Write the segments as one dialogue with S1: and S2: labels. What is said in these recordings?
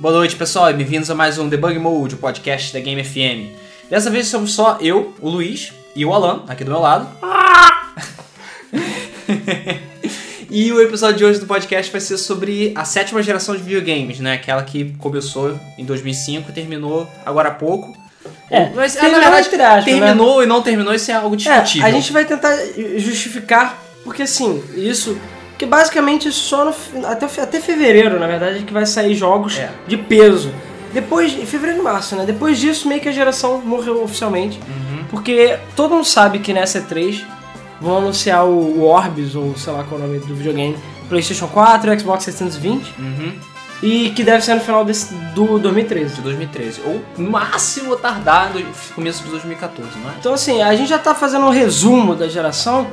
S1: Boa noite, pessoal, e bem-vindos a mais um Debug Mode, o podcast da Game FM. Dessa vez somos só eu, o Luiz e o Alan, aqui do meu lado. e o episódio de hoje do podcast vai ser sobre a sétima geração de videogames, né? Aquela que começou em 2005 e terminou agora há pouco.
S2: É,
S1: Mas,
S2: terminou entre aspas,
S1: terminou e não terminou, isso é algo
S2: né? É,
S1: discutível.
S2: a gente vai tentar justificar, porque assim, isso. Porque basicamente só no, fi- até, fe- até fevereiro, na verdade, é que vai sair jogos
S1: É.
S2: de peso. Depois, em fevereiro e março, né? Depois disso, meio que a geração morreu oficialmente.
S1: Uhum.
S2: Porque todo mundo sabe que nessa E3 vão anunciar o Orbis, ou sei lá qual é o nome do videogame, PlayStation 4, Xbox 720,
S1: Uhum.
S2: e que deve ser no final desse, do 2013.
S1: De 2013. Ou no máximo tardar do começo de 2014, não é?
S2: Então, assim, a gente já tá fazendo um resumo da geração,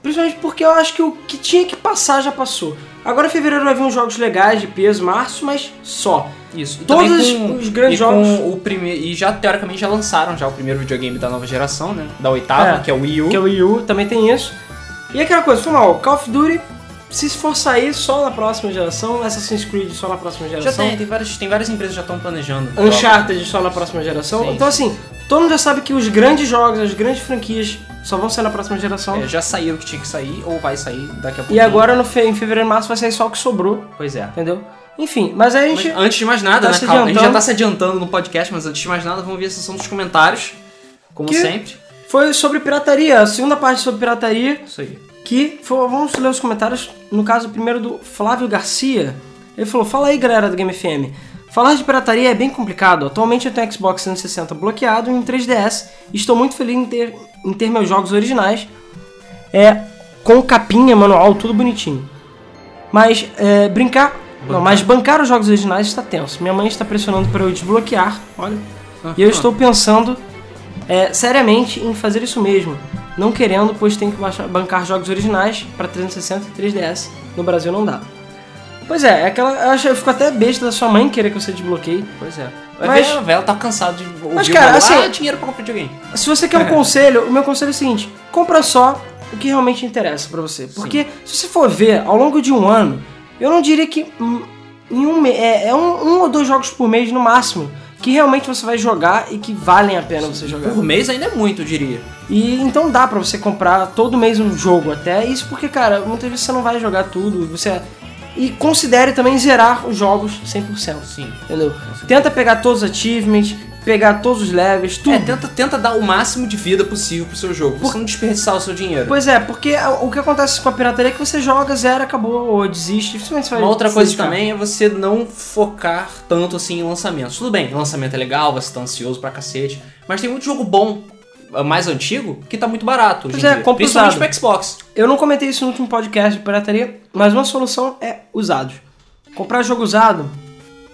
S2: principalmente porque eu acho que o que tinha que passar já passou. Agora, em fevereiro vai vir uns jogos legais de peso, março, mas só.
S1: Isso. E
S2: Todos
S1: também com-
S2: os grandes
S1: e com
S2: jogos.
S1: o prime... E já, teoricamente, já lançaram já o primeiro videogame da nova geração, né? Da oitava,
S2: É.
S1: que é o Wii U.
S2: Que é o Wii U, também tem isso. E aquela coisa, foi mal, Call of Duty, se for sair só na próxima geração, Assassin's Creed só na próxima
S1: Já
S2: geração, Um
S1: tem, tem várias, tem várias empresas que já estão planejando.
S2: Uncharted só na próxima geração.
S1: Sim.
S2: Então, assim, todo mundo já sabe que os grandes jogos, as grandes franquias, só vão sair na próxima geração.
S1: É, já saiu o que tinha que sair, ou vai sair daqui a pouco.
S2: E agora, no fe- em fevereiro e março, vai sair só o que sobrou,
S1: Pois é.
S2: entendeu? Enfim, mas aí a
S1: Mas
S2: gente...
S1: antes de mais nada,
S2: tá
S1: né,
S2: se
S1: calma, a gente já
S2: adiantando.
S1: tá se adiantando no podcast, mas antes de mais nada, vamos ver a sessão dos comentários, como
S2: Que-
S1: sempre.
S2: Foi sobre pirataria, a segunda parte sobre pirataria,
S1: Isso aí.
S2: que foi, vamos ler os comentários, no caso primeiro do Flávio Garcia. Ele falou: "Fala aí, galera do Game FM. Falar de pirataria é bem complicado. Atualmente eu tenho Xbox 360 bloqueado e um 3DS. e Estou muito feliz em ter, em ter meus jogos originais. É com capinha, manual, tudo bonitinho. Mas é, brincar, não, mas bancar os jogos originais está tenso. Minha mãe está pressionando para eu desbloquear. Olha,
S1: Ah,
S2: e eu estou pensando é, seriamente em fazer isso mesmo. Não querendo, pois tenho que baixar- bancar jogos originais para 360 e 3DS. No Brasil não dá. Pois é, é aquela, eu, acho, eu fico até besta da sua mãe querer que você desbloqueie.
S1: Pois é. Vai
S2: Mas-
S1: ver, a velha tá cansado de ouvir
S2: Mas, cara,
S1: o
S2: assim-
S1: ah, dinheiro pra comprar videogame.
S2: Se você quer um conselho, o meu conselho é o seguinte: compra só o que realmente interessa pra você. Porque se você for ver ao longo de um ano, eu não diria que hum, em um mês. É, é um, um ou dois jogos por mês no máximo que realmente você vai jogar e que valem a pena você jogar.
S1: Por mês ainda é muito, eu diria.
S2: E então dá pra você comprar todo mês um jogo até. Isso porque, cara, muitas vezes você não vai jogar tudo. Você é, e considere também zerar os jogos 100%,
S1: Sim.
S2: entendeu? Tenta pegar todos os achievements, pegar todos os levels, tudo.
S1: É, tenta, tenta dar o máximo de vida possível pro seu jogo, pra você não desperdiçar o seu dinheiro.
S2: Pois é, porque o que acontece com a pirataria é que você joga, zero, acabou, ou desiste. Principalmente você vai
S1: Uma outra
S2: se
S1: coisa
S2: dedicar.
S1: também é você não focar tanto assim em lançamentos. Tudo bem, lançamento é legal, você tá ansioso pra cacete, mas tem muito jogo bom, ah, mais antigo, que tá muito barato. Hoje
S2: Pois
S1: em
S2: é,
S1: dia.
S2: compra
S1: Principalmente
S2: usado.
S1: pro Xbox.
S2: Eu não comentei isso no último podcast de pirataria, mas uma solução é usados. Comprar jogo usado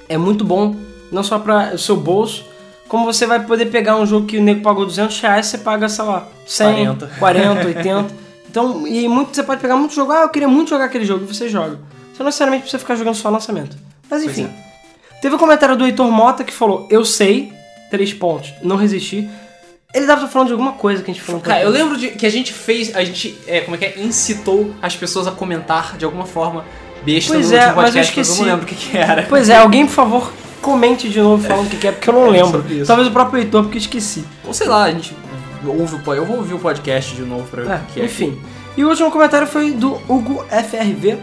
S2: é muito bom, não só para o seu bolso, como você vai poder pegar um jogo que o nego pagou 200 reais, você paga, sei lá, 100,
S1: 40.
S2: 40, 80. Então, e muito, você pode pegar muito jogo, ah, eu queria muito jogar aquele jogo, e você joga. Você não necessariamente precisa ficar jogando só lançamento. Mas enfim.
S1: é.
S2: Teve um comentário do Heitor Mota que falou, eu sei, três pontos, não resisti. Ele deve estar falando de alguma coisa que a gente falou. um no
S1: Cara, eu
S2: podcast.
S1: lembro de, que a gente fez, a gente, é, como é que é, incitou as pessoas a comentar de alguma forma besta
S2: Pois
S1: no
S2: é,
S1: último
S2: mas eu
S1: podcast, não
S2: esqueci.
S1: lembro o que, que era.
S2: Pois é, alguém, por favor, comente de novo falando o que que é, porque eu não lembro.
S1: sobre isso.
S2: Talvez o próprio Heitor, porque eu esqueci.
S1: Ou sei lá, a gente ouve o po- eu vou ouvir o podcast de novo pra ver o que que
S2: É,
S1: é.
S2: enfim. E o último comentário foi do Hugo FRV.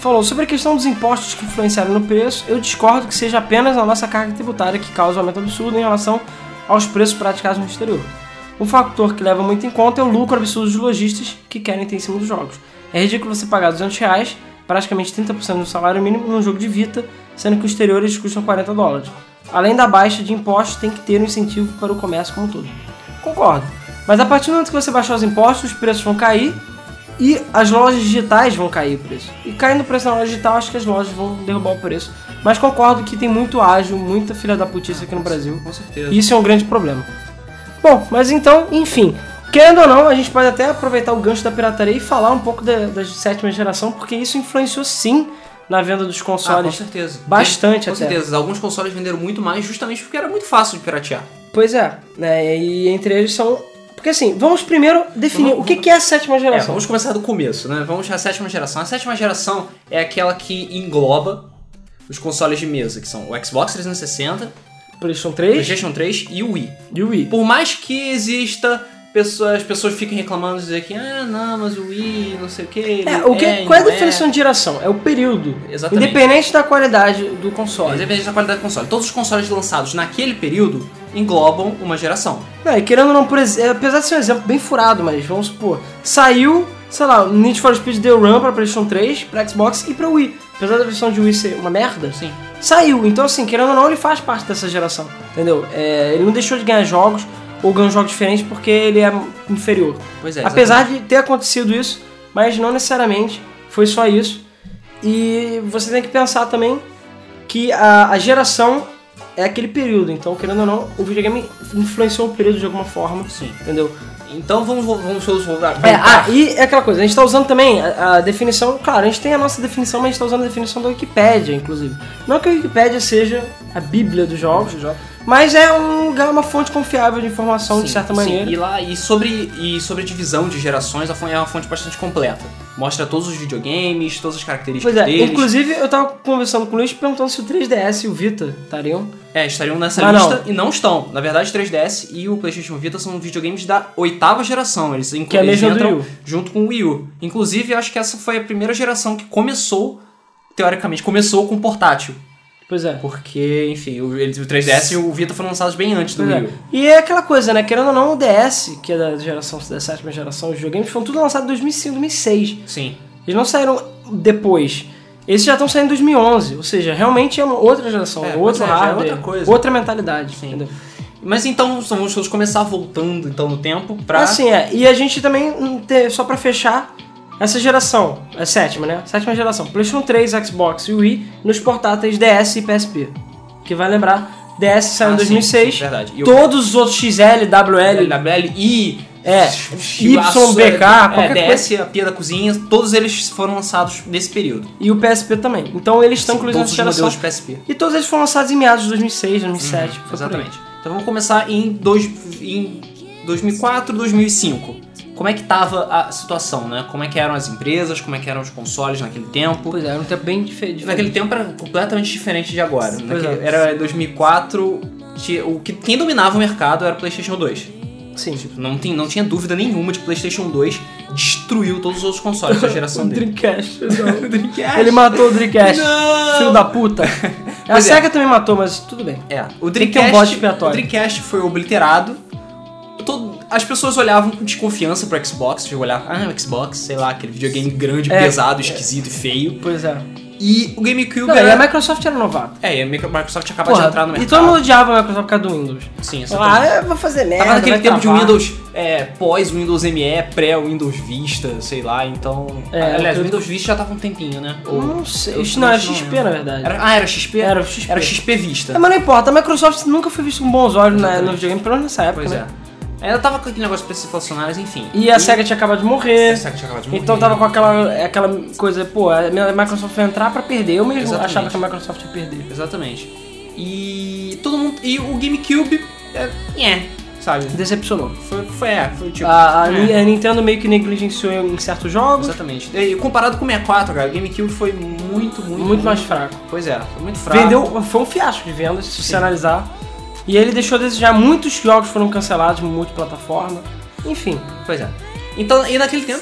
S2: Falou sobre a questão dos impostos que influenciaram no preço. Eu discordo que seja apenas a nossa carga tributária que causa o aumento absurdo em relação aos preços praticados no exterior. Um fator que leva muito em conta é o lucro absurdo dos lojistas que querem ter em cima dos jogos. É ridículo você pagar 200 reais, praticamente 30% do salário mínimo, num jogo de Vita, sendo que os exteriores custam 40 dólares. Além da baixa de impostos, tem que ter um incentivo para o comércio como um todo. Concordo. Mas a partir do momento que você baixar os impostos, os preços vão cair e as lojas digitais vão cair o preço. E caindo o preço na loja digital, acho que as lojas vão derrubar o preço. Mas concordo que tem muito ágil, muita filha da putice aqui no Brasil.
S1: Com certeza.
S2: E isso é um grande problema. Bom, mas então, enfim. Querendo ou não, a gente pode até aproveitar o gancho da pirataria e falar um pouco da, da sétima geração, porque isso influenciou sim na venda
S1: Ah,
S2: dos
S1: com
S2: consoles.
S1: certeza.
S2: Bastante
S1: com
S2: até.
S1: certeza. Alguns consoles venderam muito mais justamente porque era muito fácil de piratear.
S2: pois é, né? E entre eles são. Porque assim, vamos primeiro definir o que, que é a sétima
S1: É,
S2: geração.
S1: vamos começar do começo, né? Vamos à sétima geração. A sétima geração é aquela que engloba os consoles de mesa, que são o Xbox 360,
S2: PlayStation
S1: o
S2: 3
S1: PlayStation 3 e o Wii.
S2: e o Wii.
S1: Por mais que exista, pessoas, as pessoas fiquem reclamando, dizer que, ah, não, mas o Wii, não sei o quê.
S2: É,
S1: ele
S2: o que, qual é a
S1: não
S2: definição de geração? É o período.
S1: Exatamente.
S2: Independente da qualidade do console.
S1: Independente da é qualidade do console. Todos os consoles lançados naquele período englobam uma geração.
S2: Não, e querendo ou não, por ex- é, apesar de ser um exemplo bem furado, mas vamos supor, saiu, sei lá, o Need for Speed The Run pra PlayStation 3, pra Xbox e pra Wii. Apesar da versão de Wii ser uma merda,
S1: Sim.
S2: saiu. Então, assim, querendo ou não, ele faz parte dessa geração, entendeu? É, ele não deixou de ganhar jogos ou ganhou jogos diferentes porque ele é inferior.
S1: Pois é.
S2: Apesar de ter acontecido isso, mas não necessariamente foi só isso. E você tem que pensar também que a, a geração é aquele período, então, querendo ou não, o videogame influenciou o período de alguma forma,
S1: Sim.
S2: entendeu?
S1: Então vamos, vo- vamos todos voltar.
S2: É, ah, e é aquela coisa, a gente tá usando também a, a definição, claro, a gente tem a nossa definição, mas a gente tá usando a definição da Wikipédia, inclusive. Não é que a Wikipédia seja a bíblia dos jogos, mas é um lugar, uma fonte confiável de informação, um de
S1: Sim,
S2: certa
S1: sim.
S2: maneira.
S1: E, lá, e, sobre, e sobre divisão de gerações, a fonte é uma fonte bastante completa. Mostra todos os videogames, todas as características
S2: Pois é,
S1: deles.
S2: inclusive eu tava conversando com o Luiz perguntando se o 3DS e o Vita estariam.
S1: É, estariam nessa
S2: Mas
S1: lista e não estão. Na verdade, o 3DS e o PlayStation Vita são videogames da oitava geração. Eles,
S2: Que é a
S1: eles
S2: mesma do
S1: entram
S2: Wii U.
S1: junto com o Wii U. Inclusive, acho que essa foi a primeira geração que começou, teoricamente, começou com portátil.
S2: Pois é.
S1: Porque, enfim, o, eles- o 3DS e o Vita foram lançados bem antes do
S2: Pois
S1: Wii
S2: é.
S1: U.
S2: E é aquela coisa, né? Querendo ou não, o DS, que é da geração, da sétima geração, os videogames foram tudo lançados em 2005, 2006.
S1: Sim.
S2: Eles não saíram depois. Esses já estão saindo em 2011. Ou seja, realmente é uma outra geração,
S1: É, pois
S2: outro
S1: é, já é
S2: hardware,
S1: outra coisa.
S2: outra mentalidade.
S1: Sim.
S2: Entendeu?
S1: Mas então, vamos todos começar voltando então no tempo pra...
S2: Assim, é. E a gente também, hum, te- só pra fechar, essa geração, é sétima, né? Sétima geração. PlayStation 3, Xbox e Wii nos portáteis DS e PSP. Que vai lembrar, DS saiu
S1: Ah,
S2: em
S1: sim,
S2: 2006.
S1: sim, verdade. E o- É
S2: todos os outros XL, WL,
S1: LWL e...
S2: É,
S1: X-
S2: YBK, qualquer
S1: é, DS, a pia da cozinha, todos eles foram lançados nesse período.
S2: E o PSP também. Então eles estão
S1: Sim,
S2: incluídos
S1: todos
S2: nessa
S1: os
S2: geração.
S1: modelos PSP.
S2: E todos eles foram lançados em meados de 2006, 2007. foi por aí.
S1: Exatamente. Então vamos começar em, dois, em 2004, 2005. Como é que tava a situação, né? Como é que eram as empresas, como é que eram os consoles naquele tempo.
S2: Pois é, era um tempo bem dife- diferente.
S1: Naquele tempo era completamente diferente de agora.
S2: Pois
S1: Naquele,
S2: é.
S1: era 2004, tinha- o que, quem dominava o mercado era o PlayStation 2.
S2: Sim.
S1: Não, tem, não tinha dúvida nenhuma de que o PlayStation 2 destruiu todos os outros consoles da
S2: o
S1: geração dele.
S2: Dreamcast. não.
S1: Dreamcast.
S2: Ele matou o Dreamcast.
S1: Não!
S2: Filho da puta. A
S1: Pois é.
S2: SEGA também matou, mas tudo bem.
S1: É, o
S2: Tem que ter um
S1: Dreamcast,
S2: bode expiatório.
S1: o Dreamcast foi obliterado. Todo- as pessoas olhavam com desconfiança pro Xbox, tipo, olhar, ah, Xbox, sei lá, aquele videogame grande,
S2: É.
S1: pesado, esquisito e feio.
S2: Pois é.
S1: E o GameCube
S2: Não, e a
S1: era...
S2: Microsoft era novata.
S1: É, e a Micro- Microsoft acaba é- de
S2: Porra,
S1: entrar no
S2: e
S1: mercado.
S2: todo mundo odiava a Microsoft por causa do Windows.
S1: Sim, é
S2: Ah,
S1: exatamente.
S2: eu vou fazer merda.
S1: Tava naquele
S2: vai
S1: tempo de
S2: travar.
S1: Windows é, pós Windows ME, pré Windows Vista, sei lá, então...
S2: É,
S1: Aliás, o
S2: tudo-
S1: Windows Vista já tava um tempinho, né? Ou-
S2: Não sei.
S1: Eu
S2: não, era
S1: não
S2: XP,
S1: lembro.
S2: na verdade.
S1: Era- ah, era XP?
S2: Era o XP.
S1: Era XP Vista.
S2: É, mas não importa, a Microsoft nunca foi vista com bons olhos na,
S1: Exatamente.
S2: no videogame, pelo menos nessa época.
S1: Pois é.
S2: né?
S1: Ainda tava com aquele negócio de preços inflacionários, enfim.
S2: E a SEGA tinha acabado de morrer.
S1: A Sega tinha acabado de
S2: Então
S1: morrer.
S2: tava com aquela, aquela coisa, pô, a minha Microsoft vai entrar pra perder. Eu mesmo
S1: Exatamente.
S2: achava que a Microsoft ia perder.
S1: Exatamente. E todo mundo. E o GameCube é. é sabe?
S2: Decepcionou.
S1: Foi, foi, é, foi tipo.
S2: Ah, A, a
S1: é.
S2: Ni- a Nintendo meio que negligenciou em certos jogos,
S1: Exatamente. E comparado com o 64, cara, o GameCube foi muito, muito.
S2: muito mais fraco.
S1: Pois é, foi muito fraco.
S2: Vendeu, foi um fiasco de vendas, se você analisar. E ele deixou a desejar, muitos jogos foram cancelados, multiplataforma. Enfim,
S1: Pois é. Então, e naquele tempo,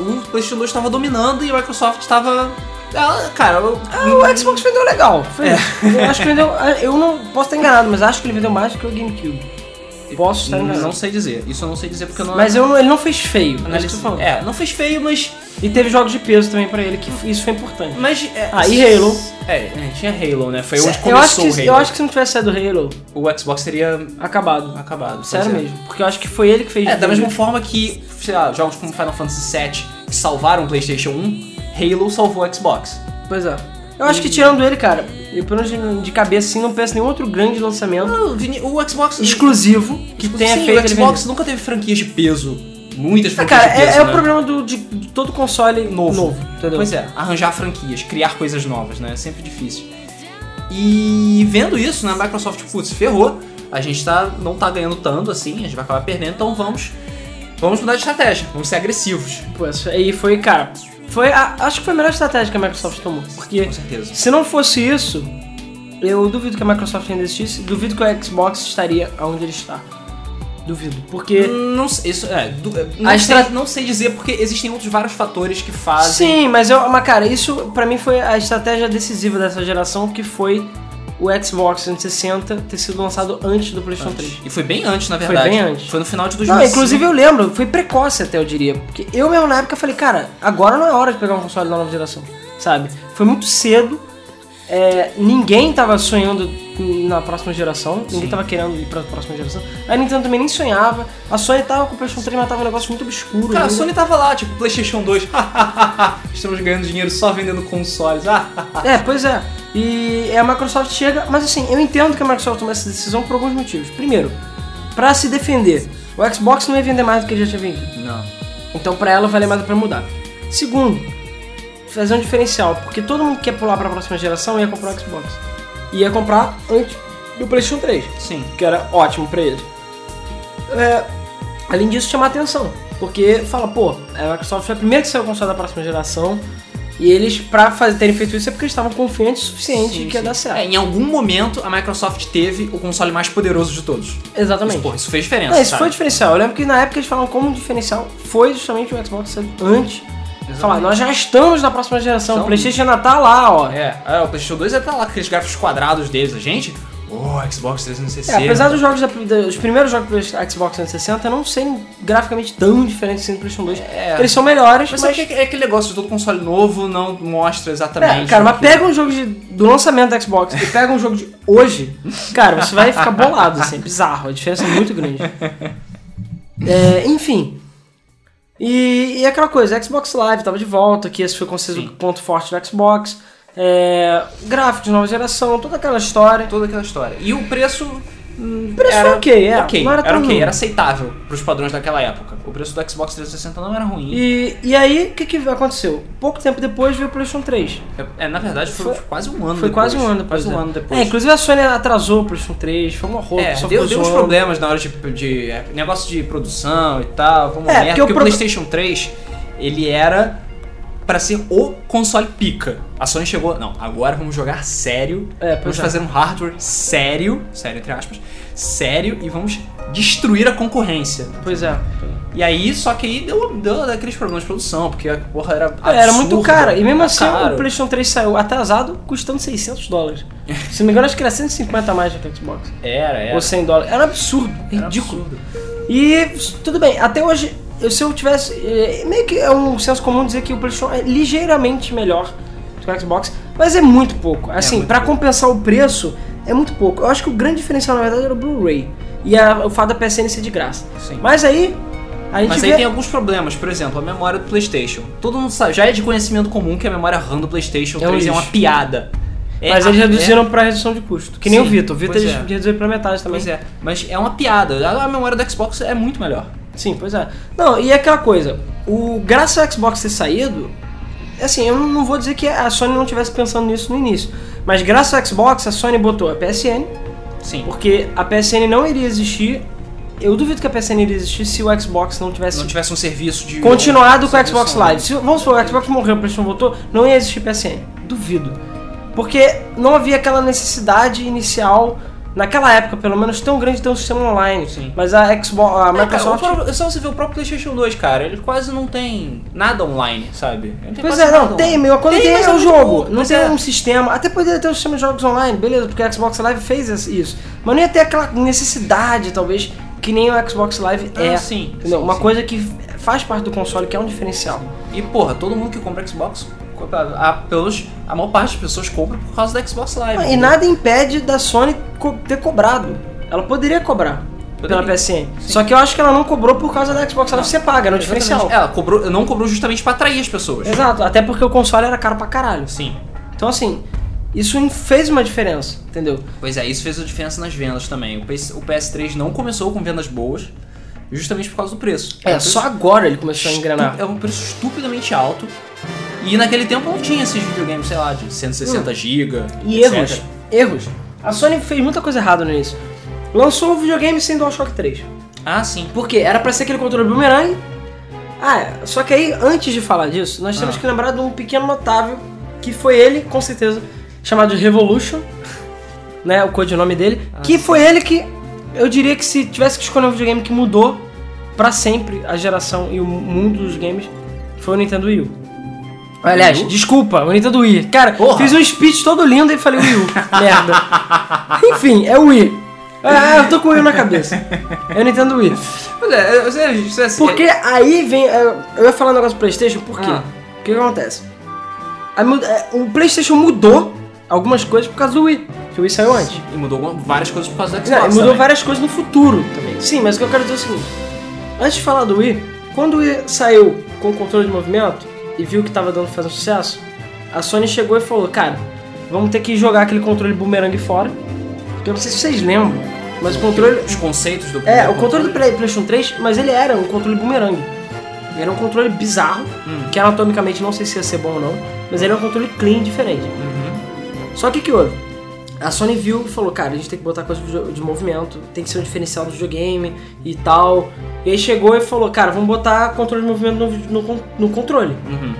S1: um, o PlayStation 2 estava dominando e a Microsoft estava. Ah, cara, eu-
S2: o Xbox vendeu legal. Foi. Eu acho que vendeu. ah, Eu não posso estar enganado, mas acho que ele vendeu mais do que o GameCube. Posso estar enganado.
S1: não sei dizer. Isso eu não sei dizer porque eu não.
S2: Mas eu não- ele não fez feio. é isso que eu tô
S1: analisei.
S2: falando.
S1: É, não fez feio, mas.
S2: E teve jogos de peso também pra ele, que isso foi importante.
S1: mas é,
S2: Ah, e Halo?
S1: É, é, tinha Halo, né? Foi onde
S2: eu
S1: começou
S2: acho, que,
S1: o Halo.
S2: eu acho que se não tivesse saído o Halo,
S1: O Xbox teria
S2: acabado.
S1: acabado. pois
S2: Sério
S1: é.
S2: mesmo. Porque eu acho que foi ele que fez.
S1: É, da mesma forma que, sei lá, jogos como Final Fantasy VII que salvaram o PlayStation 1, Halo salvou o Xbox.
S2: Pois é. Eu acho que tirando ele, cara, eu pelo menos de cabeça assim não penso em nenhum outro grande lançamento
S1: Ah, O Vini- O Xbox. tipo,
S2: exclusivo que tenha
S1: Sim,
S2: feito
S1: o
S2: ele
S1: Xbox
S2: vender.
S1: nunca teve franquias de peso. Muitas
S2: Ah,
S1: franquias
S2: cara,
S1: de
S2: é,
S1: peso.
S2: é
S1: né?
S2: o problema do, de, de todo console novo, entendeu?
S1: Pois é, arranjar franquias, criar coisas novas, né? É sempre difícil. E vendo isso, né, a Microsoft, putz, ferrou. A gente tá, não tá ganhando tanto assim, a gente vai acabar
S2: é.
S1: perdendo, então vamos. Vamos mudar de estratégia, vamos ser agressivos.
S2: Pô, isso aí foi, cara, foi Foi a- acho que foi a melhor estratégia que a Microsoft tomou. Porque
S1: Com certeza.
S2: se não fosse isso, eu duvido que a Microsoft ainda existisse, duvido que o Xbox estaria onde ele está. Duvido. Porque.
S1: Não sei, isso, é, du- não,
S2: A
S1: sei,
S2: estra-
S1: não sei dizer porque existem outros vários fatores que fazem.
S2: Sim, mas eu. Mas cara, isso pra mim foi a estratégia decisiva dessa geração, que foi o Xbox 360 ter sido lançado antes do PlayStation 3.
S1: E foi bem antes, na
S2: Foi
S1: verdade.
S2: bem antes.
S1: Foi no final de
S2: Não,
S1: 2005.
S2: inclusive eu lembro, foi precoce até eu diria. Porque eu mesmo na época falei, cara, agora não é hora de pegar um console da nova geração, sabe? Foi muito cedo, é, ninguém tava sonhando na próxima geração, ninguém tava querendo ir pra próxima geração. A Nintendo também nem sonhava, a Sony tava com o PlayStation 3, mas tava um negócio muito obscuro. né?
S1: Cara, a
S2: ainda.
S1: Sony tava lá, tipo, PlayStation 2. Estamos ganhando dinheiro só vendendo consoles.
S2: É, pois é. E a Microsoft chega, mas assim, eu entendo que a Microsoft tomou essa decisão por alguns motivos. Primeiro, pra se defender. O Xbox não ia vender mais do que ele já tinha vendido.
S1: Não.
S2: Então pra ela vale mais a pena mudar. Segundo, fazer um diferencial, porque todo mundo que quer pular pra próxima geração ia comprar o Xbox. E ia comprar antes do PlayStation 3,
S1: Sim.
S2: que era ótimo pra eles. É, além disso, chamar atenção, porque fala, pô, é, a Microsoft foi a primeira que saiu o console da próxima geração. E eles, pra fazer, terem feito isso, é porque eles estavam confiantes o suficiente
S1: Sim,
S2: de que ia
S1: sim.
S2: dar certo.
S1: É, em algum momento, a Microsoft teve o console mais poderoso de todos. Isso,
S2: Exatamente.
S1: porra, isso fez diferença.
S2: É, isso
S1: sabe?
S2: foi o diferencial. Eu lembro que na época eles falavam como o diferencial foi justamente o Xbox ser antes.
S1: Exatamente.
S2: Falar, nós já estamos na próxima geração,
S1: Então-
S2: o PlayStation ainda tá lá, ó. É,
S1: É, é, o PlayStation 2 até lá com aqueles gráficos quadrados deles, a gente. Oh, Xbox 360.
S2: É, apesar dos jogos da, da- os primeiros jogos do Xbox 360 não serem graficamente tão diferentes assim do PlayStation 2.
S1: É.
S2: Eles são melhores,
S1: Mas
S2: mas.
S1: sabe que é aquele negócio de todo console novo não mostra exatamente.
S2: É, cara, mas
S1: o que-
S2: pega um jogo de- do lançamento do Xbox e pega um jogo de hoje, cara, você vai ficar bolado, assim, é bizarro, a diferença é muito grande. É, enfim. E, e aquela coisa, Xbox Live tava de volta, que esse foi com certeza
S1: Sim.
S2: o ponto forte do Xbox. É, gráfico de nova geração, toda aquela história.
S1: é toda aquela história. E o preço. hum,
S2: preço
S1: era
S2: foi ok, é,
S1: ok,
S2: não era
S1: era,
S2: tão
S1: ok,
S2: ruim.
S1: era aceitável pros padrões daquela época. O preço do Xbox 360 não era ruim.
S2: E, e aí, o que, que aconteceu? Pouco tempo depois veio o PlayStation 3.
S1: É, na verdade, foi,
S2: Foi-
S1: quase um ano
S2: Foi
S1: depois.
S2: quase um ano depois.
S1: Quase um
S2: né?
S1: ano depois.
S2: É, inclusive a Sony atrasou o PlayStation 3, foi uma roupa,
S1: É,
S2: só
S1: deu,
S2: ficou
S1: deu uns
S2: zoando.
S1: problemas na hora de, de- é, negócio de produção e tal, foi uma
S2: É,
S1: merda,
S2: porque
S1: porque,
S2: o
S1: o,
S2: pro-
S1: PlayStation 3, ele era pra ser o console pica. A Sony chegou, não, agora vamos jogar sério,
S2: É, pois
S1: vamos
S2: é.
S1: fazer um hardware sério, sério entre aspas, sério e vamos destruir a concorrência.
S2: Pois é.
S1: E aí, só que aí deu, deu aqueles problemas de produção, porque a porra era absurda,
S2: É, Era muito cara. E mesmo
S1: muito
S2: assim,
S1: caro.
S2: o PlayStation 3 saiu atrasado, custando 600 dólares. Se não me engano, acho que era 150 a mais do que o Xbox.
S1: Era, era.
S2: Ou 100 dólares. Era um absurdo,
S1: É. Era
S2: ridículo.
S1: absurdo.
S2: E tudo bem, até hoje, eu- se eu tivesse. eh, Meio que é um senso comum dizer que o PlayStation é ligeiramente melhor do que o Xbox, mas é muito pouco. Assim,
S1: muito
S2: pra
S1: pouco.
S2: compensar o preço, é muito pouco. Eu acho que o grande diferencial, na verdade, era o Blu-ray. E a- o fato da PSN ser de graça.
S1: Sim.
S2: Mas aí. A gente
S1: Mas
S2: vê...
S1: aí tem alguns problemas, por exemplo, a memória do PlayStation. Todo mundo sabe, já é de conhecimento comum que a memória RAM do PlayStation
S2: É um
S1: 3 é uma
S2: lixo.
S1: piada. É
S2: Mas
S1: a-
S2: eles
S1: é-
S2: reduziram pra redução de custo. Que nem
S1: Sim,
S2: o Vitor. O Vitor
S1: pois
S2: eles
S1: é.
S2: reduziram pra metade também.
S1: Pois é, mas é uma piada. A a memória do Xbox é muito melhor.
S2: Sim, pois é. Não, e é aquela coisa. O, graças ao Xbox ter saído, assim, eu não vou dizer que a Sony não estivesse pensando nisso no início. Mas graças ao Xbox, a Sony botou a PSN,
S1: Sim.
S2: porque a PSN não iria existir. Eu duvido que a PSN iria existir se o Xbox não tivesse
S1: Se não tivesse um serviço de.
S2: continuado com
S1: um
S2: o Xbox
S1: serviço-
S2: Live. Se, vamos supor, o Xbox morreu, o PlayStation voltou, não ia existir PSN. Duvido. Porque não havia aquela necessidade inicial, naquela época pelo menos, tão grande de ter um sistema online.
S1: Sim.
S2: Mas a Xbox, a
S1: É, cara, o
S2: Microsoft...
S1: próprio- é só você ver o próprio PlayStation 2, cara. Ele quase não tem nada online, sabe? Ele tem
S2: Pois
S1: quase
S2: é,
S1: nada
S2: não, tem,
S1: online.
S2: meu, quando tem,
S1: mas
S2: é o
S1: muito
S2: jogo,
S1: pouco,
S2: não
S1: mas
S2: tem
S1: é-
S2: um sistema, até poderia ter um sistema de jogos online, beleza, porque o Xbox Live fez isso, mas não ia ter aquela necessidade, talvez, que nem o Xbox Live
S1: Ah,
S2: é,
S1: sim,
S2: entendeu?
S1: sim,
S2: uma
S1: sim.
S2: coisa que faz parte do console, que é um diferencial.
S1: E porra, todo mundo que compra Xbox, a, a, pelos, a maior parte das pessoas compra por causa da Xbox Live.
S2: Ah, E nada impede da Sony co- ter cobrado. Ela poderia cobrar
S1: Poderia.
S2: pela PSN. Só que eu acho que ela não cobrou por causa da Xbox Live. Você paga, era um
S1: Exatamente. É.
S2: diferencial.
S1: Ela cobrou, não cobrou justamente pra atrair as pessoas.
S2: Exato, até porque o console era caro pra caralho.
S1: Sim.
S2: Então, assim, isso fez uma diferença, entendeu?
S1: Pois é, isso fez a diferença nas vendas também. O, PS, o PS3 não começou com vendas boas, justamente por causa do preço. Era
S2: É,
S1: um preço
S2: só agora ele começou a
S1: estu-
S2: engrenar.
S1: É um preço estupidamente alto. E naquele tempo não tinha esses videogames, sei lá, de 160 GB.
S2: Hum. E erros.
S1: é.
S2: Erros. A Sony fez muita coisa errada no início. Lançou o videogame sem DualShock 3.
S1: Ah, sim.
S2: Por quê? Era pra ser aquele controle boomerang Ah, é. só que aí, antes de falar disso, nós temos
S1: Ah.
S2: que lembrar de um pequeno notável, que foi ele, com certeza, chamado de Revolution, né, o codinome dele,
S1: Ah,
S2: que foi ele que, eu diria que se tivesse que escolher um videogame que mudou pra sempre a geração e o mundo dos games, foi o Nintendo Wii U. Aliás,
S1: Wii U?
S2: desculpa, o Nintendo Wii. Cara,
S1: Porra.
S2: fiz um speech todo lindo e falei Wii U. Merda. Enfim, é o Wii. Ah, eu tô com o Wii na cabeça. É o Nintendo Wii.
S1: Mas é, você, você, assim,
S2: Porque aí vem. é, Eu ia falar um negócio do PlayStation, por quê?
S1: Ah.
S2: O que que acontece? A mu- é, O PlayStation mudou algumas coisas por causa do Wii, que o Wii saiu antes.
S1: E mudou alguma- várias coisas por causa da
S2: é- Não,
S1: Xbox.
S2: e mudou
S1: também.
S2: várias coisas no futuro né? também. Sim, mas o que eu quero dizer é o seguinte: antes de falar do Wii, quando o Wii saiu com o controle de movimento e viu que tava dando fazendo sucesso, a Sony chegou e falou: Cara, vamos ter que jogar aquele controle bumerangue fora. Porque eu não sei se vocês lembram, mas o controle.
S1: Os conceitos do
S2: É,
S1: primeiro
S2: o controle do Play- PlayStation 3, mas ele era um controle bumerangue. Ele Era um controle bizarro,
S1: Hum.
S2: que anatomicamente não sei se ia ser bom ou não, mas ele era um controle clean diferente.
S1: Uhum.
S2: Só que o que houve? A Sony viu e falou, cara, a gente tem que botar coisa de jo- de movimento, tem que ser um diferencial do videogame e tal. E aí chegou e falou, cara, vamos botar controle de movimento no, vi- no con- no controle.
S1: Uhum.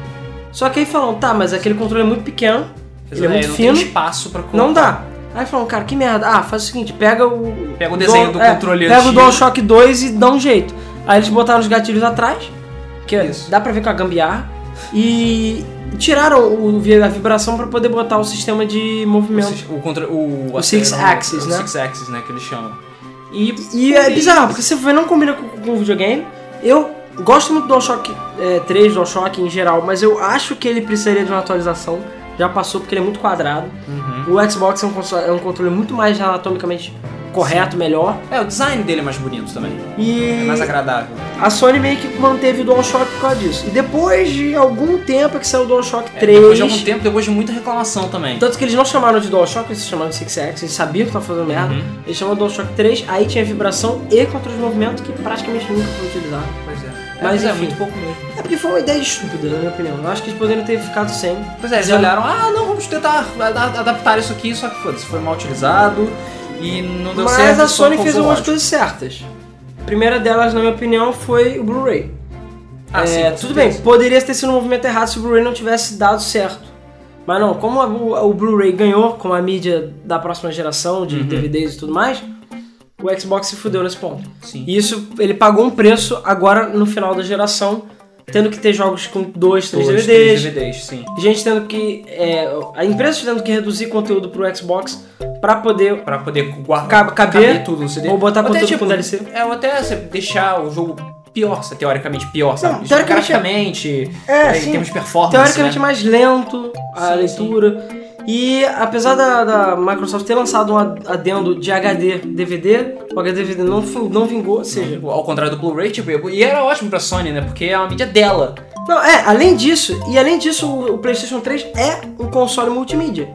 S2: Só que aí falaram, tá, mas aquele controle é muito pequeno, ele é
S1: É,
S2: muito
S1: não
S2: fino,
S1: tem espaço pra
S2: não dá. Aí falaram, cara, que merda. Ah, faz o seguinte, pega o.
S1: Pega o desenho do
S2: é,
S1: controle
S2: Pega o
S1: antigo.
S2: DualShock 2 e dá um jeito. Aí eles botaram os gatilhos atrás, que é,
S1: Isso.
S2: dá pra ver com a gambiarra, e tiraram o, vi- a vibração pra poder botar o sistema de movimento.
S1: O, o, contra, o,
S2: O six
S1: acelerador-
S2: axis,
S1: o
S2: né?
S1: Six axis, né, que eles chamam. E,
S2: E é bizarro, porque você vê, não combina com, com o videogame. Eu gosto muito do DualShock é, 3, DualShock em geral, mas eu acho que ele precisaria de uma atualização. Já passou porque ele é muito quadrado.
S1: Uhum.
S2: O Xbox é um, console- é um controle muito mais anatomicamente correto, melhor.
S1: É, o design dele é mais bonito também. É
S2: E
S1: mais agradável.
S2: a Sony meio que manteve o DualShock por causa disso. E depois de algum tempo é que saiu o DualShock
S1: É,
S2: 3.
S1: Depois de algum tempo, depois de muita reclamação também.
S2: Tanto que eles não chamaram de DualShock, eles chamaram de Six X, eles sabiam que tava fazendo merda.
S1: Uhum.
S2: Eles chamaram de DualShock 3, aí tinha vibração e controle de movimento que praticamente nunca foi utilizado.
S1: Pois é.
S2: Mas,
S1: Mas é
S2: enfim.
S1: muito pouco mesmo.
S2: É porque foi uma ideia estúpida, na minha opinião. Eu acho que eles poderiam ter ficado sem.
S1: Pois é, eles olharam, ah, não, vamos tentar ad- adaptar isso aqui, só que foda-se, foi mal utilizado e não deu
S2: Mas
S1: certo.
S2: a
S1: só
S2: Sony
S1: causou
S2: fez algumas
S1: ódio.
S2: coisas certas. A primeira delas, na minha opinião, foi o Blu-ray.
S1: Ah, sim,
S2: É,
S1: com
S2: tudo bem,
S1: certeza.
S2: poderia ter sido um movimento errado se o Blu-ray não tivesse dado certo. Mas não, como a- o, o Blu-ray ganhou com a mídia da próxima geração, de DVDs e tudo mais, o Xbox se fudeu nesse ponto.
S1: Sim.
S2: E isso, ele pagou um preço agora no final da geração, tendo que ter jogos com dois, três
S1: Dois,
S2: DVDs,
S1: três DVDs, sim.
S2: gente tendo que. é, a empresa tendo que reduzir conteúdo pro Xbox pra poder
S1: Pra poder guardar,
S2: Cab- caber,
S1: tudo no CD.
S2: ou botar
S1: Ou até,
S2: conteúdo
S1: tipo,
S2: com DLC.
S1: É, ou até você deixar o jogo pior, se- teoricamente pior, sabe?
S2: Não, teoricamente-
S1: Graficamente,
S2: É,
S1: é,
S2: sim.
S1: em termos de performance,
S2: teoricamente
S1: né?
S2: mais lento a
S1: Sim, sim.
S2: leitura. E apesar da, da Microsoft ter lançado um ad- adendo de HD DVD, o HD DVD não, fin- não vingou, ou seja.
S1: Ao contrário do Blu-ray, tipo, e era ótimo pra Sony, né? Porque é uma mídia dela.
S2: Não, é, além disso, e além disso, o, o PlayStation 3 é um console multimídia.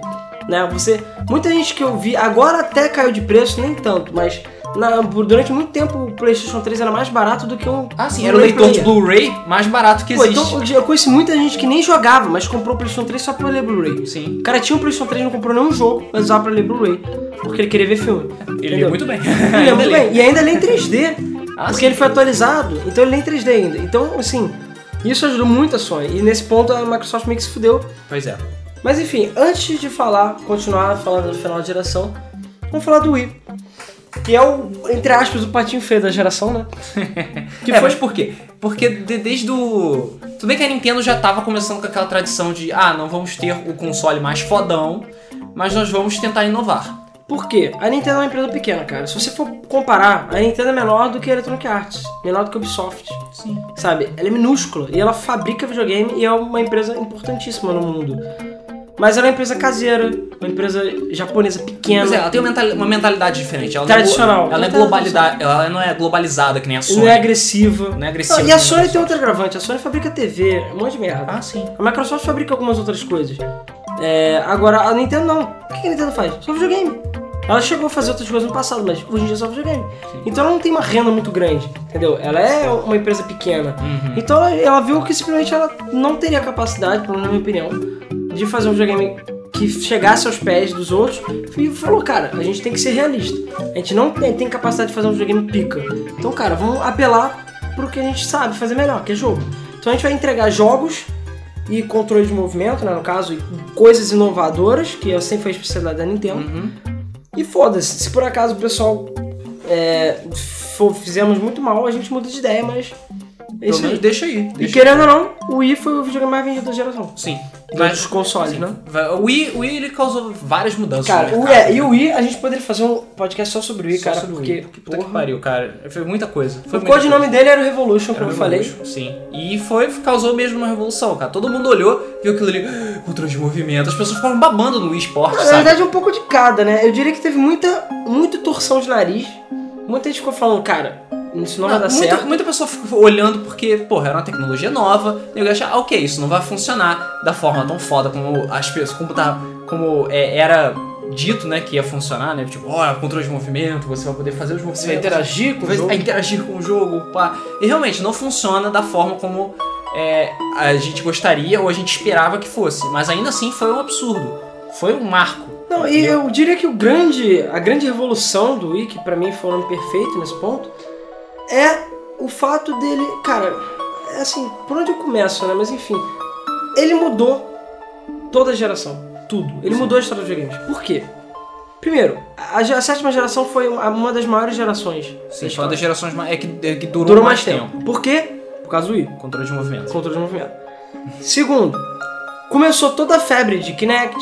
S2: Né? Você, muita gente que eu vi, agora até caiu de preço, nem tanto, mas na- durante muito tempo o PlayStation 3 era mais barato do que um.
S1: Ah, sim, era o
S2: Blu-ray
S1: leitor de
S2: player.
S1: Blu-ray mais barato que
S2: Pô,
S1: existe.
S2: então eu conheci muita gente que nem jogava, mas comprou o PlayStation 3 só pra ler Blu-ray.
S1: Sim.
S2: O cara tinha um PlayStation 3 não comprou nenhum jogo, mas usava pra ler Blu-ray. Porque ele queria ver filme.
S1: Ele
S2: Entendeu?
S1: lê muito bem.
S2: Ele lê
S1: Ainda
S2: muito
S1: lê.
S2: bem. E ainda lê em 3D.
S1: Ah,
S2: porque
S1: sim.
S2: ele foi atualizado, então ele lê em 3D ainda. Então, assim, isso ajudou muito a Sony. E nesse ponto a Microsoft meio que se fudeu.
S1: Pois é.
S2: Mas enfim, antes de falar, continuar falando do final da geração, vamos falar do Wii. Que é o, entre aspas, o patinho feio da geração, né?
S1: Que é,
S2: É, mas
S1: mas por quê? Porque de- desde o. Tudo bem que a Nintendo já tava começando com aquela tradição de, ah, não vamos ter o console mais fodão, mas nós vamos tentar inovar.
S2: Por quê? A Nintendo é uma empresa pequena, cara. Se você for comparar, a Nintendo é menor do que a Electronic Arts, menor do que a Ubisoft,
S1: Sim.
S2: sabe? Ela é minúscula e ela fabrica videogame e é uma empresa importantíssima no mundo. Mas ela é uma empresa caseira, uma empresa japonesa pequena.
S1: Pois é, ela tem uma mentali- uma mentalidade diferente. Ela
S2: Tradicional.
S1: Não é, ela, é
S2: Mentalidade
S1: globalidade, ela não é globalizada que nem a Sony.
S2: não é agressiva.
S1: Não é agressiva,
S2: e a
S1: né,
S2: Sony tem
S1: Microsoft?
S2: outro agravante. A Sony fabrica TV, um monte de merda.
S1: Ah, sim.
S2: A Microsoft fabrica algumas outras coisas. É, agora, a Nintendo não. O que a Nintendo faz? Só videogame. Ela chegou a fazer outras coisas no passado, mas hoje em dia é só videogame. Então ela não tem uma renda muito grande, entendeu? Ela é uma empresa pequena. Então ela, ela viu que simplesmente ela não teria capacidade, pelo menos na minha opinião, de fazer um videogame que chegasse aos pés dos outros e falou, cara, a gente tem que ser realista. A gente não tem, tem capacidade de fazer um videogame pica. Então, cara, vamos apelar pro que a gente sabe fazer melhor, que é jogo. Então a gente vai entregar jogos e controle de movimento, né, no caso, e coisas inovadoras, que sempre foi a especialidade da Nintendo.
S1: Uhum.
S2: E foda-se, se por acaso o pessoal é, for- fizermos muito mal, a gente muda de ideia, mas é
S1: Pelo
S2: isso
S1: menos
S2: aí.
S1: deixa aí.
S2: E
S1: Deixa...
S2: querendo ou não, o Wii foi o videogame mais vendido da geração.
S1: Sim.
S2: dos consoles, né?
S1: Vai- O Wii, o Wii ele causou várias mudanças.
S2: Cara,
S1: no
S2: o,
S1: mercado,
S2: é, e
S1: né?
S2: o Wii, a gente poderia fazer um podcast só sobre o Wii,
S1: Só
S2: cara,
S1: sobre o
S2: porque...
S1: Wii. Puta que
S2: porra.
S1: pariu, cara. Foi muita coisa. Foi
S2: o
S1: muita
S2: codinome dele era o Revolution,
S1: Era
S2: como eu
S1: uma
S2: falei.
S1: revolução, Sim. E foi, causou mesmo uma revolução, cara. Todo mundo olhou, viu aquilo ali, controle de movimento. As pessoas ficaram babando no esporte,
S2: Na
S1: sabe?
S2: verdade, é um pouco de cada, né? Eu diria que teve muita, muita torção de nariz. Muita gente ficou falando, cara, isso não, vai dar
S1: muita,
S2: certo.
S1: muita pessoa ficou olhando porque, porra, era uma tecnologia nova. E eu achava, ah, ok, isso não vai funcionar da forma tão foda como as pessoas. Como, tá, como é, era dito, né, que ia funcionar, né? Tipo, ó, controle de movimento, você vai poder fazer os movimentos.
S2: Você vai interagir com o
S1: vai
S2: jogo.
S1: interagir com o jogo, pá. E realmente não funciona da forma como é, a gente gostaria ou a gente esperava que fosse. Mas ainda assim foi um absurdo. Foi um marco.
S2: Não, e eu diria que o grande, a grande revolução do Wii, que pra mim foi um nome perfeito nesse ponto, é o fato dele, cara, é assim, por onde eu começo, né? Mas enfim, ele mudou toda a geração, tudo. Ele
S1: Sim.
S2: mudou a história dos videogames. Por quê? Primeiro, a, a sétima geração foi uma uma das maiores gerações. da
S1: Sim, foi uma
S2: história.
S1: das gerações mais- é que, é que durou,
S2: Durou mais tempo. Por quê? Por causa do Wii.
S1: Controle de movimento.
S2: controle de movimento. Segundo, começou toda a febre de Kinect,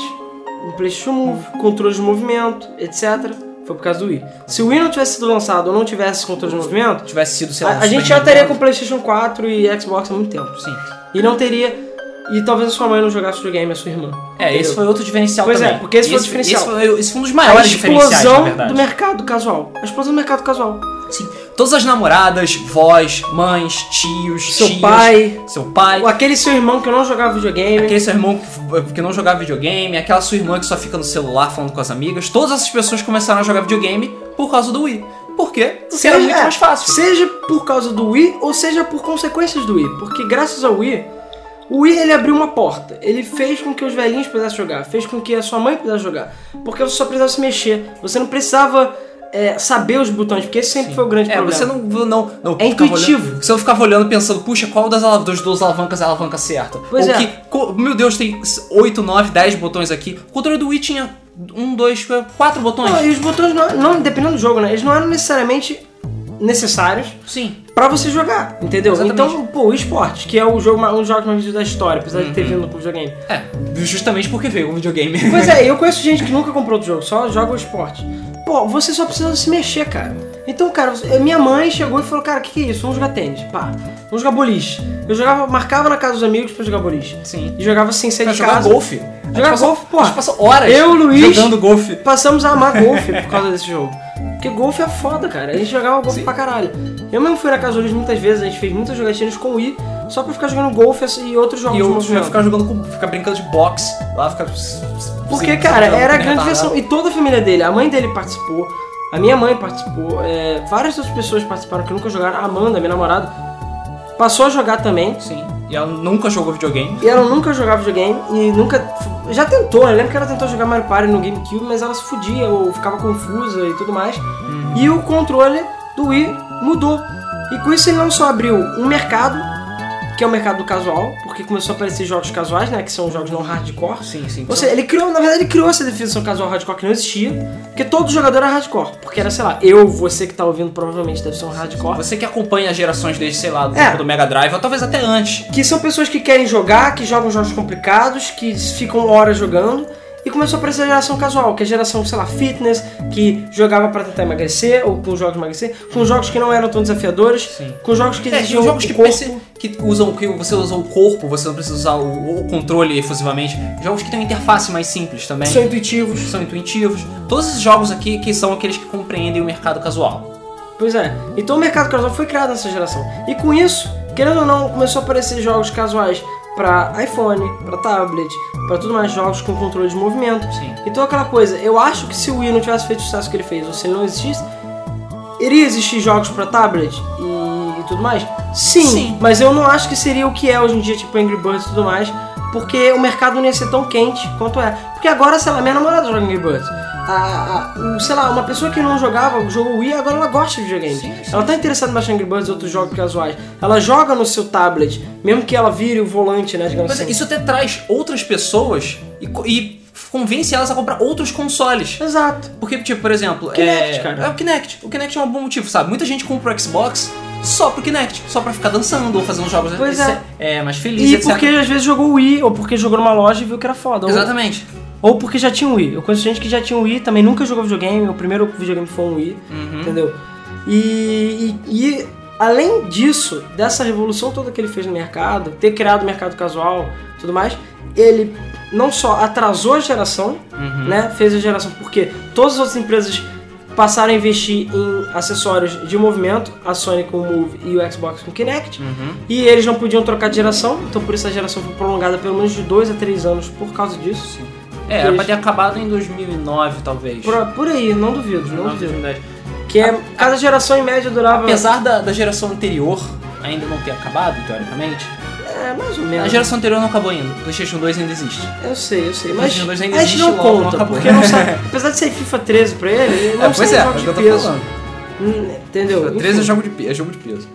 S2: o PlayStation Move, controle de movimento, etc. Foi por causa do Wii. Se o Wii não tivesse sido lançado ou não tivesse controle de movimento,
S1: tivesse sido, sei lá, um
S2: a, a gente já estaria com o PlayStation 4 e Xbox há muito tempo.
S1: Sim.
S2: E não teria. E talvez a sua mãe não jogasse videogame, a sua irmã.
S1: É, esse
S2: Entendeu?
S1: foi outro diferencial
S2: Pois é,
S1: também.
S2: porque esse foi o diferencial.
S1: Esse foi, esse foi um dos
S2: a
S1: maiores diferenciais, na
S2: explosão
S1: verdade.
S2: do mercado casual. A explosão do mercado casual.
S1: Sim. Todas as namoradas, vós, mães, tios,
S2: Seu
S1: tias,
S2: pai,
S1: seu pai,
S2: aquele seu irmão que não jogava videogame.
S1: aquele seu irmão que, que não jogava videogame, aquela sua irmã que só fica no celular falando com as amigas, todas essas pessoas começaram a jogar videogame por causa do Wii. Por quê? Porque era
S2: Seja-
S1: muito mais fácil.
S2: Seja por causa do Wii ou seja por consequências do Wii, porque graças ao Wii, o Wii ele abriu uma porta, ele fez com que os velhinhos pudessem jogar, fez com que a sua mãe pudesse jogar, porque você só precisava se mexer, você não precisava é, saber os botões, porque esse sempre foi o grande
S1: É,
S2: problema.
S1: você não, não, não
S2: É
S1: ficava
S2: intuitivo.
S1: olhando- você não ficava olhando pensando, puxa, qual das, ala- dos, dos alavancas é a alavanca certa?
S2: Pois
S1: Ou
S2: é.
S1: que, co- meu Deus, tem 8, 9, 10 botões aqui. O controle do Wii tinha 1, 2, 4 botões.
S2: Não, e os botões, não, não- dependendo do jogo, né, eles não eram necessariamente necessários
S1: Sim.
S2: pra você jogar, entendeu?
S1: Exatamente.
S2: Então, pô, o esporte, que é o jogo, ma- um dos jogos mais vendidos da história, apesar de
S1: Uhum.
S2: ter vindo pro videogame.
S1: É, justamente porque veio um videogame.
S2: Pois é, eu conheço gente que nunca comprou outro jogo, só joga o esporte. Pô, você só precisa se mexer, cara. Então, cara, você- minha mãe chegou e falou, cara, o que, que é isso? Vamos jogar tênis, pá. Vamos jogar boliche. Eu jogava, marcava na casa dos amigos pra jogar boliche.
S1: Sim.
S2: E jogava sem sair
S1: Pra
S2: é, de
S1: jogar
S2: casa.
S1: golfe. A gente
S2: Jogar
S1: passou-
S2: golfe, porra.
S1: A gente passou horas
S2: Eu, Luiz-
S1: jogando golfe.
S2: Passamos a amar golfe por causa desse jogo. Porque golfe é foda, cara. A gente jogava golfe pra caralho. Eu mesmo fui na casa dos amigos muitas vezes, a gente fez muitas jogatinas com o Wii, só pra ficar jogando golfe e outros jogos
S1: E
S2: de
S1: eu
S2: movimento.
S1: ficar jogando com. ficar brincando de boxe lá, ficar. assim,
S2: Porque, cara, era a grande versão. E toda a família dele, a mãe dele participou, a minha mãe participou, é, várias outras pessoas participaram que nunca jogaram. A Amanda, minha namorada, passou a jogar também.
S1: Sim. E ela nunca jogou videogame.
S2: E ela nunca jogava videogame e nunca. Já tentou, eu lembro que ela tentou jogar Mario Party no GameCube, mas ela se fudia ou ficava confusa e tudo mais. E o controle do Wii mudou. E com isso ele não só abriu um mercado, que é o mercado do casual, porque começou a aparecer jogos casuais, né? Que são jogos não hardcore.
S1: Sim, sim.
S2: Ou seja, ele criou, na verdade, ele criou essa definição casual hardcore que não existia, porque todo jogador era hardcore. Porque era, sei lá, eu, você que tá ouvindo, provavelmente deve ser um hardcore.
S1: Você que acompanha as gerações desde, sei lá, do
S2: É.
S1: tempo do Mega Drive, ou talvez até antes.
S2: Que são pessoas que querem jogar, que jogam jogos complicados, que ficam horas jogando. E começou a aparecer a geração casual, que é a geração, sei lá, fitness, que jogava pra tentar emagrecer, ou com jogos de emagrecer, com jogos que não eram tão desafiadores,
S1: Sim.
S2: com jogos que
S1: É,
S2: exigiam
S1: são jogos
S2: o
S1: que,
S2: corpo.
S1: perce- que usam que você usa o corpo, você não precisa usar o, o controle efusivamente. Jogos que têm uma interface mais simples também.
S2: São intuitivos.
S1: São intuitivos. Todos esses jogos aqui que são aqueles que compreendem o mercado casual.
S2: Pois é. Então o mercado casual foi criado nessa geração. E com isso, querendo ou não, começou a aparecer jogos casuais pra iPhone, pra tablet, pra tudo mais jogos com controle de movimento.
S1: Sim.
S2: Então aquela coisa, eu acho que se o Wii não tivesse feito o sucesso que ele fez, ou se ele não existisse, iria existir jogos pra tablet e, e tudo mais? Sim,
S1: Sim.
S2: mas eu não acho que seria o que é hoje em dia, tipo Angry Birds e tudo mais, porque o mercado não ia ser tão quente quanto é. Porque agora, sei lá, minha namorada joga Angry Birds. a- a- um, sei lá, uma pessoa que não jogava o jogo Wii, agora ela gosta de videogame. Ela tá interessada em baixar Angry Birds e outros jogos casuais. Ela joga no seu tablet, mesmo que ela vire o volante, né? Digamos
S1: Mas
S2: assim.
S1: isso até traz outras pessoas e, co- e convence elas a comprar outros consoles.
S2: Exato.
S1: Porque, tipo, por exemplo,
S2: Kinect,
S1: é...
S2: cara.
S1: é o Kinect. O Kinect é um bom motivo, sabe? Muita gente compra o Xbox só pro Kinect, só pra ficar dançando ou fazendo jogos
S2: Pois é.
S1: é, mais felizes,
S2: E
S1: etc.
S2: porque às vezes jogou Wii, ou porque jogou numa loja e viu que era foda. ou-
S1: Exatamente.
S2: Ou porque já tinha um Wii. Eu conheço gente que já tinha um Wii, também nunca jogou videogame. O primeiro videogame foi um Wii,
S1: Hum. Uhum,
S2: entendeu? E, e- e, além disso, dessa revolução toda que ele fez no mercado, ter criado o mercado casual tudo mais, ele não só atrasou a geração,
S1: uhum, Hum.
S2: né? Fez a geração, porque todas as outras empresas passaram a investir em acessórios de movimento, a Sony com o Move e o Xbox com o
S1: Hum.
S2: Kinect.
S1: uhum.
S2: E eles não podiam trocar de geração, então por isso a geração foi prolongada pelo menos de 2 a 3 anos por causa disso.
S1: É, era pra ter acabado em 2009, talvez.
S2: Por, por aí, não duvido, não
S1: 2009,
S2: duvido.
S1: 2010.
S2: Que é, cada geração em média durava.
S1: Ah, tá. Apesar da, da geração anterior ainda não ter acabado, teoricamente,
S2: É, mais ou
S1: a
S2: menos.
S1: geração anterior não acabou ainda. O PlayStation 2 ainda existe.
S2: Eu sei, eu sei.
S1: A
S2: Mas
S1: gente
S2: a
S1: ainda
S2: gente
S1: existe,
S2: não
S1: logo não
S2: conta,
S1: acabou.
S2: porque não sabe. Apesar de ser FIFA 13 pra ele, ele não
S1: É, pois
S2: sabe
S1: é, é o
S2: jogo de
S1: que eu tô
S2: peso.
S1: falando.
S2: Hum, Entendeu?
S1: 13 é
S2: Enfim.
S1: jogo de, pe- é jogo de peso.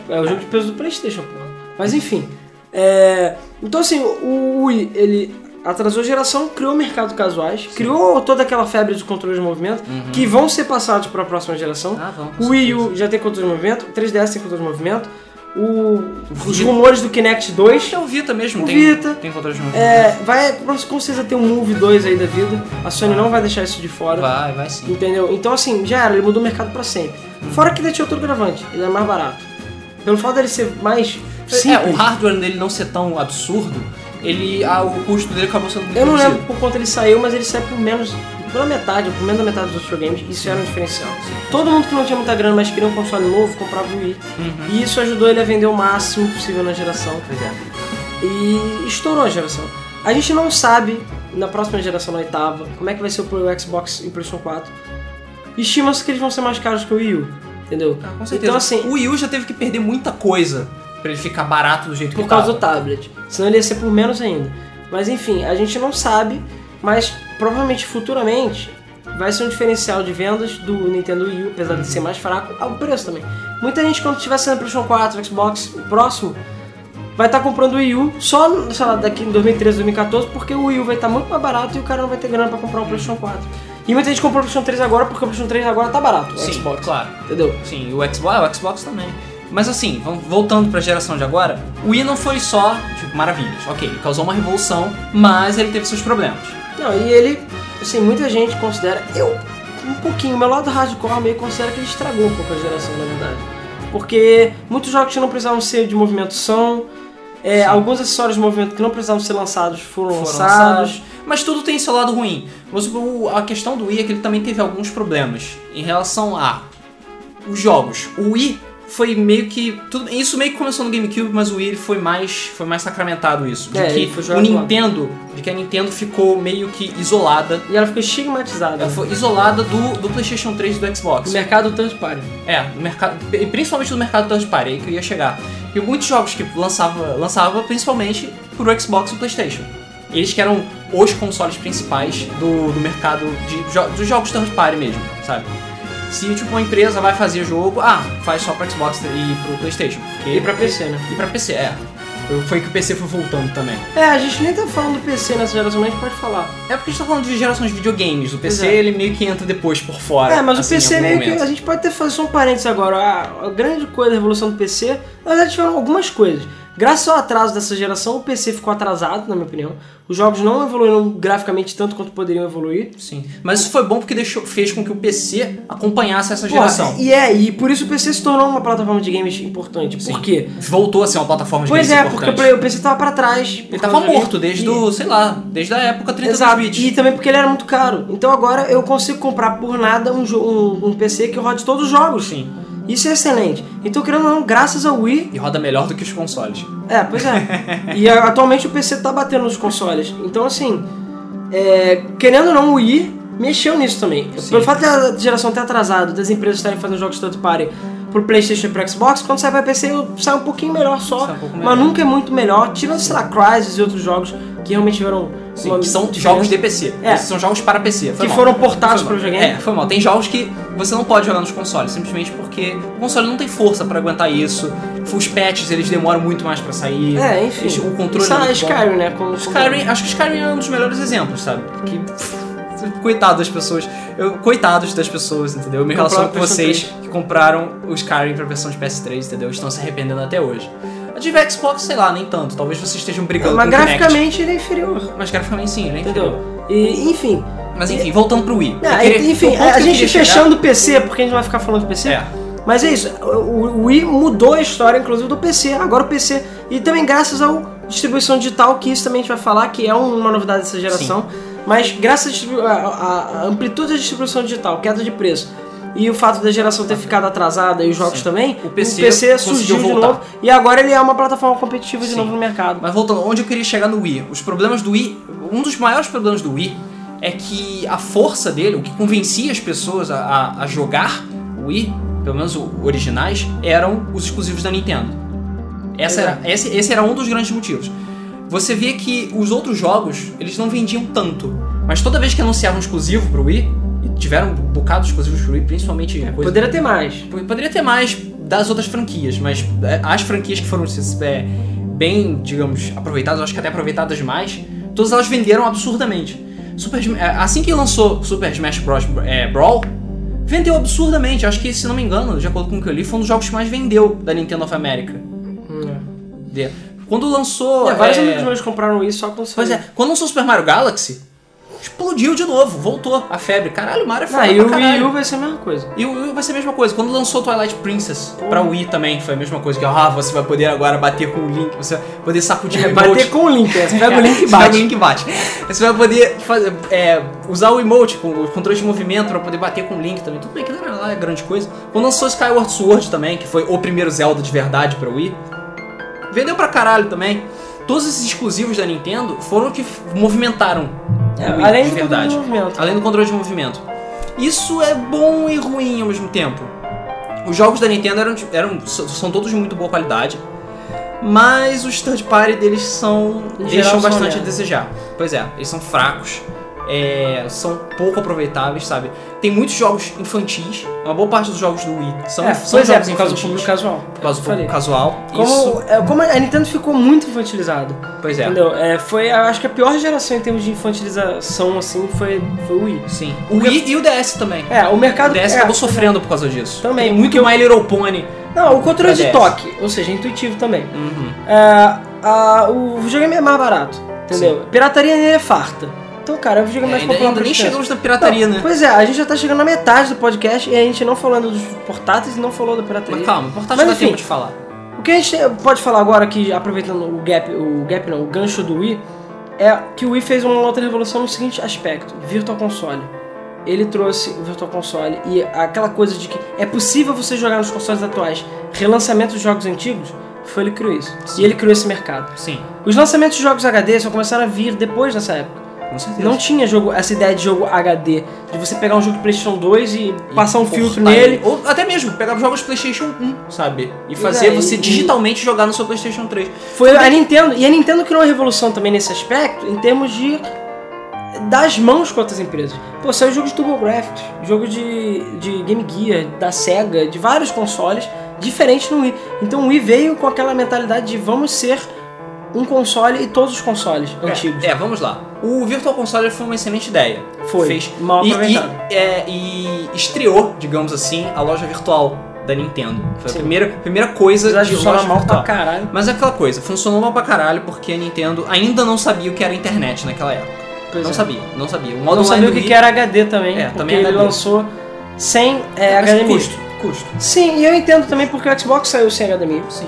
S2: Não, é o jogo de peso do Playstation, pô. Mas enfim. é, Então assim, o Wii, ele atrasou a geração, criou o mercado casuais, criou toda aquela febre de controle de movimento, que vão ser passados para a próxima geração.
S1: Uhum. Ah, vamos.
S2: O Wii U já tem controle de movimento, o 3DS tem controle de movimento, o- os
S1: Vita.
S2: rumores do Kinect 2.
S1: É o Vita mesmo.
S2: O
S1: tem,
S2: Vita.
S1: Tem controle de movimento.
S2: É, vai, com certeza ter um Move 2 aí da vida. A Sony não vai deixar isso de fora.
S1: Vai, vai sim.
S2: Entendeu? Então assim, já era, ele mudou o mercado pra sempre. Fora que ele tinha outro gravante, ele é mais barato. Pelo fato dele ser mais
S1: É, o
S2: simples.
S1: hardware dele não ser tão absurdo, ele, ah, o custo dele acabou sendo muito
S2: eu não
S1: reduzido.
S2: lembro por quanto ele saiu, mas ele saiu por menos pela metade, ou por menos da metade dos outros games, isso era um diferencial. Todo mundo que não tinha muita grana, mas queria um console novo, comprava o Wii. E isso ajudou ele a vender o máximo possível na geração.
S1: Uhum. Pois é.
S2: E estourou a geração. A gente não sabe, na próxima geração, na oitava, como é que vai ser o Pro Xbox e o PlayStation 4. Estima-se que eles vão ser mais caros que o Wii U, entendeu?
S1: Ah, com certeza.
S2: Então assim,
S1: o Wii U já teve que perder muita coisa pra ele ficar barato do jeito
S2: por
S1: que
S2: causa do
S1: tava.
S2: tablet. Senão ele ia ser por menos ainda. Mas enfim, a gente não sabe, mas provavelmente futuramente vai ser um diferencial de vendas do Nintendo Wii U, apesar de ser mais fraco, ao preço também. Muita gente quando estiver sendo PlayStation 4, Xbox, o próximo, vai estar comprando o Wii U só, sei lá, daqui em 2013, 2014, porque o Wii U vai estar muito mais barato e o cara não vai ter grana pra comprar um PlayStation 4. E muita gente comprou o PlayStation 3 agora porque o PlayStation 3 agora tá barato, o
S1: Sim,
S2: Xbox.
S1: claro.
S2: Entendeu?
S1: Sim, o Xbox, ah, o Xbox também. Mas assim, vamos- voltando pra geração de agora, o Wii não foi só, tipo, maravilhas. Ok, ele causou uma revolução, mas ele teve seus problemas.
S2: Não, e ele, assim, muita gente considera, eu, um pouquinho, meu lado hardcore meio considera que ele estragou um pouco a geração, na verdade. Porque muitos jogos que não precisavam ser de movimento são, é, alguns acessórios de movimento que não precisavam ser lançados foram,
S1: Foram
S2: lançados.
S1: lançados. Mas tudo tem seu lado ruim. Mas o- a questão do Wii é que ele também teve alguns problemas em relação a os jogos. O Wii foi meio que. Tudo, isso meio que começou no GameCube, mas o Wii ele foi mais, foi mais sacramentado isso. De
S2: É, ele foi
S1: que o
S2: jogado lá.
S1: Nintendo. De que a Nintendo ficou meio que isolada.
S2: E ela ficou estigmatizada.
S1: Ela É, foi isolada do, do PlayStation 3 e do
S2: O
S1: Xbox.
S2: mercado tanto para.
S1: É, no mercado, e principalmente no mercado third party, aí que eu ia chegar. E muitos jogos que lançava, lançava principalmente pro Xbox e Playstation. Eles que eram os consoles principais do, do mercado de, jo- dos jogos third party mesmo, sabe? Se tipo uma empresa vai fazer jogo, ah, faz só pro Xbox e pro Playstation. Porque,
S2: E pra PC, né?
S1: E pra PC, é. Foi- Foi que o PC foi voltando também.
S2: É, a gente nem tá falando do PC nessa geração, mas a gente pode falar.
S1: É porque a gente tá falando de gerações de videogames. O PC
S2: Pois é.
S1: ele meio que entra depois por fora.
S2: É, mas
S1: assim,
S2: o
S1: em
S2: PC
S1: algum
S2: meio que.
S1: momento.
S2: A gente pode ter fazer só um parênteses agora. A, a grande coisa da revolução do PC, na verdade tiveram algumas coisas. Graças ao atraso dessa geração, o PC ficou atrasado, na minha opinião. Os jogos não evoluíram graficamente tanto quanto poderiam evoluir.
S1: Sim. Mas isso foi bom porque deixou, fez com que o PC acompanhasse essa
S2: Porra,
S1: geração.
S2: e é, e por isso o PC se tornou uma plataforma de games importante. Por quê?
S1: Voltou assim, a ser uma plataforma de
S2: Pois
S1: games
S2: é, porque
S1: importante.
S2: o play- o PC tava pra trás.
S1: Ele tava morto
S2: desde
S1: desde
S2: o.
S1: do, sei lá, desde a época 30
S2: Exato,
S1: bits.
S2: e também porque ele era muito caro. Então agora eu consigo comprar por nada um, jo- um, um PC que rode todos os jogos.
S1: Sim.
S2: Isso é excelente. Então, querendo ou não, graças ao Wii.
S1: E roda melhor do que os consoles.
S2: É, pois é. e a- atualmente o PC tá batendo nos consoles. Então, assim, é, querendo ou não, o Wii mexeu nisso também. Pelo fato da geração ter atrasado, das empresas estarem fazendo jogos third party pro PlayStation e pro Xbox, quando sai pra PC sai um pouquinho melhor só,
S1: Sai um pouco
S2: mas
S1: melhor.
S2: nunca é muito melhor. Tirando, sei lá, Crysis e outros jogos que realmente tiveram
S1: Sim,
S2: uma
S1: que são
S2: diferença.
S1: jogos de PC.
S2: É.
S1: Esses são jogos para PC. Foi
S2: que
S1: mal.
S2: foram portados
S1: Foi
S2: para o
S1: mal.
S2: videogame.
S1: É, foi mal. Tem jogos que você não pode jogar nos consoles, simplesmente porque o console não tem força pra aguentar isso. Os patches, eles demoram muito mais pra sair.
S2: É, enfim.
S1: Eles- o controle
S2: Sa-
S1: não é muito bom.
S2: Skyrim, né? Com,
S1: Skyrim, acho que Skyrim é um dos melhores exemplos, sabe? Que pff, coitado das pessoas. Eu, coitados das pessoas, entendeu? Eu me
S2: Compraram
S1: relaciono com
S2: PlayStation
S1: vocês que compraram o Skyrim pra versão de PS3, entendeu? Estão se arrependendo até hoje. A de Xbox, sei lá, nem tanto. Talvez vocês estejam brigando
S2: Mas
S1: com o Kinect.
S2: graficamente ele é inferior.
S1: Mas graficamente sim, né?
S2: Entendeu? E, enfim,
S1: Mas enfim, voltando pro Wii.
S2: é,
S1: Eu queria- o
S2: enfim
S1: ponto
S2: a,
S1: que
S2: a
S1: eu
S2: gente
S1: queria chegar-
S2: fechando o PC, porque a gente vai ficar falando do PC.
S1: É.
S2: Mas é isso, o o Wii mudou a história, inclusive, do PC. Agora o PC, e também graças à distribuição digital, que isso também a gente vai falar, que é uma novidade dessa geração. Mas graças à distribu- à- à- à amplitude da distribuição digital, queda de preço, e o fato da geração ter ficado atrasada e os jogos
S1: Sim.
S2: também,
S1: O PC conseguiu
S2: surgiu de
S1: voltar.
S2: novo. E agora ele é uma plataforma competitiva de
S1: Sim.
S2: novo no mercado.
S1: Mas voltando, onde eu queria chegar no Wii? Os problemas do Wii, um dos maiores problemas do Wii é que a força dele, o que convencia as pessoas a, a- a jogar o Wii, pelo menos o- originais, eram os exclusivos da Nintendo. Essa era- esse, esse era um dos grandes motivos. Você via que os outros jogos, eles não vendiam tanto. Mas toda vez que anunciavam exclusivo pro Wii, e tiveram um bocado de exclusivos pro Wii, principalmente coisa
S2: Poderia ter mais.
S1: P- Tipo, Poderia ter mais das outras franquias, mas é, as franquias que foram é, bem, digamos, aproveitadas, eu acho que até aproveitadas demais, todas elas venderam absurdamente. Super Sm- é, assim que lançou Super Smash Bros. é, Brawl, vendeu absurdamente. Eu Acho que, se não me engano, de acordo com o que eu li, foi um dos jogos que mais vendeu da Nintendo of America. De- Quando lançou.
S2: É, vários
S1: Hum. é,
S2: amigos meus compraram isso só com
S1: Pois é, quando lançou Super Mario Galaxy, explodiu de novo, voltou a febre. Caralho, o Mario é foda.
S2: Ah, e
S1: pra
S2: o Wii
S1: caralho.
S2: U vai ser a mesma coisa.
S1: E o- vai ser a mesma coisa. Quando lançou Twilight Princess pra
S2: Hum.
S1: Wii também, foi a mesma coisa. Que, ah, você vai poder agora bater com o Link, você vai poder sacudir o emote.
S2: Bater com o Link, é. Você pega o Link e
S1: Você pega
S2: bate.
S1: o Link e bate. Você vai poder fazer, é, usar o emote, com o controle de movimento, pra poder bater com o Link também. Tudo bem que não era lá é grande coisa. Quando lançou Skyward Sword também, que foi o primeiro Zelda de verdade pra Wii, vendeu pra caralho também. Todos esses exclusivos da Nintendo foram o que f- movimentaram.
S2: É,
S1: o Wii
S2: além
S1: de
S2: do
S1: verdade.
S2: movimento.
S1: Além do controle de movimento. Isso é bom e ruim ao mesmo tempo. Os jogos da Nintendo eram, eram- so- são todos de muito boa qualidade, mas os third party deles são.
S2: Em geral,
S1: deixam
S2: são
S1: bastante a
S2: merda.
S1: desejar. Pois é, eles são fracos, é, são pouco aproveitáveis, sabe? Tem muitos jogos infantis, uma boa parte dos jogos do Wii são,
S2: é,
S1: são
S2: pois é,
S1: jogos
S2: por causa do
S1: infantis.
S2: público casual.
S1: por causa do
S2: Falei.
S1: público casual. Isso,
S2: Como, é, como a Nintendo ficou muito infantilizada,
S1: pois é.
S2: entendeu? É, foi, eu acho que a pior geração em termos de infantilização, assim, foi, foi o Wii.
S1: Sim. O Wii e o DS também.
S2: É, o
S1: O
S2: mercado...
S1: DS
S2: é,
S1: acabou sofrendo por causa disso.
S2: Também,
S1: Tem muito
S2: porque eu-
S1: My Little Pony.
S2: Não, o controle
S1: Pra
S2: de
S1: DS.
S2: toque, ou seja, intuitivo também.
S1: Uhum.
S2: É, a- o videogame é mais barato, entendeu? Pirataria nele é farta. Então, cara, é o videogame
S1: É,
S2: mais
S1: ainda,
S2: popular
S1: ainda
S2: pra
S1: nem
S2: criança.
S1: chegamos na pirataria,
S2: Não,
S1: né?
S2: Pois é, a gente já tá chegando na metade do podcast e a gente não falando dos portáteis e não falou da pirataria.
S1: Mas calma, o portátil
S2: é. Mas
S1: dá
S2: enfim.
S1: tempo de falar.
S2: O que a gente pode falar agora, que aproveitando o gap, o gap não, o gancho do Wii, é que o Wii fez uma outra revolução no seguinte aspecto: Virtual Console. Ele trouxe o Virtual Console e aquela coisa de que é possível você jogar nos consoles atuais relançamento de jogos antigos. Foi ele que criou isso.
S1: Sim.
S2: E ele criou esse mercado.
S1: Sim,
S2: Os lançamentos de jogos HD só começaram a vir depois dessa época.
S1: com certeza.
S2: Não tinha jogo, essa ideia de jogo HD, de você pegar um jogo de PlayStation 2 e,
S1: E
S2: passar um
S1: cortar
S2: filtro
S1: ele.
S2: nele.
S1: Ou até mesmo pegar os jogos PlayStation 1, sabe? E
S2: Pois
S1: fazer
S2: é,
S1: você
S2: e-
S1: digitalmente jogar no seu PlayStation 3.
S2: Foi a Nintendo, e a Nintendo criou uma revolução também nesse aspecto, em termos de dar as mãos com outras empresas. Pô, saiu jogo de TurboGrafx, jogo de, de Game Gear, da SEGA, de vários consoles, diferente no Wii. Então o Wii veio com aquela mentalidade de vamos ser um console e todos os consoles antigos.
S1: É, é, vamos lá. O Virtual Console foi uma excelente ideia.
S2: Foi,
S1: é, Fez.
S2: mal
S1: e,
S2: aproveitado.
S1: e, é, e estreou, digamos assim, a loja virtual da Nintendo. Foi
S2: Sim.
S1: a primeira, primeira coisa de
S2: Apesar de
S1: loja
S2: falar mal pra
S1: virtual.
S2: caralho.
S1: Mas é aquela coisa, funcionou mal pra caralho porque a Nintendo ainda não sabia o que era internet naquela época.
S2: Pois
S1: não
S2: é.
S1: sabia, não sabia. O
S2: Eu
S1: modo
S2: não
S1: online
S2: sabia o
S1: do
S2: que,
S1: Wii-
S2: que era HD também,
S1: É,
S2: porque
S1: também
S2: ele
S1: HD.
S2: lançou sem é,
S1: Mas
S2: HDMI.
S1: Tá Custo, custo.
S2: Sim, e eu entendo também porque o Xbox saiu sem HDMI.
S1: Sim.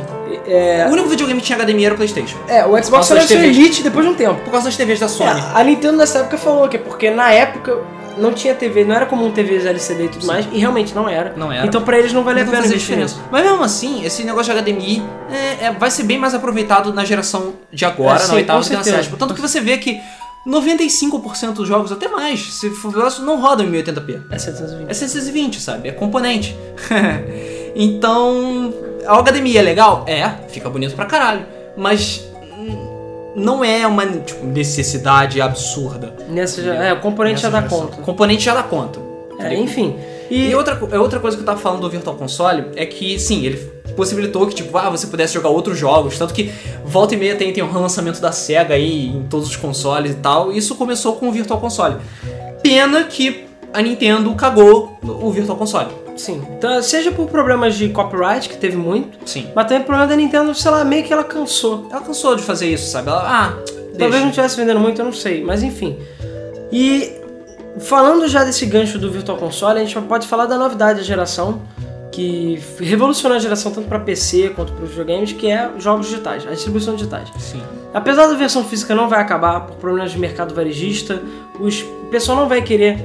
S1: O único videogame que tinha HDMI era o PlayStation.
S2: É, o Xbox
S1: Nossa,
S2: saiu
S1: as
S2: seu
S1: TVs.
S2: Elite depois de um tempo.
S1: Por causa das TVs da Sony.
S2: É, a Nintendo nessa época falou que é porque na época não tinha TV, não era comum TVs LCD e tudo
S1: Sim.
S2: mais, e realmente não era.
S1: Não era.
S2: Então pra eles não valia a
S1: Não
S2: pena
S1: fazia
S2: investir nisso.
S1: Mas mesmo assim, esse negócio de HDMI é, é, vai ser bem mais aproveitado na geração de
S2: É,
S1: agora,
S2: sim,
S1: na oitava
S2: com
S1: e na
S2: certeza.
S1: sétima. Tanto que você vê que 95% dos jogos, até mais, se for ver, isso não rodam em 1080p.
S2: É 720.
S1: É 620, sabe? É componente. então, a HDMI é legal? É, fica bonito pra caralho. Mas hum, não é uma tipo, necessidade absurda.
S2: Nessa já, é, o componente já
S1: Nessa
S2: dá
S1: geração.
S2: conta.
S1: O componente já dá conta.
S2: É, enfim.
S1: E
S2: E
S1: outra, co- é outra coisa que eu tava falando do Virtual Console é que, sim, ele possibilitou que, tipo, ah, você pudesse jogar outros jogos. Tanto que volta e meia tem, tem um relançamento da SEGA aí em todos os consoles e tal. Isso começou com o Virtual Console. Pena que a Nintendo cagou no- o Virtual Console.
S2: sim. Então, seja por problemas de copyright, que teve muito,
S1: Sim.
S2: mas também problema da Nintendo, sei lá, meio que ela cansou.
S1: Ela cansou de fazer isso, sabe? Ela, ah,
S2: Talvez
S1: deixa.
S2: não estivesse vendendo muito, eu não sei, mas enfim. E falando já desse gancho do Virtual Console, a gente pode falar da novidade da geração, que revolucionou a geração tanto para PC quanto para os videogames, que é jogos digitais, a distribuição digitais.
S1: Sim.
S2: Apesar da versão física não vai acabar por problemas de mercado varejista, os o pessoal não vai querer,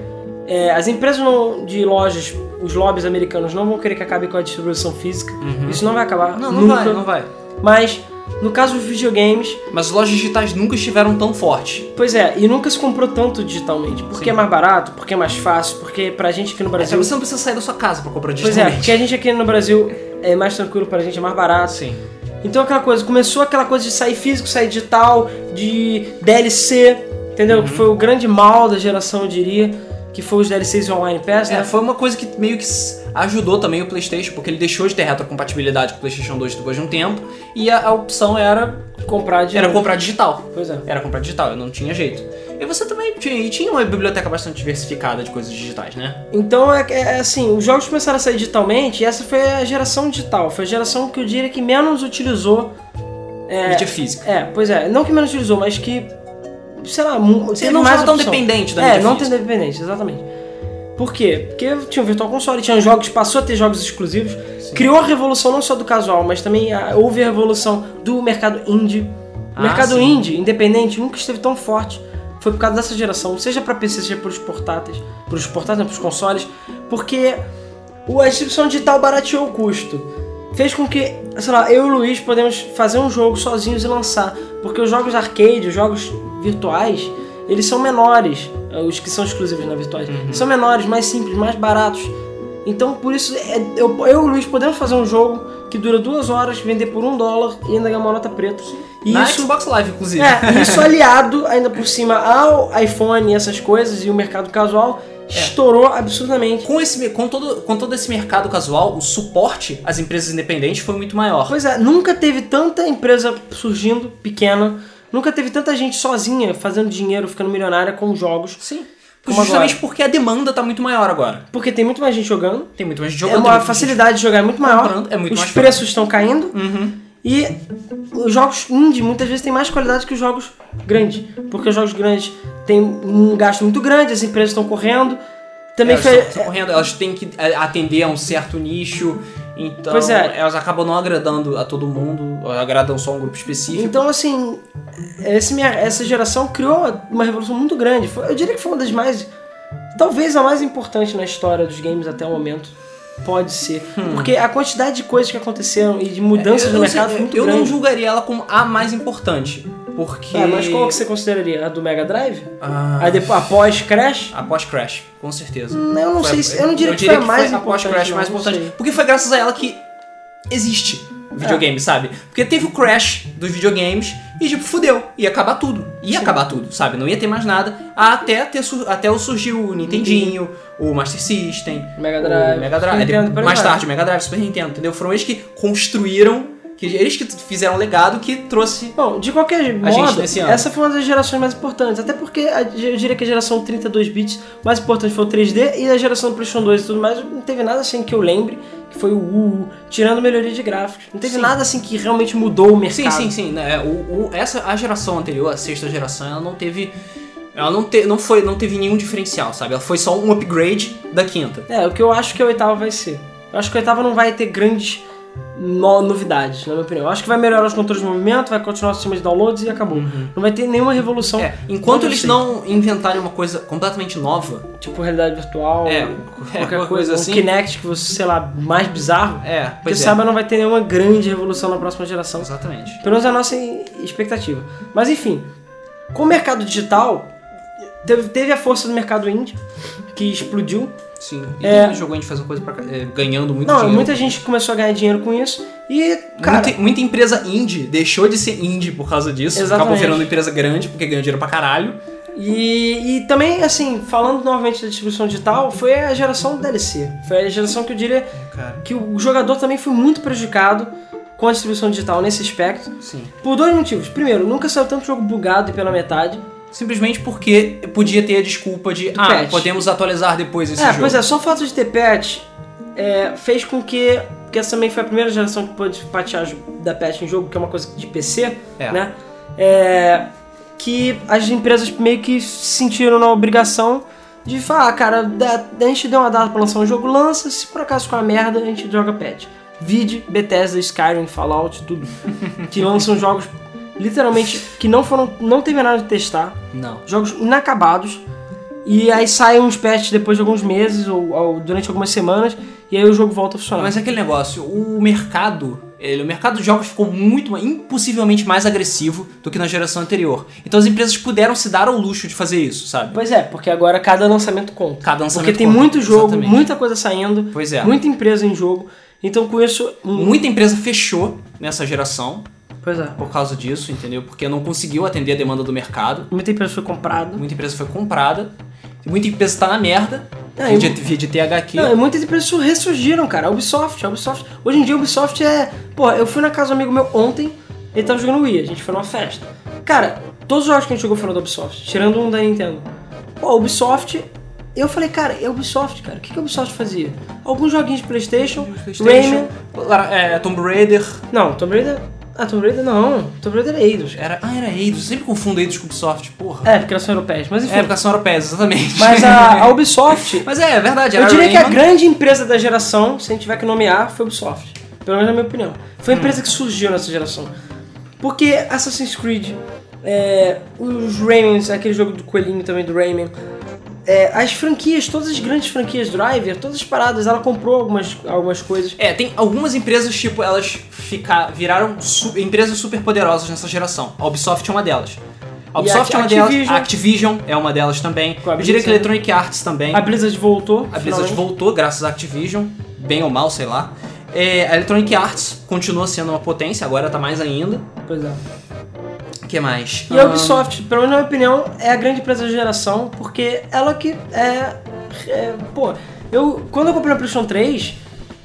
S2: é, as empresas não- de lojas, os lobbies americanos não vão querer que acabe com a distribuição física.
S1: Uhum.
S2: Isso não vai acabar
S1: Não, não
S2: nunca.
S1: vai, não vai.
S2: Mas no caso dos videogames,
S1: Mas as lojas digitais nunca estiveram tão fortes.
S2: pois é, e nunca se comprou tanto digitalmente, porque
S1: Sim.
S2: é mais barato, porque é mais fácil, porque pra gente aqui no
S1: Até
S2: Brasil,
S1: É, você não precisa sair da sua casa pra comprar
S2: pois é,
S1: digitalmente.
S2: porque a gente aqui no Brasil é mais tranquilo pra gente, é mais barato.
S1: Sim.
S2: Então aquela coisa, começou aquela coisa de sair físico, sair digital, de DLC,
S1: Uhum.
S2: entendeu? Que foi o grande mal da geração, eu diria, que foi os DLCs e o Online Pass,
S1: É,
S2: né?
S1: foi uma coisa que meio que s- ajudou também o PlayStation, porque ele deixou de ter retrocompatibilidade com o PlayStation 2 depois de um tempo, e a, a opção era,
S2: Comprar de
S1: era comprar digital.
S2: Pois é.
S1: Era comprar digital, não tinha jeito. E você também tinha, e tinha uma biblioteca bastante diversificada de coisas digitais, né?
S2: Então é, é assim, os jogos começaram a sair digitalmente e essa foi a geração digital. Foi a geração que eu diria que menos utilizou.
S1: Mídia física.
S2: É, pois é, não que menos utilizou, mas que. Sei lá, mu-
S1: Você
S2: teve
S1: não
S2: mais
S1: estava tão
S2: opção.
S1: dependente da
S2: É,
S1: mídia
S2: não tem
S1: física.
S2: dependente, exatamente. Por quê? Porque tinha o Virtual Console, tinha jogos, passou a ter jogos exclusivos,
S1: assim.
S2: criou a revolução não só do casual, mas também a- houve a revolução do mercado indie. O
S1: Ah,
S2: mercado
S1: sim.
S2: indie, independente, nunca esteve tão forte. Foi por causa dessa geração, seja para PC, seja para os portáteis, para os portáteis, para os consoles, porque o- a distribuição digital barateou o custo. Fez com que, sei lá, eu e o Luiz podemos fazer um jogo sozinhos e lançar. Porque os jogos arcade, os jogos virtuais, eles são menores. eh, Os que são exclusivos na virtuais. São menores, mais simples, mais baratos. Então, por isso, é- eu, eu e o Luiz podemos fazer um jogo que dura duas horas, vender por um dólar e ainda ganhar uma nota preta. E
S1: Na
S2: isso,
S1: Xbox Live, inclusive.
S2: é, isso aliado ainda por cima ao iPhone e essas coisas e o mercado casual, estourou absurdamente.
S1: Com, esse, com, todo, com todo esse mercado casual, o suporte às empresas independentes foi muito maior.
S2: Pois é, nunca teve tanta empresa surgindo, pequena, nunca teve tanta gente sozinha fazendo dinheiro, ficando milionária com jogos,
S1: Sim.
S2: Como
S1: Justamente porque a demanda tá muito maior agora.
S2: porque tem muito mais gente jogando,
S1: Tem muito mais
S2: é
S1: jogadores.
S2: uma facilidade de jogar é muito maior,
S1: Comprando, é muito
S2: os
S1: mais
S2: preços estão caindo
S1: Uhum.
S2: e os jogos indie muitas vezes têm mais qualidade que os jogos grandes, porque os jogos grandes têm um gasto muito grande, as empresas estão correndo, também
S1: elas
S2: foi...
S1: estão correndo, elas têm que é, atender a um certo nicho, então
S2: Pois é.
S1: elas acabam não agradando a todo mundo, ou agradam só um grupo específico.
S2: Então, assim, esse minha- essa geração criou uma revolução muito grande. Foi- eu diria que foi uma das mais. Talvez a mais importante na história dos games até o momento. Pode ser. Porque a quantidade de coisas que aconteceram e de
S1: Hum.
S2: mudanças
S1: É, eu,
S2: no
S1: não sei,
S2: mercado foi muito
S1: eu
S2: grande.
S1: não julgaria ela como a mais importante, porque...
S2: Ah, mas qual que você consideraria? A do Mega Drive?
S1: Ah,
S2: A depois, após Crash?
S1: Após Crash, com certeza.
S2: Não, Hum, Eu não
S1: Foi-
S2: sei. se- Eu não diria que foi a mais
S1: após
S2: importante.
S1: Crash
S2: não,
S1: mais
S2: não
S1: importante,
S2: sei. É.
S1: porque foi graças a ela que existe videogame, sabe? Porque teve o Crash dos videogames e tipo, fudeu, ia acabar tudo. Ia acabar tudo, sabe? Não ia ter mais nada, até ter sur- até o surgir o Nintendinho, o Master System,
S2: Mega Drive,
S1: o Mega Drive,
S2: Super Nintendo,
S1: de-
S2: por aí
S1: mais
S2: vai.
S1: tarde o Mega Drive, Super Nintendo, entendeu? Foram eles que construíram, que eles que fizeram o legado que trouxe
S2: Bom, de qualquer modo,
S1: gente nesse ano.
S2: essa foi uma das gerações mais importantes. Até porque a- eu diria que a geração 32 bits mais importante foi o 3D e a geração do PlayStation 2 e tudo mais, não teve nada assim que eu lembre que foi o UU, tirando melhoria de gráficos. Não teve
S1: Sim.
S2: nada assim que realmente mudou o mercado.
S1: Sim, sim, sim. né, o- o- essa, a geração anterior, a sexta geração, ela não teve. Ela não, te, não, foi, não teve nenhum diferencial, sabe? Ela foi só um upgrade da quinta.
S2: É, o que eu acho que a oitava vai ser. Eu acho que a oitava não vai ter grandes no- novidades, na minha opinião. Eu acho que vai melhorar os controles de movimento, vai continuar o sistema de downloads e acabou. Não vai ter nenhuma revolução.
S1: Uhum. É, enquanto
S2: Não
S1: eles
S2: sei.
S1: não inventarem uma coisa completamente nova,
S2: Tipo realidade virtual,
S1: É,
S2: qualquer
S1: qualquer
S2: coisa,
S1: coisa assim.
S2: O Kinect, que você, sei lá, mais bizarro.
S1: é,
S2: Porque
S1: pois
S2: o
S1: é.
S2: Saiba não vai ter nenhuma grande revolução na próxima geração.
S1: Exatamente.
S2: Pelo menos é a nossa expectativa. Mas enfim, com o mercado digital, teve, teve a força do mercado indie, que explodiu.
S1: Sim. E
S2: É.
S1: é... jogou a gente faz uma coisa pra, ca- é, ganhando muito
S2: Não,
S1: dinheiro.
S2: muita gente começou a ganhar dinheiro com isso e, cara,
S1: muita, muita empresa indie deixou de ser indie por causa disso. Acabou
S2: Exatamente.
S1: virando empresa grande porque ganhou dinheiro pra caralho.
S2: E, e também, assim, falando novamente da distribuição digital, foi a geração do DLC. Foi a geração que eu diria
S1: Cara,
S2: que o jogador também foi muito prejudicado com a distribuição digital nesse aspecto.
S1: sim.
S2: Por dois motivos. Primeiro, nunca saiu tanto jogo bugado e pela metade.
S1: Simplesmente porque podia ter a desculpa de, ah,
S2: patch.
S1: podemos atualizar depois esse
S2: é,
S1: jogo.
S2: pois é, só o fato de ter patch é, fez com que. Porque essa também foi a primeira geração que pôde patear jo- da patch em jogo, que é uma coisa de PC,
S1: É.
S2: né? É, que as empresas meio que se sentiram na obrigação de falar, "Ah, cara, dá- a gente deu uma data pra lançar um jogo, lança, se por acaso ficar uma merda, a gente joga patch. Vide, Bethesda, Skyrim, Fallout, tudo. que lançam jogos literalmente que não foram. não terminaram de testar
S1: Não.
S2: jogos inacabados. E aí saem uns patches depois de alguns meses ou, ou durante algumas semanas e aí o jogo volta a funcionar.
S1: Mas é aquele negócio, o mercado, ele- o mercado de jogos ficou muito, ma- impossivelmente mais agressivo do que na geração anterior. Então as empresas puderam se dar ao luxo de fazer isso, sabe?
S2: Pois é, porque agora cada lançamento conta.
S1: Cada lançamento
S2: porque tem
S1: conta,
S2: muito jogo,
S1: exatamente.
S2: muita coisa saindo,
S1: Pois é.
S2: muita empresa em jogo. Então com isso, um-
S1: Muita empresa fechou nessa geração
S2: pois é,
S1: por causa disso, entendeu? Porque não conseguiu atender a demanda do mercado.
S2: muita empresa foi comprada.
S1: Muita empresa foi comprada. Muita empresa tá na merda.
S2: É,
S1: via,
S2: eu-
S1: de, via de THQ.
S2: Não, e muitas empresas ressurgiram, cara. A Ubisoft, a Ubisoft. Hoje em dia a Ubisoft é. Porra, eu fui na casa do amigo meu ontem, ele tava jogando Wii, a gente foi numa festa. Cara, todos os jogos que a gente jogou foram da Ubisoft, tirando um da Nintendo. Pô, a Ubisoft. Eu falei, cara, é a Ubisoft, cara. O que, que a Ubisoft fazia? Alguns joguinhos de Playstation, Rayman.
S1: PlayStation, Lara- é, Tomb Raider.
S2: Não, Tomb Raider. Ah, Tomb Raider não. Tomb Raider é Eidos.
S1: Era, ah, era Eidos. Eu sempre confundo Eidos com Ubisoft, porra.
S2: É, porque elas são europeias, mas enfim.
S1: É, porque são europeias, exatamente.
S2: Mas a, a Ubisoft.
S1: Mas é, é verdade.
S2: Eu
S1: era
S2: diria que a
S1: Rayman.
S2: grande empresa da geração, se a gente tiver que nomear, foi a Ubisoft. Pelo menos na minha opinião. Foi a empresa que surgiu nessa geração. Porque Assassin's Creed, é, os Raymans, aquele jogo do coelhinho também do Rayman, é, as franquias, todas as grandes franquias Driver, todas as paradas, ela comprou algumas, algumas coisas.
S1: É, tem algumas empresas, tipo, elas ficar, viraram su- empresas super poderosas nessa geração. A Ubisoft é uma delas. A
S2: E
S1: Ubisoft
S2: a-
S1: é uma delas.
S2: Activision.
S1: A Activision é uma delas também.
S2: Com a
S1: Eu diria que a
S2: Blizzard. né?
S1: Electronic Arts também.
S2: A Blizzard voltou.
S1: A Blizzard
S2: finalmente.
S1: voltou graças à Activision, bem ou mal, sei lá. É, a Electronic Arts continua sendo uma potência, agora tá mais ainda.
S2: Pois é.
S1: O que mais?
S2: E a
S1: Ah,
S2: Ubisoft, pelo menos na minha opinião, é a grande empresa da geração, porque ela que é. é, pô, eu. Quando eu comprei o PlayStation 3,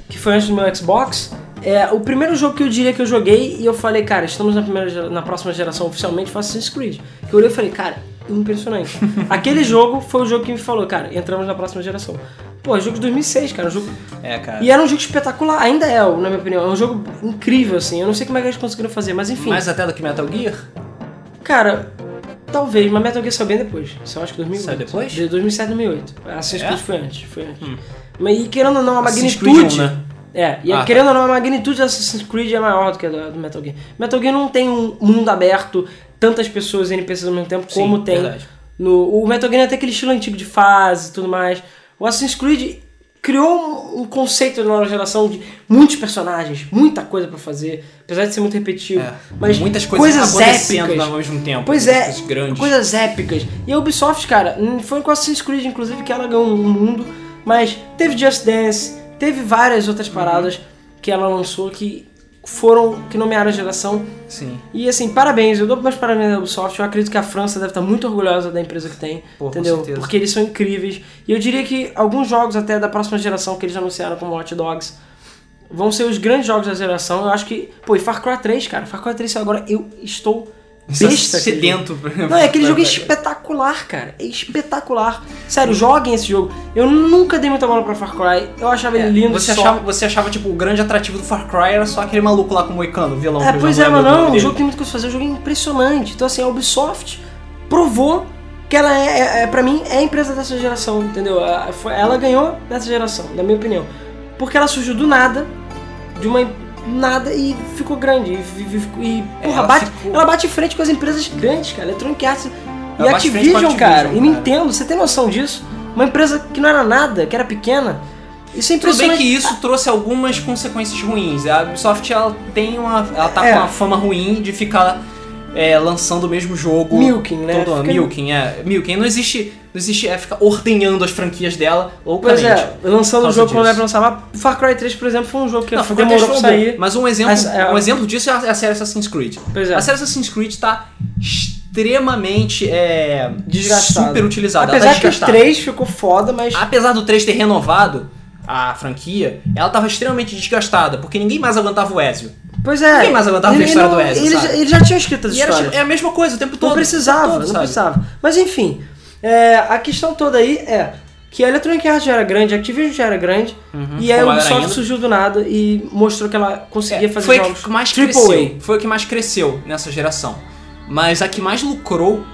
S2: que foi antes do meu Xbox, é, o primeiro jogo que eu diria que eu joguei e eu falei, cara, estamos na, primeira, gera- na próxima geração oficialmente, foi Assassin's Creed. Que eu olhei e falei, cara, impressionante. Aquele jogo foi o jogo que me falou, cara, entramos na próxima geração. Pô, é jogo de 2006, cara, um jogo
S1: É, cara.
S2: e era um jogo espetacular, ainda é, na minha opinião. É um jogo incrível, assim. Eu não sei como é que eles conseguiram fazer, mas enfim.
S1: Mais até do que Metal Gear?
S2: Cara, talvez, mas Metal Gear saiu bem depois. Saiu acho que 2008.
S1: Saiu depois?
S2: De 2007, 2008. Assassin's
S1: É? Hum.
S2: Creed Ah, foi antes, foi antes. Mas e querendo ou não, a
S1: Assassin's
S2: magnitude...
S1: Creed 1, né?
S2: É, e
S1: Ah, tá.
S2: querendo ou não, a magnitude do Assassin's Creed é maior do que a do, do Metal Gear. Metal Gear não tem um mundo aberto, tantas pessoas e NPCs ao mesmo tempo,
S1: Sim,
S2: como tem
S1: verdade.
S2: no... O Metal Gear tem aquele estilo antigo de fase e tudo mais. O Assassin's Creed criou um, um conceito na nova geração de muitos personagens, muita coisa pra fazer, apesar de ser muito repetitivo.
S1: É.
S2: Mas
S1: Muitas coisas, acontecendo
S2: épicas.
S1: ao mesmo tempo. né?
S2: Pois é,
S1: Coisas grandes.
S2: coisas épicas. E a Ubisoft, cara, hum, foi com Assassin's Creed, inclusive, que ela ganhou um mundo, mas teve Just Dance, teve várias outras paradas que ela lançou que foram, que nomearam a geração.
S1: Sim.
S2: E assim, parabéns, eu dou meus parabéns à Ubisoft, eu acredito que a França deve estar muito orgulhosa da empresa que tem,
S1: Pô, com
S2: entendeu?
S1: certeza.
S2: Porque eles são incríveis. E eu diria que alguns jogos até da próxima geração que eles anunciaram como Hot Dogs vão ser os grandes jogos da geração. Eu acho que, pô, e Far Cry 3, cara, Far Cry 3 saiu agora eu estou besta. aquele jogo.
S1: sedento.
S2: Não, é aquele jogo espetacular, cara. É espetacular. Sério, joguem esse jogo. Eu nunca dei muita bola pra Far Cry. Eu achava
S1: É,
S2: ele lindo,
S1: você,
S2: só.
S1: achava, você achava, tipo, o grande atrativo do Far Cry era só aquele maluco lá com o Moicano, o vilão.
S2: É,
S1: que eu
S2: pois
S1: não
S2: é, mas
S1: lembro o nome
S2: não. O
S1: dele.
S2: jogo tem muito o que fazer. O jogo é impressionante. Então, assim, a Ubisoft provou que ela é, é, é pra mim, é a empresa dessa geração, entendeu? A- foi- Ela ganhou nessa geração, na minha opinião. Porque ela surgiu do nada, de uma. Nada e ficou grande. E, e- e-
S1: É,
S2: porra,
S1: ela
S2: bate,
S1: ficou-
S2: ela bate em frente com as empresas grandes, cara. Electronic Arts e
S1: Ela bate em frente com a
S2: Activision,
S1: Activision,
S2: cara. E
S1: cara.
S2: Nintendo, você tem noção disso? Uma empresa que não era nada, que era pequena. Isso é
S1: Tudo bem
S2: impressionante.
S1: que isso trouxe algumas consequências ruins. A Ubisoft ela tem uma. Ela tá
S2: É.
S1: com uma fama ruim de ficar é, lançando o mesmo jogo.
S2: Milking, né?
S1: Todo ano.
S2: Fica-
S1: Milking, é. Milking. Não existe. Não existe. É ficar ordenhando as franquias dela
S2: Pois
S1: loucamente.
S2: é, lançando o
S1: Por causa
S2: jogo quando é
S1: disso.
S2: pra lançar, mas Far Cry 3, por exemplo, foi um jogo que
S1: Não, ficou
S2: demorou pra
S1: até show bom.
S2: sair.
S1: Mas um exemplo,
S2: Mas, é,
S1: um exemplo disso é a- é a série Assassin's Creed.
S2: Pois é.
S1: A série Assassin's Creed tá extremamente é,
S2: Desgastada.
S1: super utilizada.
S2: Apesar
S1: tá
S2: que o
S1: desgastada.
S2: 3 ficou foda, mas.
S1: Apesar do 3 ter renovado a franquia, ela tava extremamente desgastada, porque ninguém mais aguentava o Ezio.
S2: Pois é.
S1: Ninguém mais aguentava
S2: ele
S1: a história
S2: não-
S1: do Ezio,
S2: Ele,
S1: sabe?
S2: já- ele já tinha escrito as
S1: E era,
S2: histórias.
S1: tipo, é a mesma coisa o tempo todo.
S2: não precisava,
S1: o tempo todo,
S2: não
S1: sabe?
S2: precisava. Mas enfim, é, a questão toda aí é que a Electronic Arts já era grande, a Activision já era grande,
S1: Uhum,
S2: e aí a
S1: ficou maior
S2: Ubisoft
S1: ainda.
S2: surgiu do nada e mostrou que ela conseguia fazer
S1: é, foi a
S2: jogos
S1: que mais
S2: Triple
S1: cresceu. Foi o que mais cresceu nessa geração. Mas a que mais lucrou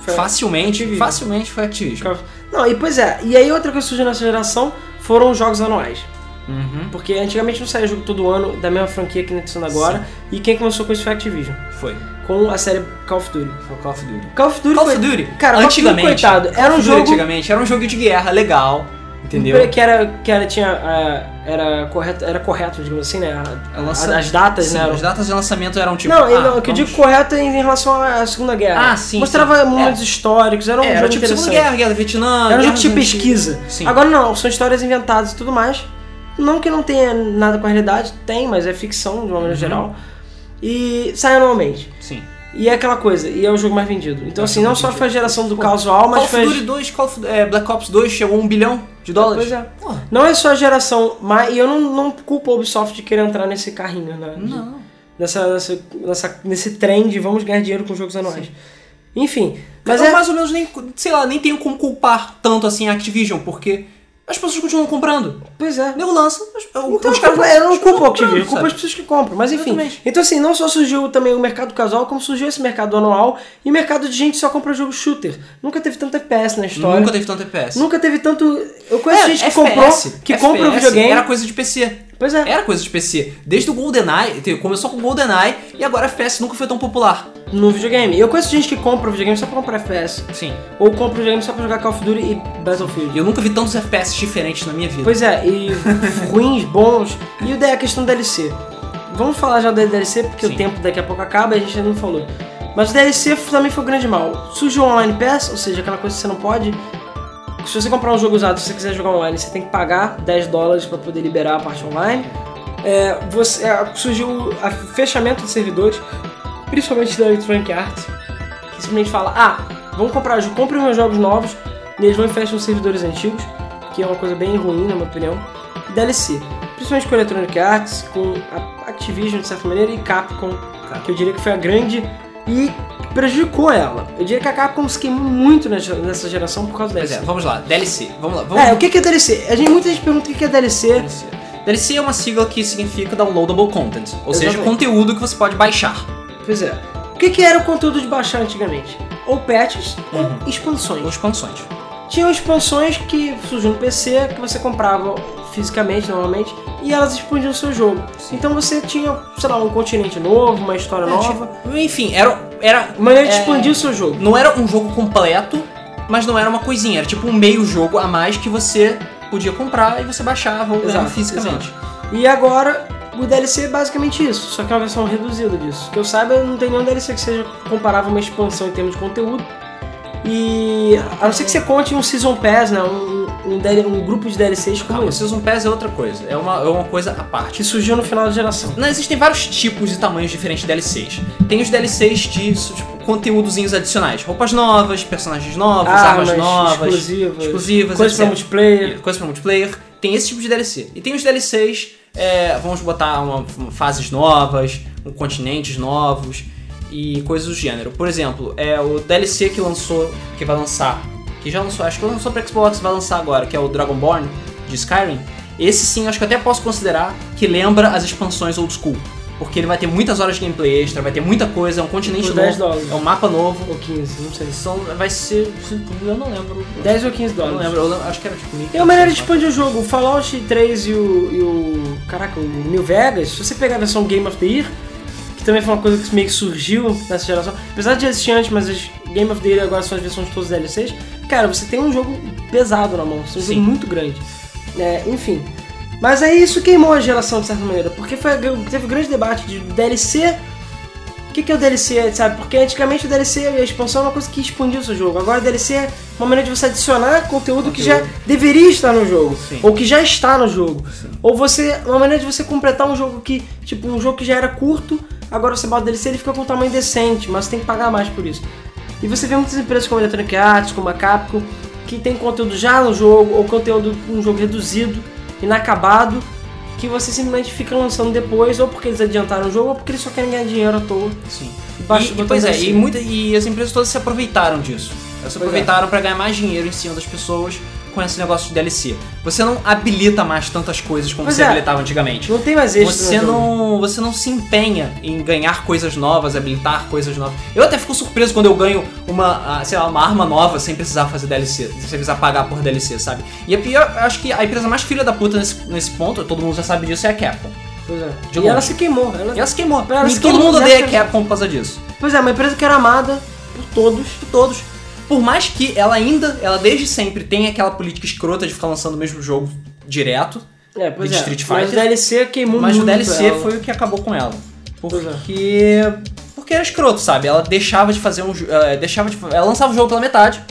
S2: Foi a
S1: facilmente,
S2: Activision.
S1: facilmente foi a Activision.
S2: A. Não, e pois é, e aí outra coisa que surgiu nessa geração foram os jogos anuais.
S1: Uhum,
S2: Porque antigamente não saía jogo todo ano da mesma franquia que nem tá sendo agora, e quem começou com isso foi a Activision,
S1: foi.
S2: com a série Call of Duty.
S1: Foi o Call of Duty.
S2: Call of Duty,
S1: Call
S2: foi-
S1: of Duty,
S2: Cara, Call of Duty,
S1: antigamente,
S2: coitado, era um
S1: Call of Duty
S2: jogo
S1: antigamente era um jogo de guerra legal, entendeu?
S2: Que era, que era, tinha, ah, era, correto, era correto, digamos assim, né? A-
S1: A É lança-
S2: As datas,
S1: Sim,
S2: né? eram-
S1: As datas de lançamento eram tipo.
S2: não, eu
S1: ah,
S2: não, o que eu
S1: vamos-
S2: digo correto é em relação à Segunda Guerra.
S1: Ah, sim,
S2: Mostrava
S1: sim.
S2: momentos históricos, era um
S1: É, era
S2: jogo
S1: tipo Segunda
S2: interessante.
S1: Guerra, Guerra do Vietnã.
S2: Era um jogo
S1: guerras
S2: que tinha
S1: antigas.
S2: pesquisa.
S1: Sim.
S2: Agora não, são histórias inventadas e tudo mais. Não que não tenha nada com a realidade, tem, mas é ficção de uma maneira
S1: Uhum.
S2: geral. E sai anualmente.
S1: Sim.
S2: E é aquela coisa, e é o jogo mais vendido.
S1: É
S2: Então,
S1: o
S2: assim,
S1: jogo
S2: não
S1: mais
S2: só
S1: vendido.
S2: foi a geração do
S1: Pô,
S2: casual, mas
S1: Call of
S2: foi. a-
S1: Duty 2, Call of, é, Black Ops 2 chegou a um bilhão de dólares.
S2: Pois é.
S1: Porra,
S2: Não é só a geração, mas e eu não, não culpo a Ubisoft de querer entrar nesse carrinho, né? De-
S1: não.
S2: Nessa, nessa, nessa- nesse trem de vamos ganhar dinheiro com jogos anuais. Enfim, mas
S1: eu
S2: é.
S1: mais ou menos nem, sei lá, nem tenho como culpar tanto assim a Activision, porque as pessoas continuam comprando.
S2: Pois é.
S1: Nego lança, mas
S2: Então,
S1: os
S2: eu,
S1: caras
S2: eu não
S1: continuam
S2: culpo a Activision, eu
S1: comprando,
S2: culpo as
S1: sabe?
S2: pessoas que compram. Mas enfim.
S1: Exatamente.
S2: Então, assim, não só surgiu também o mercado casual, como surgiu esse mercado anual e mercado de gente que só compra jogo shooter. Nunca teve tanto FPS na história.
S1: Nunca teve tanto FPS.
S2: Nunca teve tanto. Eu
S1: É,
S2: conheço gente que comprou, que compra o videogame.
S1: Era coisa de PC.
S2: Pois é.
S1: Era coisa de PC. Desde o GoldenEye, te- começou com o GoldenEye e agora FPS nunca foi tão popular.
S2: No videogame. Eu conheço gente que compra o videogame só pra comprar FPS.
S1: Sim.
S2: Ou compra o videogame só pra jogar Call of Duty e Battlefield.
S1: E eu nunca vi tantos FPS diferentes na minha vida.
S2: Pois é, e ruins, bons. E daí a questão do DLC. Vamos falar já do DLC, porque o
S1: Sim.
S2: tempo daqui a pouco acaba e a gente ainda não falou. Mas o DLC também foi o grande mal. Surgiu o Online Pass, ou seja, aquela coisa que você não pode. Se você comprar um jogo usado, se você quiser jogar online, você tem que pagar 10 dólares para poder liberar a parte online. É, você- é, surgiu o a- fechamento de servidores, principalmente da Electronic Arts, que simplesmente fala: ah, vamos comprar, jo- compre meus jogos novos, e eles vão e fecham os servidores antigos, que é uma coisa bem ruim, na minha opinião. E DLC, principalmente com a Electronic Arts, com a Activision, de certa maneira, e Capcom,
S1: Capcom.
S2: que eu diria que foi a grande e prejudicou ela. Eu diria que a Capcom se queimou muito nessa- nessa geração por causa
S1: Pois
S2: dessa.
S1: é, vamos lá. DLC. Vamos lá. Vamos
S2: É, o que que é DLC? A gente, muita gente pergunta o que que é DLC.
S1: DLC. DLC é uma sigla que significa downloadable content, ou seja,
S2: Exatamente.
S1: conteúdo que você pode baixar.
S2: Pois é. O que, que era o conteúdo de baixar antigamente? Ou patches ou
S1: Ou
S2: expansões.
S1: expansões.
S2: Tinham expansões que surgiam no PC, que você comprava fisicamente, normalmente, e elas expandiam o seu jogo. Então você tinha, sei lá, um continente novo, uma história nova.
S1: Enfim, era, era.
S2: Uma maneira de
S1: tipo, É.
S2: expandir o seu jogo.
S1: Não era um jogo completo, mas não era uma coisinha. Era tipo um meio jogo a mais que você podia comprar e você baixava ou ganhava
S2: Exato,
S1: fisicamente.
S2: E agora, o DLC é basicamente isso, só que é uma versão reduzida disso. Que eu saiba, não tem nenhum DLC que seja comparável a uma expansão em termos de conteúdo. E a não ser que você conte um Season Pass, né? Um, um, DL um grupo de DLCs como
S1: Calma,
S2: esse.
S1: Season Pass é outra coisa. É uma, é uma coisa à parte.
S2: que surgiu no final da geração.
S1: Não, existem vários tipos e tamanhos diferentes de DLCs. Tem os DLCs de tipo, conteúdozinhos adicionais. Roupas novas, personagens novos, armas novas,
S2: Ah, exclusivas,
S1: exclusivas,
S2: coisas pra
S1: etc.
S2: multiplayer.
S1: coisas para multiplayer, tem esse tipo de DLC. E tem os DLCs, é, vamos botar uma- uma- fases novas, um- continentes novos e coisas do gênero. Por exemplo, é o DLC que lançou, que vai lançar, que já lançou, acho que lançou para Xbox, vai lançar agora, que é o Dragonborn de Skyrim. Esse sim, acho que eu até posso considerar que lembra as expansões old school. Porque ele vai ter muitas horas de gameplay extra, vai ter muita coisa, é um continente
S2: Por 10
S1: novo,
S2: dólares.
S1: é um mapa novo.
S2: Ou 15, assim, não sei.
S1: São, vai ser. Eu não lembro.
S2: 10 ou 15
S1: Eu não
S2: dólares.
S1: lembro, eu lembro- acho que era tipo.
S2: É uma maneira de expandir o jogo. O Fallout 3 e o, e o- Caraca, o New Vegas, se você pegar a versão Game of the Year, que também foi uma coisa que meio que surgiu nessa geração, apesar de existir antes, mas as Game of the Year agora são as versões de todos os DLCs, cara, você tem um jogo pesado na mão, você tem um jogo
S1: Sim.
S2: muito grande. É, enfim. Mas aí isso queimou a geração de certa maneira, porque foi, teve um grande debate de DLC O que, que é o DLC, sabe? Porque antigamente o DLC, a expansão é uma coisa que expandia o seu jogo. Agora o DLC é uma maneira de você adicionar conteúdo, que já
S1: Conteúdo.
S2: deveria estar no jogo.
S1: Sim.
S2: Ou que já está no jogo.
S1: Sim.
S2: Ou você. Uma maneira de você completar um jogo que. Tipo, um jogo que já era curto, agora você bota o DLC ele fica com um tamanho decente, mas você tem que pagar mais por isso. E você vê muitas empresas como a Electronic Arts, como a Capcom, que tem conteúdo já no jogo, ou conteúdo um jogo reduzido, inacabado, que você simplesmente fica lançando depois, ou porque eles adiantaram o jogo, ou porque eles só querem ganhar dinheiro à toa.
S1: Sim.
S2: Baixo-
S1: e,
S2: botão
S1: pois é,
S2: DLC.
S1: e, muita, e as empresas todas se aproveitaram disso. Elas se
S2: assim. Pois é.
S1: aproveitaram pra ganhar mais dinheiro em cima das pessoas com esse negócio de DLC. Você não habilita mais tantas coisas como
S2: Pois
S1: você
S2: é.
S1: habilitava antigamente.
S2: Não né, tem mais extra.
S1: Você
S2: no jogo.
S1: não, você não se empenha em ganhar coisas novas, habilitar coisas novas. Eu até fico surpreso quando eu ganho uma, ah, sei lá, uma arma nova sem precisar fazer DLC, sem precisar pagar por DLC, sabe? E a pior, eu acho que a empresa mais filha da puta nesse, nesse ponto, todo mundo já sabe disso, é a Capcom.
S2: Pois é.
S1: De
S2: e
S1: longe.
S2: ela se queimou. Ela...
S1: E ela se queimou.
S2: Ela
S1: e
S2: se
S1: todo
S2: queimou, né?
S1: mundo odeia a
S2: exatamente.
S1: Capcom por causa disso.
S2: Pois é, uma empresa que era amada por todos.
S1: de todos. Por mais que ela ainda, ela desde sempre tem aquela política escrota de ficar lançando o mesmo jogo direto,
S2: É,
S1: pois
S2: pois
S1: De é.
S2: é.
S1: Street
S2: Mas
S1: Fighter.
S2: o DLC queimou
S1: mas o
S2: muito
S1: DLC
S2: ela.
S1: foi o que acabou com ela.
S2: Pois é.
S1: Porque porque era escroto, sabe? Ela deixava de fazer um, jo- eh, deixava de, ela lançava o jogo pela metade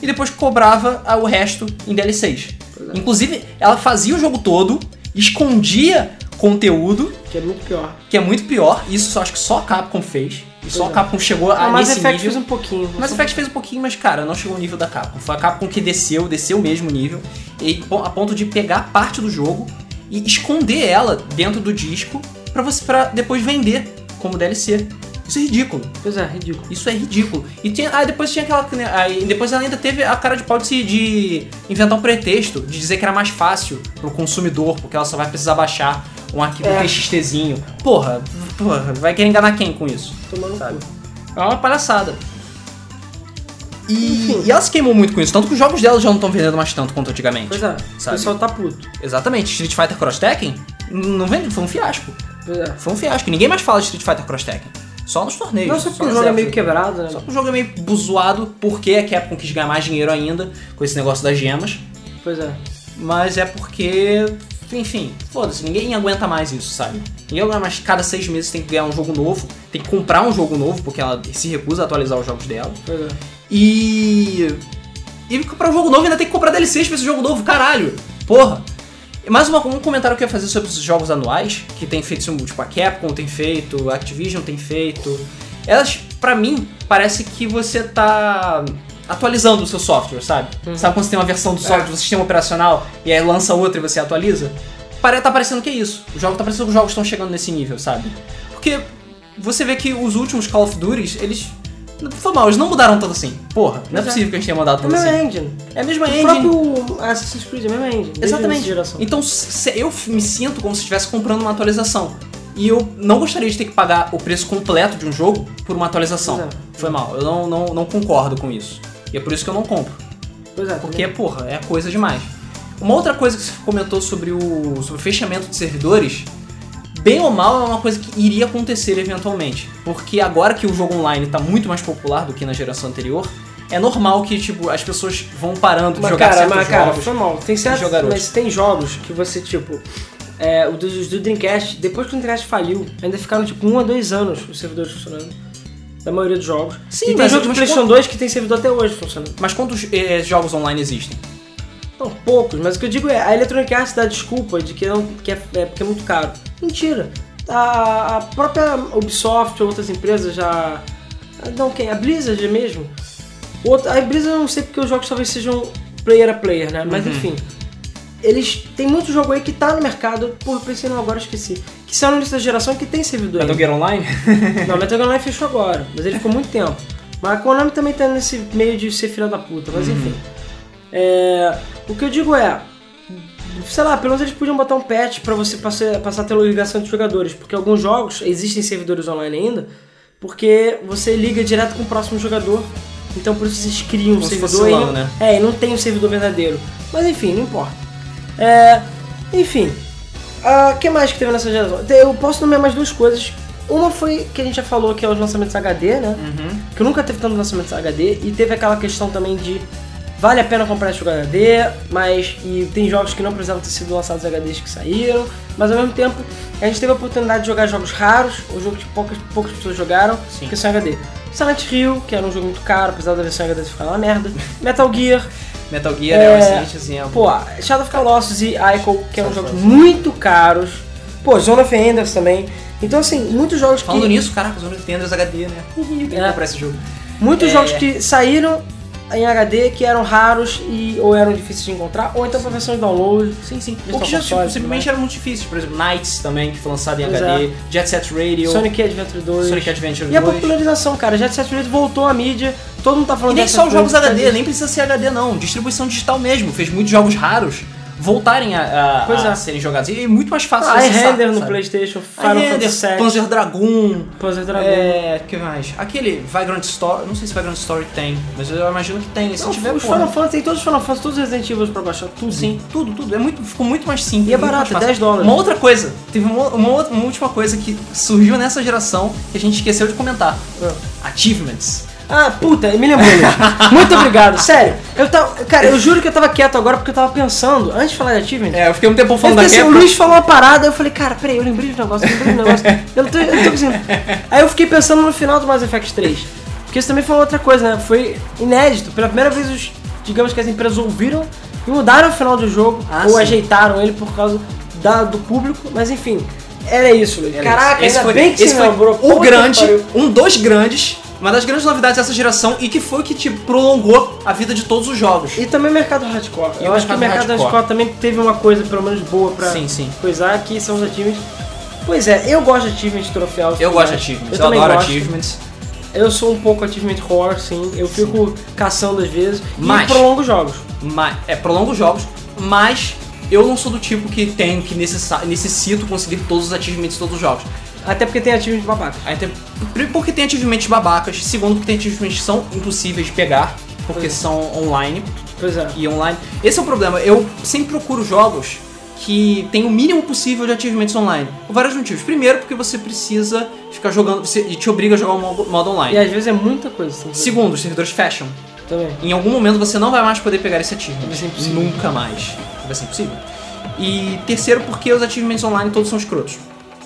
S1: e depois cobrava ah, o resto em DLCs.
S2: Pois é.
S1: Inclusive, ela fazia o jogo todo, escondia conteúdo,
S2: Que é muito pior.
S1: que é muito pior. Isso eu acho que só a Capcom fez. E só a
S2: Pois é.
S1: Capcom chegou a
S2: Ah, Mass
S1: nesse
S2: Effect
S1: nível.
S2: fez um pouquinho.
S1: Mas o Effect fez um pouquinho, mas cara, não chegou ao nível da Capcom. Foi a Capcom que desceu, desceu mesmo o nível, e po- a ponto de pegar parte do jogo e esconder ela dentro do disco pra você para depois vender como DLC. Isso é ridículo.
S2: Pois é, ridículo.
S1: Isso é ridículo. E tinha, ah, depois tinha aquela. né, Aí depois ela ainda teve a cara de pau de, se- de inventar um pretexto, de dizer que era mais fácil pro consumidor, porque ela só vai precisar baixar um arquivo
S2: É.
S1: TXTzinho. Porra, porra, vai querer enganar quem com isso?
S2: Tomando
S1: Sabe?
S2: sabe?
S1: É uma palhaçada. E,
S2: Enfim.
S1: e ela se queimou muito com isso, tanto que os jogos dela já não estão vendendo mais tanto quanto antigamente.
S2: Pois é,
S1: Sabe?
S2: o pessoal tá puto.
S1: Exatamente, Street Fighter Cross Tekken n- não vende, foi um fiasco.
S2: Pois é.
S1: Foi um fiasco, ninguém mais fala de Street Fighter Cross Tekken. Só nos torneios.
S2: Não, só porque o
S1: nas
S2: jogo é
S1: épocas.
S2: meio quebrado, né?
S1: Só que o jogo é meio buzoado, porque a Capcom quis ganhar mais dinheiro ainda com esse negócio das gemas.
S2: Pois é.
S1: Mas é porque, enfim, foda-se, ninguém aguenta mais isso, sabe? Ninguém aguenta mais, cada seis meses tem que ganhar um jogo novo, tem que comprar um jogo novo, porque ela se recusa a atualizar os jogos dela.
S2: Pois é.
S1: E. E comprar um jogo novo ainda tem que comprar DLCs pra esse jogo novo, caralho! Porra! E Mais uma- um comentário que eu ia fazer sobre esses jogos anuais, que tem feito, tipo, a Capcom tem feito, a Activision tem feito. Elas, pra mim, parece que você tá atualizando o seu software, sabe?
S2: Uhum.
S1: Sabe quando você tem uma versão
S2: É.
S1: do software, do sistema operacional, e aí lança outra e você atualiza? Pare, tá parecendo que é isso. O jogo tá parecendo que os jogos estão chegando nesse nível, sabe? Porque você vê que os últimos Call of Duty, eles. Foi mal, eles não mudaram tanto assim. Porra, não é
S2: Pois é.
S1: possível que eles tenham mudado
S2: É a
S1: tanto
S2: mesma
S1: assim.
S2: engine.
S1: É a mesma
S2: O
S1: engine.
S2: próprio Assassin's Creed é a mesma engine. desde
S1: Exatamente.
S2: essa geração.
S1: Então se- eu f- me sinto como se estivesse comprando uma atualização. E eu não gostaria de ter que pagar o preço completo de um jogo por uma atualização.
S2: Pois é.
S1: Foi mal, eu não, não, não concordo com isso. E é por isso que eu não compro.
S2: Pois é.
S1: Porque, porra, é coisa demais. Uma outra coisa que você comentou sobre o, sobre o fechamento de servidores, bem ou mal é uma coisa que iria acontecer eventualmente. Porque agora que o jogo online tá muito mais popular do que na geração anterior, é normal que, tipo, as pessoas vão parando de
S2: Mas
S1: jogar
S2: cara,
S1: certos
S2: mas cara,
S1: jogos.
S2: foi mal. Tem certos,
S1: jogar outros.
S2: mas tem jogos que você, tipo... É, o dos do Dreamcast, depois que o Dreamcast faliu, ainda ficaram tipo um a dois anos os servidores funcionando. Da maioria dos jogos.
S1: Sim,
S2: e tem
S1: mas-
S2: jogos de
S1: mas
S2: PlayStation 2 que tem servidor até hoje funcionando.
S1: Mas quantos eh, jogos online existem?
S2: Não, poucos, mas o que eu digo é, a Electronic Arts dá desculpa de que, não, que é, é porque é muito caro. Mentira. A, a própria Ubisoft ou outras empresas já. Não, quem? A Blizzard mesmo. Outra, a Blizzard eu não sei porque os jogos talvez sejam player a player, né? Mas enfim. Eles. Tem muito jogo aí que tá no mercado, porra, pensei não, agora eu esqueci. Que saiu na lista da geração que tem servidor. ainda.
S1: Gear Online?
S2: Não, Metal Gear Online fechou agora, mas ele ficou muito tempo. Mas a Konami também tá nesse meio de ser filha da puta,
S1: Uhum.
S2: mas enfim. É, o que eu digo é, sei lá, pelo menos eles podiam botar um patch pra você passar, passar pela ligação dos jogadores, porque alguns jogos existem servidores online ainda, porque você liga direto com o próximo jogador, então por isso vocês criam um
S1: Como se fosse
S2: servidor. e
S1: LAN,
S2: não-
S1: né?
S2: É, e não tem um servidor verdadeiro. Mas enfim, não importa. É, enfim, o que mais que teve nessa geração? Te- Eu posso nomear mais duas coisas. Uma foi que a gente já falou Uhum. que é os lançamentos HD, né? Que nunca teve tanto lançamentos HD. E teve aquela questão também de Vale a pena comprar esse jogo HD, mas e tem jogos que não precisavam ter sido lançados HDs que saíram, mas ao mesmo tempo a gente teve a oportunidade de jogar jogos raros, ou jogos que poucas, poucas pessoas jogaram,
S1: Sim.
S2: que são HD. Silent Hill, que era um jogo muito caro, apesar da versão HD ficar uma merda. Metal Gear,
S1: Metal Gear é, um
S2: É,
S1: excelente exemplo.
S2: Pô, Shadow of Colossus e Ico, que eram
S1: São
S2: jogos
S1: jogos.
S2: muito caros. Pô, Zone of Enders também. Então, assim, muitos jogos
S1: Falando
S2: que.
S1: nisso, caraca, os Only Tenders HD, né? Tem que
S2: É.
S1: comprar esse jogo.
S2: Muitos
S1: é.
S2: jogos que saíram em HD que eram raros e ou eram difíceis de encontrar, ou então pra versão de download.
S1: Sim, sim.
S2: Eles
S1: Ou que
S2: são
S1: já
S2: console, né?
S1: tipo, simplesmente eram muito difíceis. Por exemplo, Knights também, que foi lançado em
S2: Pois é.
S1: HD. Jet Set Radio.
S2: Sonic Adventure 2.
S1: Sonic Adventure
S2: E é a
S1: 2.
S2: popularização, cara. Jet Set Radio voltou à mídia, todo mundo tá falando
S1: E nem
S2: de
S1: só os
S2: Jet
S1: jogos
S2: Set Radio,
S1: HD, nem precisa ser HD não. Distribuição digital mesmo. Fez muitos jogos raros voltarem a, a-
S2: Pois
S1: a
S2: é.
S1: serem jogados. E é muito mais fácil
S2: Ah,
S1: de acessar,
S2: iRender no
S1: sabe?
S2: PlayStation, Final
S1: iRender,
S2: Fantasy VII,
S1: Panzer Dragoon.
S2: Panzer Dragon.
S1: É, que mais? Aquele Vagrant Story, não sei se Vagrant Story tem, mas eu imagino que tem. Se
S2: Não,
S1: tiver, um.
S2: os
S1: porra,
S2: Final Fantasy, tem todos os Final Fantasy, todos os Resident Evil pra baixar, tudo.
S1: Sim, tudo, tudo. É muito, ficou muito mais simples.
S2: E é
S1: muito mais
S2: barato,
S1: fácil.
S2: 10 dólares.
S1: Uma outra coisa, teve uma, uma outra- uma última coisa que surgiu nessa geração que a gente esqueceu de comentar. Achievements.
S2: Ah, puta, me lembrou. Luiz. Muito obrigado, sério. Eu tava, cara, eu juro que eu tava quieto agora porque eu tava pensando, antes de falar de achievement.
S1: É, eu fiquei um tempo
S2: eu
S1: falando
S2: fiquei
S1: da
S2: assim, o
S1: Capcom.
S2: Luiz falou uma parada, eu falei, cara, peraí, eu lembrei de um negócio, eu lembrei de um negócio. Eu não tô, eu não tô dizendo. Aí eu fiquei pensando no final do Mass Effect 3. Porque isso também foi uma outra coisa, né? Foi inédito. Pela primeira vez, os, digamos que as empresas ouviram e mudaram o final do jogo,
S1: Ah,
S2: ou
S1: sim.
S2: ajeitaram ele por causa da- do público, mas enfim. Era isso, Luiz.
S1: Era
S2: Caraca,
S1: isso. esse
S2: ainda
S1: foi,
S2: bem que
S1: esse
S2: você
S1: foi
S2: lembrou. Puta
S1: o
S2: que
S1: grande,
S2: pariu.
S1: um dos grandes, uma das grandes novidades dessa geração e que foi o que tipo, prolongou a vida de todos os jogos.
S2: E também o mercado hardcore.
S1: E
S2: eu
S1: o
S2: acho que
S1: mercado
S2: o mercado hardcore.
S1: hardcore.
S2: também teve uma coisa, pelo menos, boa pra
S1: Sim, sim.
S2: coisar, que são os achievements. Pois é, eu gosto de achievements de troféus.
S1: Eu
S2: tudo
S1: gosto de
S2: mais.
S1: achievements, eu,
S2: também
S1: adoro
S2: gosto.
S1: achievements.
S2: Eu sou um pouco achievement horror, sim. Eu fico caçando às vezes
S1: Mas-
S2: e prolongo jogos.
S1: mas, é, prolonga os jogos, mas eu não sou do tipo que tenho que necessa- necessito conseguir todos os achievements de todos os jogos.
S2: Até porque tem achievement babaca.
S1: Aí tem- primeiro porque tem achievements babacas, segundo porque tem achievements que são impossíveis de pegar, porque são online
S2: Pois é.
S1: e online. Esse é o problema, eu sempre procuro jogos que tem o mínimo possível de achievements online. Por vários motivos. Primeiro, porque você precisa ficar jogando, você e te obriga a jogar o modo, modo
S2: E
S1: online.
S2: às vezes é muita coisa. Sim,
S1: Segundo, os servidores fecham.
S2: Também.
S1: Em algum momento você não vai mais poder pegar esse achievement.
S2: Vai ser impossível.
S1: Nunca mais. Vai ser impossível. E terceiro, porque os achievements online todos são escrotos.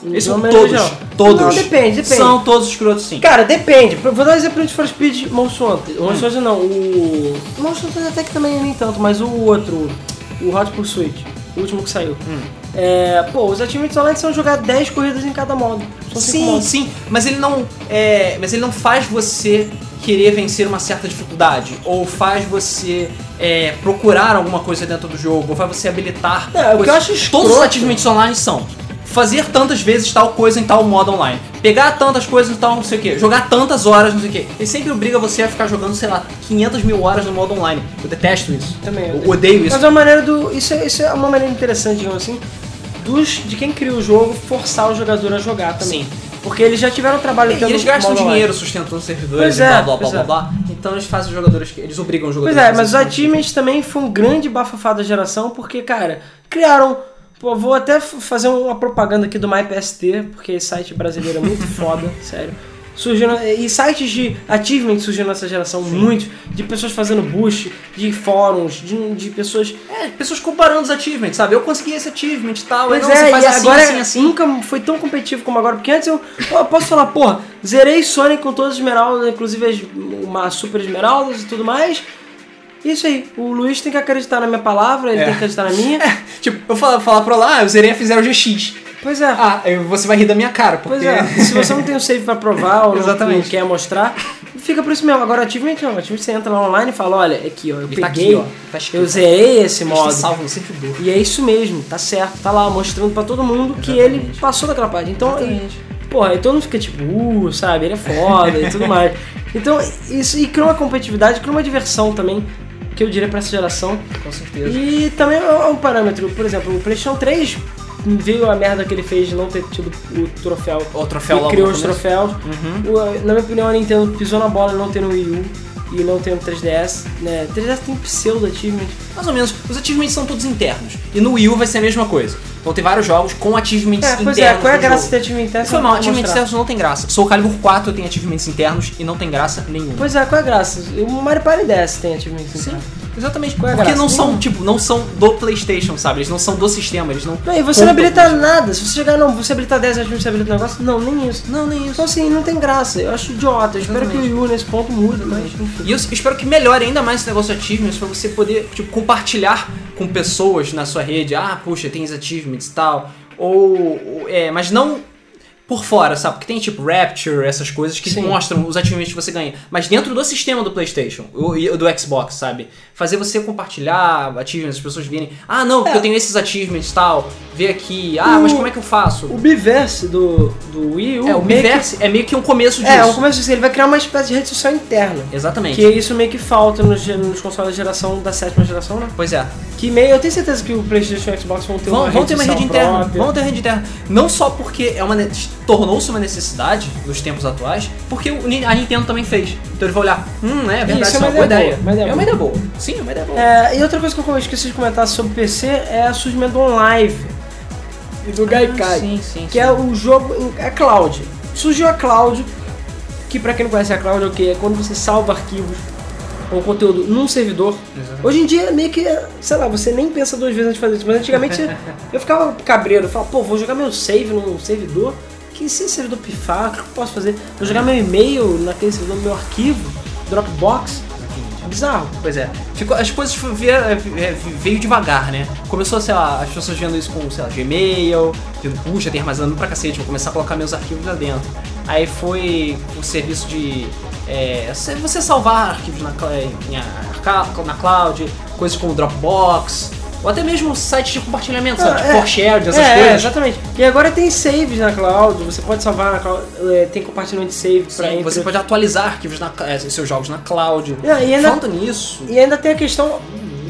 S1: Eles são
S2: Não, Então, mas
S1: todos.
S2: não.
S1: Todos.
S2: Não, depende, depende.
S1: São todos escrotos, sim.
S2: Cara, depende. Vou dar um exemplo de For Speed Monster Hunter. O Monster Hunter não, o. o Monster Hunter até que também nem tanto, mas o outro, o Hot Pursuit, o último que saiu.
S1: Hum.
S2: É, pô, os achievements online são jogar 10 corridas em cada modo. São cinco
S1: Sim,
S2: modos.
S1: sim, mas ele não é, mas ele não faz você querer vencer uma certa dificuldade ou faz você é, procurar alguma coisa dentro do jogo ou faz você habilitar.
S2: É, o que
S1: coisas.
S2: eu acho escroto-
S1: Todos os achievements online são fazer tantas vezes tal coisa em tal modo online, pegar tantas coisas em tal não sei o que, jogar tantas horas não sei o que. Ele sempre obriga você a ficar jogando sei lá 500 mil horas no modo online. Eu detesto isso.
S2: Também, eu
S1: Eu odeio isso.
S2: Mas é uma maneira do. Isso é, isso é uma maneira interessante, digamos assim, dos, de quem criou o jogo forçar o jogador a jogar também.
S1: Sim. É,
S2: Porque eles já tiveram trabalho
S1: E
S2: tendo
S1: eles gastam
S2: modo online.
S1: dinheiro sustentando servidores
S2: Pois
S1: e
S2: é,
S1: blá blá blá
S2: pois
S1: blá
S2: é.
S1: blá. Então eles fazem os jogadores que. Eles obrigam os jogadores
S2: Pois
S1: a
S2: é,
S1: tipo
S2: mas os
S1: fazerem isso.
S2: achievements também foi um grande bafafá da geração, porque, cara, criaram. Pô, vou até f- fazer um, uma propaganda aqui do MyPST, porque esse site brasileiro é muito foda, sério. Surgiram, e sites de achievement surgiram nessa geração, muitos, de pessoas fazendo boost, de fóruns, de, de pessoas.
S1: É, pessoas comparando os achievements, sabe? Eu consegui esse achievement e tal,
S2: Pois
S1: aí não,
S2: é,
S1: você faz
S2: e
S1: assim,
S2: agora
S1: assim, assim.
S2: nunca foi tão competitivo como agora, porque antes eu, eu posso falar, porra, zerei Sonic com todas as esmeraldas, inclusive as, uma super esmeraldas e tudo mais. é Isso aí, o Luiz tem que acreditar na minha palavra, ele
S1: É.
S2: tem que acreditar na minha.
S1: Tipo, eu falar fala pra lá, ah, eu zerei a fizeram GX.
S2: Pois é.
S1: Ah, eu- você vai rir da minha cara, porque...
S2: Pois é, se você não tem o save pra provar ou não-
S1: Exatamente.
S2: não quer mostrar, fica por isso mesmo. Agora, ativamente não, ativamente você entra lá online e fala: olha, é aqui ó, eu
S1: Ele
S2: peguei,
S1: tá aqui, ó, tá escrito.
S2: eu zerei esse
S1: Modo.
S2: modo.
S1: salvo no servidor.
S2: E é isso mesmo, tá certo, tá lá mostrando pra todo mundo que
S1: Exatamente.
S2: ele passou daquela parte. Então,
S1: Exatamente.
S2: e, porra, aí todo mundo fica tipo, uh, sabe, ele é foda e tudo mais. Então, isso e cria uma competitividade, cria uma diversão também, que eu diria pra essa geração.
S1: Com certeza.
S2: E também é um parâmetro, por exemplo, o PlayStation 3 veio a merda que ele fez de não ter tido o troféu
S1: O troféu
S2: e
S1: logo
S2: criou
S1: no
S2: os
S1: começo.
S2: troféus. O- na minha opinião, a Nintendo pisou na bola não tendo o Wii U e não tendo 3DS. Né? 3DS tem pseudo achievement.
S1: Mais ou menos, os achievements são todos internos. E no Wii U vai ser a mesma coisa. Então tem vários jogos com achievements
S2: É,
S1: internos
S2: pois é, qual é a
S1: no
S2: graça de
S1: jogo.
S2: ter achievement interno?
S1: Foi
S2: Não
S1: mal,
S2: vou
S1: achievements
S2: mostrar.
S1: internos não tem graça. Soul Calibur 4 tem achievements internos e não tem graça nenhuma.
S2: Pois é, qual é a graça? O Mario Party DS tem achievement
S1: Sim.
S2: interno.
S1: Exatamente.
S2: Qual é a
S1: Porque
S2: graça?
S1: não são,
S2: Nenhuma.
S1: tipo, não são do Playstation, sabe? Eles não são do sistema, eles não.
S2: Não, e você
S1: contam
S2: não habilita
S1: isso.
S2: nada. Se você chegar, não, você habilita 10 reais, você habilita um negócio. Não, nem isso.
S1: Não, nem isso.
S2: Então assim, não tem graça. Eu acho idiota. Eu espero que o
S1: Exatamente.
S2: Yu nesse ponto mude, mas enfim.
S1: E eu espero que melhore ainda mais esse negócio de achievements pra você poder tipo, compartilhar com pessoas na sua rede. Ah, puxa, tem os achievements e tal. Ou. ou- É, mas não por fora, sabe? Porque tem tipo Rapture, essas coisas que
S2: Sim.
S1: mostram os achievements que você ganha. Mas dentro do sistema do PlayStation, ou- e- ou do Xbox, sabe? Fazer você compartilhar achievements, as pessoas virem. Ah, não, porque eu tenho esses achievements e tal. Vê aqui. Ah, mas
S2: É. O-
S1: como é que eu faço?
S2: O Biverse do, do Wii U.
S1: é, o
S2: meio que-
S1: Miiverse é meio que um começo disso.
S2: É, o começo disso, ele vai criar uma espécie de rede social interna.
S1: Exatamente.
S2: Que isso meio que falta nos, ge- nos consoles da geração da sétima geração, né?
S1: Pois é.
S2: Que meio. Eu tenho certeza que o PlayStation e o Xbox vão ter uma
S1: Vão,
S2: rede
S1: vão ter uma
S2: social
S1: rede interna.
S2: própria.
S1: Vão ter uma rede interna. Não só porque é uma ne- tornou-se uma necessidade nos tempos atuais, porque o Ni- a Nintendo também fez. Então ele vai olhar, hum, é verdade, isso é uma, boa ideia.
S2: boa, uma ideia
S1: é uma
S2: boa.
S1: ideia boa. Sim, é uma ideia boa.
S2: É, e outra coisa que eu esqueci de comentar sobre PC é o surgimento do OnLive e do Gaikai.
S1: Ah, sim, sim.
S2: que é o jogo em- é cloud. Surgiu a cloud, que pra quem não conhece a cloud é o que é quando você salva arquivos ou conteúdo num servidor.
S1: Exatamente.
S2: Hoje em dia meio que, sei lá, você nem pensa duas vezes antes de fazer isso, mas antigamente eu ficava cabreiro, eu falava, pô, vou jogar meu save num servidor, que se esse servidor pifar, o que eu posso fazer? Vou jogar meu e-mail naquele servidor, meu arquivo, Dropbox, bizarro.
S1: Pois é. Ficou, as coisas vieram, é, é, veio devagar, né? Começou, sei lá, as pessoas vendo isso com, sei lá, Gmail, vendo, puxa, tem armazenamento pra cacete, vou começar a colocar meus arquivos lá dentro. Aí foi o serviço de é, se- você salvar arquivos na, cla- eh, em arca- na cloud, coisas como Dropbox, ou até mesmo sites de compartilhamento, sabe?
S2: Ah,
S1: Tipo
S2: é.
S1: Foreshared, essas
S2: é,
S1: coisas.
S2: exatamente. E agora tem saves na cloud, você pode salvar na cloud, é, tem compartilhamento de save pra
S1: Sim,
S2: entre
S1: você pode atualizar arquivos na, é, seus jogos na cloud.
S2: É, e ainda-
S1: Falta nisso.
S2: E ainda tem a questão.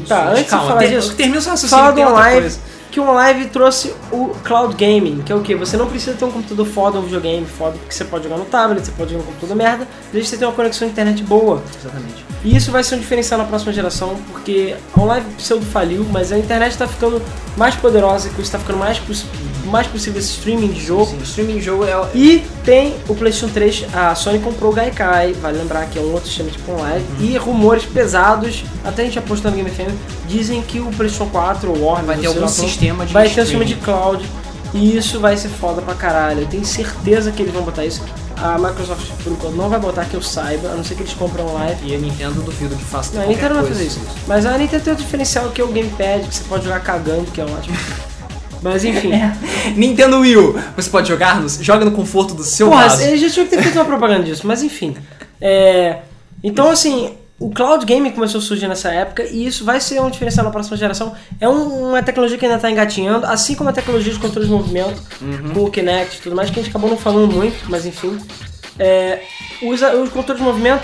S2: Tá, antes de falar
S1: ter-
S2: disso,
S1: termina o seu raciocínio,
S2: fala do
S1: tem outra
S2: online.
S1: coisa.
S2: Que o online trouxe o cloud gaming, que é o que? Você não precisa ter um computador foda, um videogame foda, porque você pode jogar no tablet, você pode jogar no computador merda, desde que você tenha uma conexão de internet boa.
S1: Exatamente.
S2: E isso vai ser um diferencial na próxima geração, porque a online pseudo faliu, mas a internet tá ficando mais poderosa, com isso tá ficando mais, poss- mais possível esse streaming de jogo.
S1: Sim, streaming de jogo é,
S2: E tem o PlayStation 3, a Sony comprou o Gaikai, vale lembrar que é um outro sistema tipo online.
S1: Uhum.
S2: E rumores pesados, até a gente apostou no Game FM, dizem que o PlayStation 4 ou Warner
S1: Vai ter
S2: sei lá
S1: algum
S2: qual,
S1: sistema de
S2: vai ter um sistema
S1: streaming.
S2: de cloud. E isso vai ser foda pra caralho. Eu tenho certeza que eles vão botar isso. A Microsoft, por enquanto, não vai botar que eu saiba, a não ser que eles compram online.
S1: E a Nintendo duvido que faça
S2: Não, a
S1: qualquer
S2: Nintendo não vai
S1: coisa.
S2: fazer isso. Mas a Nintendo tem outro diferencial que é o Gamepad, que você pode jogar cagando, que é ótimo. Mas enfim.
S1: É. Nintendo Wii U, você pode jogar, no, joga no conforto do seu
S2: Porra,
S1: vaso.
S2: eles já tinham que ter feito uma propaganda disso, mas enfim. É, então, assim, o cloud gaming começou a surgir nessa época e isso vai ser um diferencial na próxima geração. É um- uma tecnologia que ainda está engatinhando, assim como a tecnologia de controle de movimento, com o Kinect e tudo mais, que a gente acabou não falando muito, mas enfim. É, os, os controles de movimento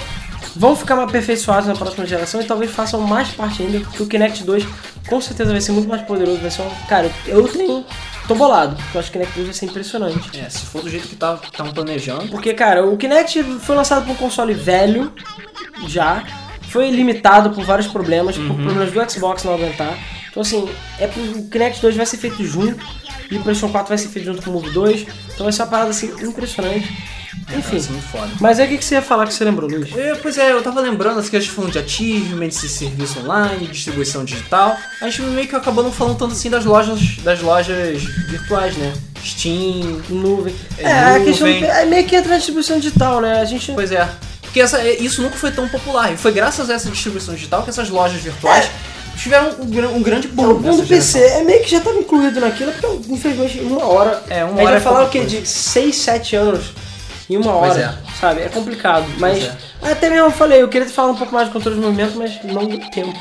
S2: vão ficar mais aperfeiçoados na próxima geração e talvez façam mais parte ainda, porque o Kinect 2 com certeza vai ser muito mais poderoso, vai ser um... Cara, eu tenho... Tô bolado, porque eu acho que o Kinect 2 vai ser impressionante.
S1: É, se for do jeito que tá- estavam planejando.
S2: Porque, cara, o Kinect foi lançado pra um console velho, já. Foi limitado por vários problemas, por problemas do Xbox não aguentar. Então, assim, é pro- o Kinect 2 vai ser feito junto, e o PlayStation 4 vai ser feito junto com o Move 2. Então vai ser uma parada, assim, impressionante.
S1: Enfim.
S2: Enfim.
S1: muito é assim, foda.
S2: Mas aí o que que você ia falar que você lembrou, Luiz?
S1: É, pois é, eu tava lembrando as que a gente falando de achievements, de serviço online, distribuição digital. A gente meio que acabou não falando tanto assim das lojas, das lojas virtuais, né? Steam.
S2: Nuvem.
S1: É,
S2: É, a questão.
S1: nuvem.
S2: É meio que entra na distribuição digital, né? A gente.
S1: Pois é. Porque essa, é, isso nunca foi tão popular. E foi graças a essa distribuição digital que essas lojas virtuais tiveram um, gran- um grande
S2: É,
S1: boom.
S2: o mundo
S1: nessa geração.
S2: PC é meio que já tava incluído naquilo, porque infelizmente uma hora.
S1: É, uma
S2: a gente
S1: hora
S2: vai
S1: é
S2: falar
S1: pouca
S2: o quê?
S1: coisa.
S2: De 6, 7 anos em uma
S1: Pois
S2: hora. Sabe? É complicado. Mas. Ah,
S1: Pois
S2: Até mesmo eu falei, eu queria falar um pouco mais de controle de movimento, mas não deu tempo.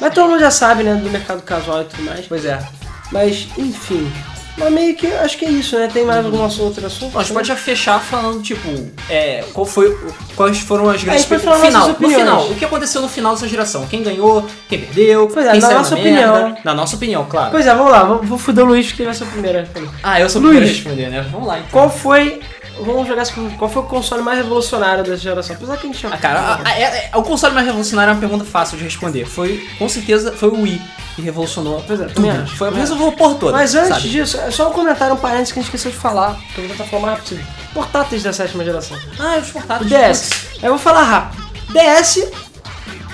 S2: mas todo mundo já sabe, né? Do mercado casual e tudo mais.
S1: Pois é.
S2: Mas, enfim. Mas meio que acho que é isso, né? Tem mais algum assunto- outro assunto?
S1: Bom, a gente pode já fechar falando, tipo, é, qual foi, quais foram as
S2: É, a
S1: grandes
S2: gente pode
S1: pe-
S2: falar
S1: no final,
S2: nossas
S1: no
S2: opiniões.
S1: final, o que aconteceu no final dessa geração? Quem ganhou, quem perdeu,
S2: Pois é,
S1: quem
S2: na
S1: saiu
S2: nossa
S1: na merda.
S2: opinião.
S1: Na nossa opinião, claro.
S2: Pois é, vamos lá, vou, vou fuder o Luiz porque ele vai ser o primeiro a responder.
S1: ah, eu sou o
S2: Luiz.
S1: primeiro a responder, né? Vamos lá, então.
S2: Qual foi. Vamos jogar esse Qual foi o console mais revolucionário dessa geração? Apesar que a gente chama.
S1: Ah, cara, a- a- é- é- o console mais revolucionário é uma pergunta fácil de responder. Foi, com certeza, foi o Wii que revolucionou
S2: Pois é,
S1: tudo.
S2: também acho,
S1: Foi,
S2: também
S1: resolveu por toda,
S2: Mas antes
S1: sabe?
S2: disso, é só um comentário, um parênteses que a gente esqueceu de falar, que eu vou tentar falar o mais rápido possível. Portáteis da sétima geração.
S1: Ah, os portáteis.
S2: DS. Eu vou falar rápido. DS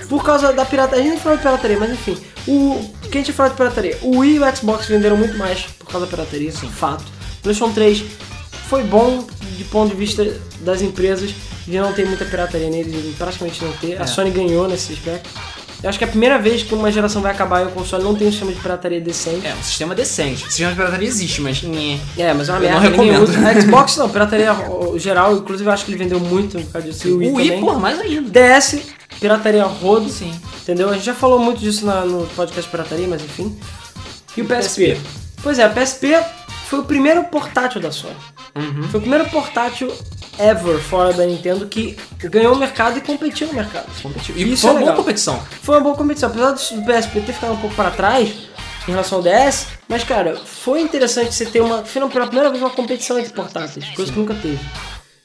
S2: Por causa da pirataria. A gente nem falou de pirataria, mas enfim. O, quem tinha falado de pirataria? O Wii e o Xbox venderam muito mais por causa da pirataria, sim. fato. O PlayStation 3 foi bom de ponto de vista das empresas de não ter muita pirataria neles, de praticamente não ter.
S1: É.
S2: A Sony ganhou nesse aspecto. Eu acho que é a primeira vez que uma geração vai acabar e o console não tem um sistema de pirataria decente.
S1: É, um sistema decente. O sistema de pirataria existe, mas. nhé.
S2: É, mas é uma
S1: Eu
S2: merda.
S1: não
S2: ninguém
S1: recomendo.
S2: usa. A Xbox não, pirataria ó, geral, inclusive eu acho que ele vendeu muito por causa disso. e
S1: O Wii,
S2: também.
S1: porra, mais ainda.
S2: DS, pirataria rodo,
S1: Sim.
S2: entendeu? A gente já falou muito disso na- no podcast pirataria, mas enfim. E o PSP?
S1: PSP.
S2: Pois é, o PSP foi o primeiro portátil da Sony.
S1: Uhum.
S2: Foi o primeiro portátil ever fora da Nintendo que ganhou o mercado e competiu no mercado.
S1: Competiu.
S2: E
S1: E
S2: isso
S1: foi
S2: é
S1: uma boa
S2: legal.
S1: competição.
S2: Foi uma boa competição, apesar do PSP ter ficado um pouco para trás em relação ao DS, mas cara, foi interessante você ter uma, pela primeira vez uma competição entre portáteis, coisa que nunca teve.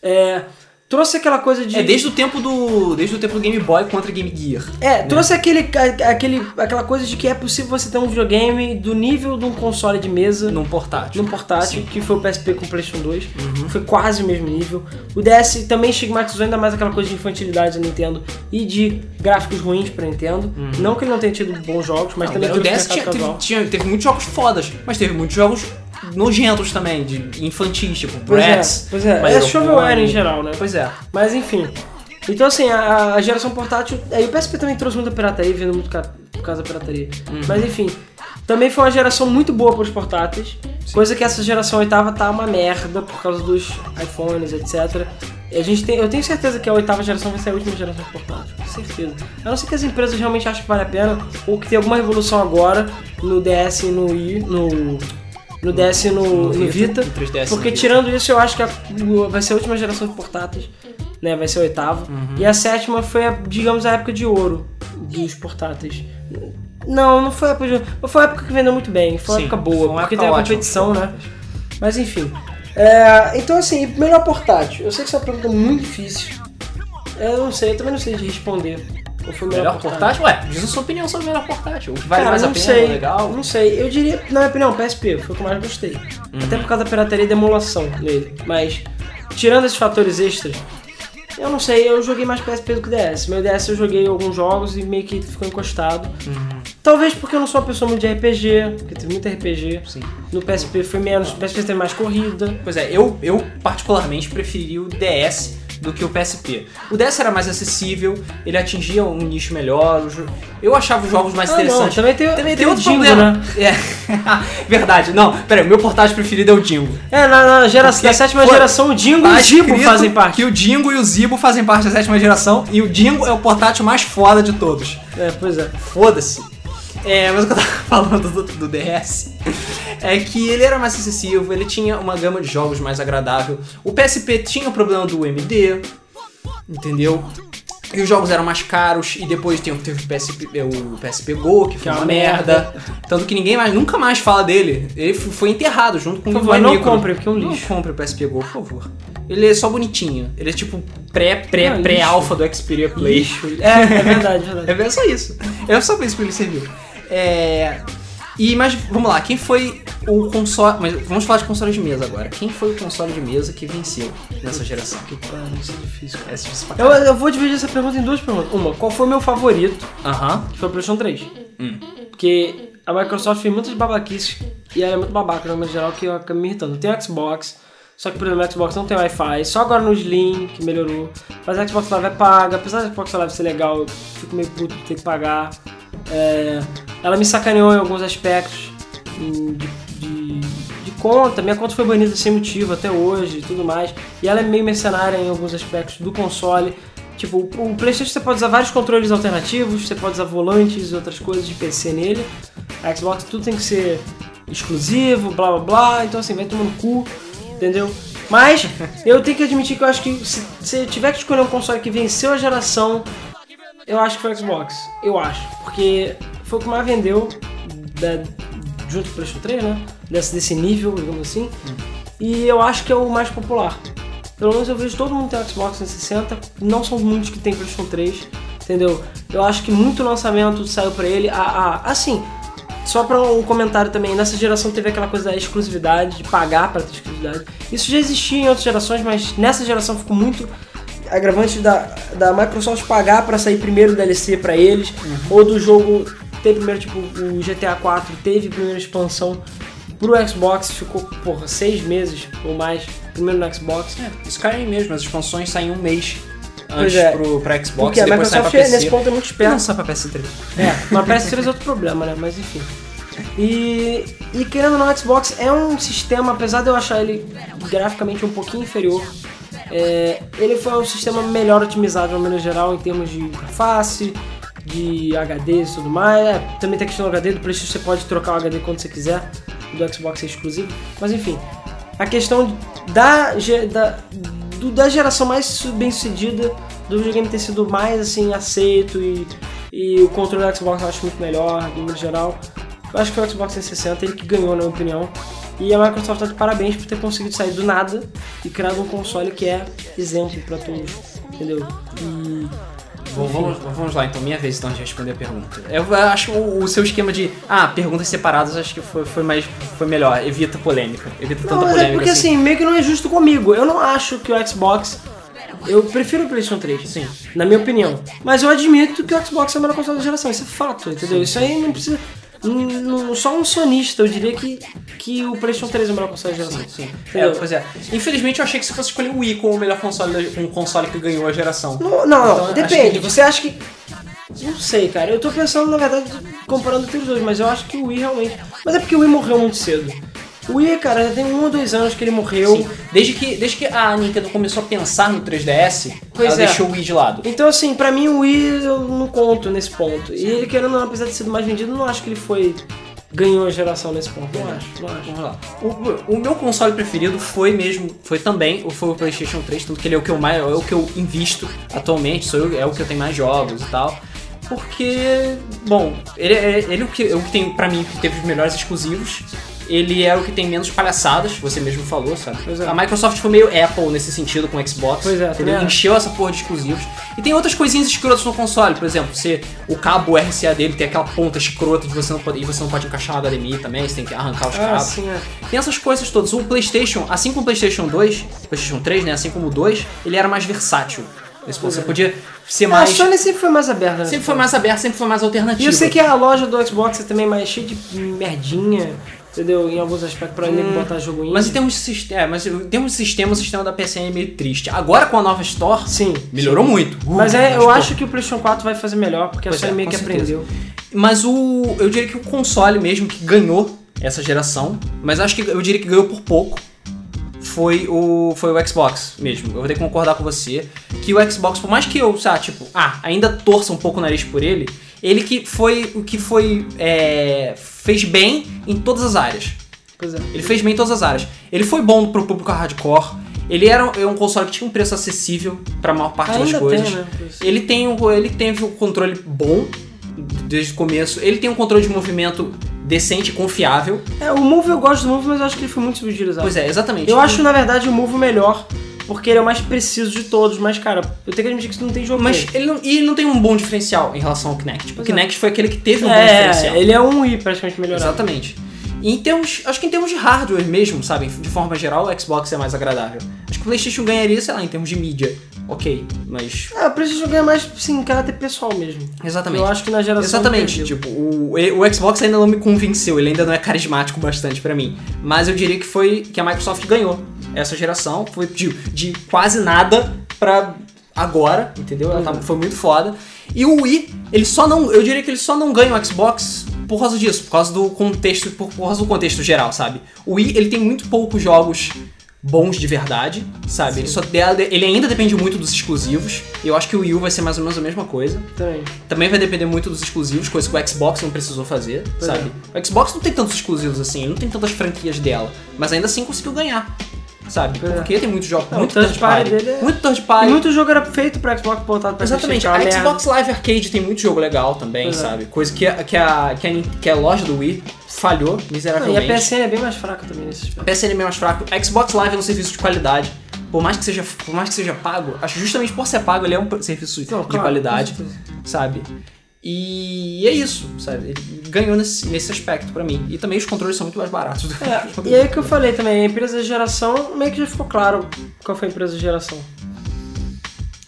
S2: É, trouxe aquela coisa de
S1: É desde o tempo do. Desde o tempo do Game Boy contra Game Gear.
S2: É, trouxe aquele, a- aquele, aquela coisa de que é possível você ter um videogame do nível de um console de mesa
S1: Num portátil.
S2: num portátil, que Uhum. foi o PSP com o PlayStation 2. Foi quase o mesmo nível. O DS também estigmatizou ainda mais aquela coisa de infantilidade da Nintendo e de gráficos ruins pra Nintendo. Não que ele não tenha tido bons jogos, Uhum. mas
S1: Não,
S2: também
S1: o
S2: trouxe
S1: DS
S2: mercado
S1: tinha, teve,
S2: casual.
S1: tinha- teve muitos jogos fodas, mas teve muitos jogos nojentos também, de infantis, tipo
S2: Pois é,
S1: Bratz.
S2: pois é.
S1: My
S2: É
S1: Little
S2: shovelware
S1: Pony.
S2: em geral, né?
S1: Pois é.
S2: Mas enfim. Então assim, a, a geração portátil. Aí o PSP também trouxe muita pirataria, vindo muito ca- por causa da pirataria.
S1: Uhum.
S2: Mas enfim. Também foi uma geração muito boa para os portáteis. Coisa que essa geração oitava tá uma merda por causa dos iPhones, etc. E A gente tem, eu tenho certeza que a oitava geração vai ser a última geração de portátil. Com certeza. A não ser que as empresas realmente acham que vale a pena, ou que tem alguma revolução agora no DS e no Wii, no. No DS e no, no Vita.
S1: no 3DS e no
S2: Porque
S1: Vita.
S2: Tirando isso, eu acho que a- o- vai ser a última geração de portáteis, né? Vai ser a oitava.
S1: Uhum.
S2: E a sétima foi, a, digamos, a época de ouro dos portáteis. Não, não foi a época de ouro. Mas Foi a época que vendeu muito bem. Foi uma
S1: Sim,
S2: época
S1: foi
S2: boa,
S1: uma época
S2: porque teve a
S1: ótima.
S2: competição, né? Mas enfim. É, então, assim, melhor portátil. Eu sei que isso é uma pergunta muito difícil. Eu não sei, eu também não sei de responder. Qual foi o melhor,
S1: Melhor portátil? Ué, diz a sua opinião sobre o melhor portátil. O que vale
S2: Cara,
S1: mais a
S2: não
S1: pena,
S2: sei,
S1: legal.
S2: Não sei. Eu diria, na minha opinião, PSP foi o que eu mais gostei.
S1: Uhum.
S2: Até por causa da pirataria e da emulação nele. Mas, tirando esses fatores extras, eu não sei, eu joguei mais PSP do que DS. Meu DS eu joguei alguns jogos e meio que ficou encostado.
S1: Uhum.
S2: Talvez porque eu não sou uma pessoa muito de RPG, porque teve muito RPG.
S1: Sim.
S2: No PSP foi menos, no PSP teve mais corrida.
S1: Pois é, eu, eu particularmente preferi o DS do que o PSP. O DS era mais acessível, ele atingia um nicho melhor, o jo- eu achava os jogos mais
S2: Ah, não,
S1: interessantes.
S2: também tem,
S1: Também
S2: tem
S1: tem
S2: o
S1: outro
S2: Dingo,
S1: problema.
S2: né?
S1: É. Verdade, não, peraí, o meu portátil preferido é o Dingo.
S2: É, na, na gera-
S1: Porque
S2: na sétima
S1: foi-
S2: geração, o Dingo e
S1: Tá
S2: o Gibo
S1: escrito
S2: fazem parte.
S1: Que o Dingo e o Zibo fazem parte da sétima geração e o Dingo é o portátil mais foda de todos.
S2: É, pois é.
S1: Foda-se. É, mas o que eu tava falando do, do DS é que ele era mais acessível, ele tinha uma gama de jogos mais agradável. O PSP tinha o problema do MD, entendeu? E os jogos eram mais caros, e depois tem, teve o PSP, é, o PSP Go, que foi
S2: é uma
S1: uma merda. Tanto que ninguém mais, nunca mais fala dele. Ele f- foi enterrado junto com o
S2: Por favor,
S1: Vai
S2: não
S1: Micro.
S2: compre, porque é um
S1: Não
S2: lixo.
S1: compre o PSP Go, por favor. Ele é só bonitinho. Ele é tipo pré, pré,
S2: Ah,
S1: pré alfa do Xperia Play.
S2: É, é verdade, é verdade.
S1: É só isso. É só pra isso que ele serviu. É. E, mas vamos lá, quem foi o console. Mas vamos falar de console de mesa agora. Quem foi o console de mesa que venceu nessa geração?
S2: Que pariu, isso é difícil, cara.
S1: É difícil pra
S2: Eu, eu vou dividir essa pergunta em duas perguntas. Uma, qual foi o meu favorito?
S1: caralho. Aham.
S2: Que foi o PlayStation 3. Porque a Microsoft fez muitas babaquices e ela é muito babaca no modo geral que eu acabo me irritando. Tem o Xbox, só que por exemplo o Xbox não tem Wi-Fi, só agora no Slim que melhorou. Mas a Xbox Live é paga, apesar da Xbox Live ser legal, eu fico meio puto de ter que pagar. É, ela me sacaneou em alguns aspectos hum, de, de- de conta, minha conta foi banida sem motivo até hoje e tudo mais. E ela é meio mercenária em alguns aspectos do console. Tipo, o o PlayStation você pode usar vários controles alternativos, você pode usar volantes e outras coisas de PC nele. A Xbox tudo tem que ser exclusivo, blá blá blá. Então, assim, vai tomando cu, entendeu? Mas eu tenho que admitir que eu acho que se você tiver que escolher um console que venceu a geração, eu acho que foi o Xbox. Eu acho. Porque foi o que mais vendeu da- junto com o PlayStation 3, né? Desse, desse nível, digamos assim. E eu acho que é o mais popular. Pelo menos eu vejo todo mundo tem Xbox 360, não são muitos que tem PlayStation 3, entendeu? Eu acho que muito lançamento saiu pra ele. A, a- assim, só pra um comentário também, nessa geração teve aquela coisa da exclusividade, de pagar pra ter exclusividade. Isso já existia em outras gerações, mas nessa geração ficou muito agravante da, da Microsoft pagar pra sair primeiro o DLC pra eles,
S1: Uhum.
S2: ou do jogo ter primeiro, tipo, o GTA 4 teve primeira expansão pro Xbox, ficou, porra, seis meses ou mais, primeiro no Xbox.
S1: É, Skyrim mesmo, as expansões saem um mês
S2: Pois
S1: antes
S2: é.
S1: pro, pra Xbox
S2: Porque
S1: e
S2: a
S1: depois sai pra PC.
S2: Microsoft nesse ponto é muito esperta.
S1: Não sai pra PS3.
S2: É, mas PS3 é outro problema, né? Mas enfim. E, e querendo ou não, o Xbox é um sistema, apesar de eu achar ele graficamente um pouquinho inferior, é, ele foi um sistema melhor otimizado de uma maneira geral em termos de interface, de HD e tudo mais. É, também tem a questão do HD, do PlayStation você pode trocar o HD quando você quiser, do Xbox é exclusivo. Mas enfim, a questão da, ge- da, do- da geração mais bem sucedida do videogame ter sido mais assim aceito e, e o controle do Xbox eu acho muito melhor, de modo geral. Eu acho que o Xbox 360 ele que ganhou, na minha opinião. E a Microsoft tá de parabéns por ter conseguido sair do nada e criado um console que é exemplo pra todos, entendeu? E
S1: Vamos, vamos- vamos lá, então, minha vez então de responder a pergunta. Eu acho o, o seu esquema de, ah, perguntas separadas, acho que foi, foi mais, foi melhor. Evita polêmica. Evita
S2: Não,
S1: tanta
S2: mas
S1: polêmica
S2: é porque assim, meio que não é justo comigo. Eu não acho que o Xbox. Eu prefiro o PlayStation 3, sim, na minha opinião. Mas eu admito que o Xbox é o melhor console da geração, isso é fato, entendeu? Isso aí não precisa. não- não- só um sonista, eu diria que, que o PlayStation 3 é o melhor console da geração.
S1: Sim. É,
S2: Entendeu?
S1: pois é. Infelizmente eu achei que você fosse escolher o Wii como o melhor console, da- um console que ganhou a geração.
S2: Não, não, não,
S1: Então, acho
S2: depende.
S1: que-
S2: Você acha que. Não sei, cara. Eu tô pensando, na verdade, comparando entre os dois, mas eu acho que o Wii realmente. Mas é porque o Wii morreu muito cedo. O Wii, cara, já tem um ou dois anos que ele morreu.
S1: Sim. Desde que, desde que a Nintendo começou a pensar no 3DS,
S2: Pois
S1: ela
S2: é.
S1: deixou o Wii de lado.
S2: Então, assim, pra mim o Wii eu não conto nesse ponto. E ele, querendo ou não, apesar de ser mais vendido, não acho que ele foi. ganhou a geração nesse ponto. Não acho, não acho.
S1: Vamos lá. O, o meu console preferido foi mesmo, foi também, foi o PlayStation 3, tanto que ele é o que eu mais, é o que eu invisto atualmente, sou eu, é o que eu tenho mais jogos e tal. Porque, bom, ele é ele é o que, é o que tem pra mim que teve os melhores exclusivos. Ele é o que tem menos palhaçadas, você mesmo falou, sabe?
S2: Pois é.
S1: A Microsoft foi meio Apple nesse sentido com o Xbox.
S2: Pois é,
S1: ele
S2: também acho.
S1: encheu essa porra de exclusivos. E tem outras coisinhas escrotas no console, por exemplo, você, o cabo RCA dele tem aquela ponta escrota de você não pode, e você não pode encaixar nada HDMI também, você tem que arrancar os
S2: Ah,
S1: cabos.
S2: sim, é.
S1: Tem essas coisas todas. O PlayStation, assim como o PlayStation 2, PlayStation 3, né? Assim como o 2, ele era mais versátil. Nesse ponto, você
S2: É.
S1: podia ser
S2: A
S1: mais.
S2: Sony sempre foi mais aberta, né?
S1: Sempre foi mais aberto, sempre foi mais
S2: E
S1: alternativo.
S2: eu sei que é a loja do Xbox é também mais cheia de merdinha, entendeu? Em alguns aspectos, pra ele botar jogo indie.
S1: Hum. Mas em termos de sistema, é, mas em termos de sistema, o sistema da PSN é meio triste. Agora com a nova Store,
S2: Sim.
S1: melhorou muito.
S2: Mas é, eu
S1: pô,
S2: acho que o PlayStation 4 vai fazer melhor, porque a
S1: Pois
S2: Sony
S1: é,
S2: meio
S1: com
S2: que
S1: certeza.
S2: aprendeu.
S1: Mas o. Eu diria que o console mesmo que ganhou essa geração, mas acho que eu diria que ganhou por pouco. Foi o, foi o Xbox mesmo. Eu vou ter que concordar com você. Que o Xbox, por mais que eu, sabe, tipo, ah, ainda torça um pouco o nariz por ele, ele que foi o que foi. é, fez bem em todas as áreas.
S2: Pois é.
S1: Ele fez bem em todas as áreas. Ele foi bom pro público hardcore. Ele era um- um console que tinha um preço acessível pra maior parte
S2: Ainda
S1: das coisas.
S2: tem, né? Pois.
S1: Ele tem um, ele teve um controle bom desde o começo. Ele tem um controle de movimento decente e confiável.
S2: É, o Move eu gosto do Move, mas eu acho que ele foi muito subutilizado.
S1: Pois é, exatamente.
S2: Tá. Eu acho, na verdade, o Move o melhor, porque ele é o mais preciso de todos, mas, cara, eu tenho que admitir que isso não tem jogo.
S1: mas
S2: dele.
S1: ele não, e ele não tem um bom diferencial em relação ao Kinect. Tipo, O
S2: Pois é.
S1: Kinect foi aquele que teve um bom diferencial.
S2: é, ele é um Wii praticamente melhorado.
S1: Exatamente. E em termos, acho que em termos de hardware mesmo, sabe, de forma geral, o Xbox é mais agradável. Acho que o PlayStation ganharia, sei lá, em termos de mídia. OK, mas
S2: É, o PlayStation ganha mais, sim, caráter pessoal mesmo.
S1: exatamente.
S2: Eu acho que na geração...
S1: Exatamente,
S2: perdeu.
S1: tipo, o, o Xbox ainda não me convenceu, ele ainda não é carismático bastante pra mim. Mas eu diria que foi que a Microsoft ganhou essa geração, foi de, de quase nada pra agora, entendeu? Ela tá- foi muito foda. E o Wii, ele só não, eu diria que ele só não ganha o Xbox por causa disso, por causa do contexto, por, por causa do contexto geral, sabe? O Wii, ele tem muito poucos jogos bons de verdade, sabe? Ele, só, ele ainda depende muito dos exclusivos. E eu acho que o Wii U vai ser mais ou menos a mesma coisa.
S2: Também.
S1: Também vai depender muito dos exclusivos, coisa que o Xbox não precisou fazer, sabe?
S2: é.
S1: O Xbox não tem tantos exclusivos assim, ele não tem tantas franquias dela, mas ainda assim conseguiu ganhar, sabe?
S2: Pois é.
S1: Porque tem muito jogo,
S2: Não,
S1: muito
S2: o third
S1: third party,
S2: party dele é-
S1: muito third
S2: E
S1: party.
S2: muito jogo era feito pra Xbox, botado pra
S1: Exatamente,
S2: PlayStation,
S1: a
S2: aquela merda.
S1: Xbox Live Arcade tem muito jogo legal também,
S2: Pois é.
S1: sabe? Coisa que a, que, a, que, a, Nin- que a loja do Wii falhou
S2: Não, e
S1: miseravelmente.
S2: a PSN é bem mais fraca também nesse
S1: A
S2: aspecto.
S1: PSN é meio mais fraco. A Xbox Live é um serviço de qualidade. Por mais que seja, por mais que seja pago, acho que justamente por ser pago, ele é um serviço
S2: Não,
S1: de
S2: claro,
S1: qualidade,
S2: com certeza.
S1: sabe? E é isso, sabe? Ele ganhou nesse, nesse aspecto pra mim. E também os controles são muito mais baratos do que os
S2: É, e
S1: controles.
S2: aí que eu falei também, a empresa de geração, meio que já ficou claro qual foi a empresa de geração.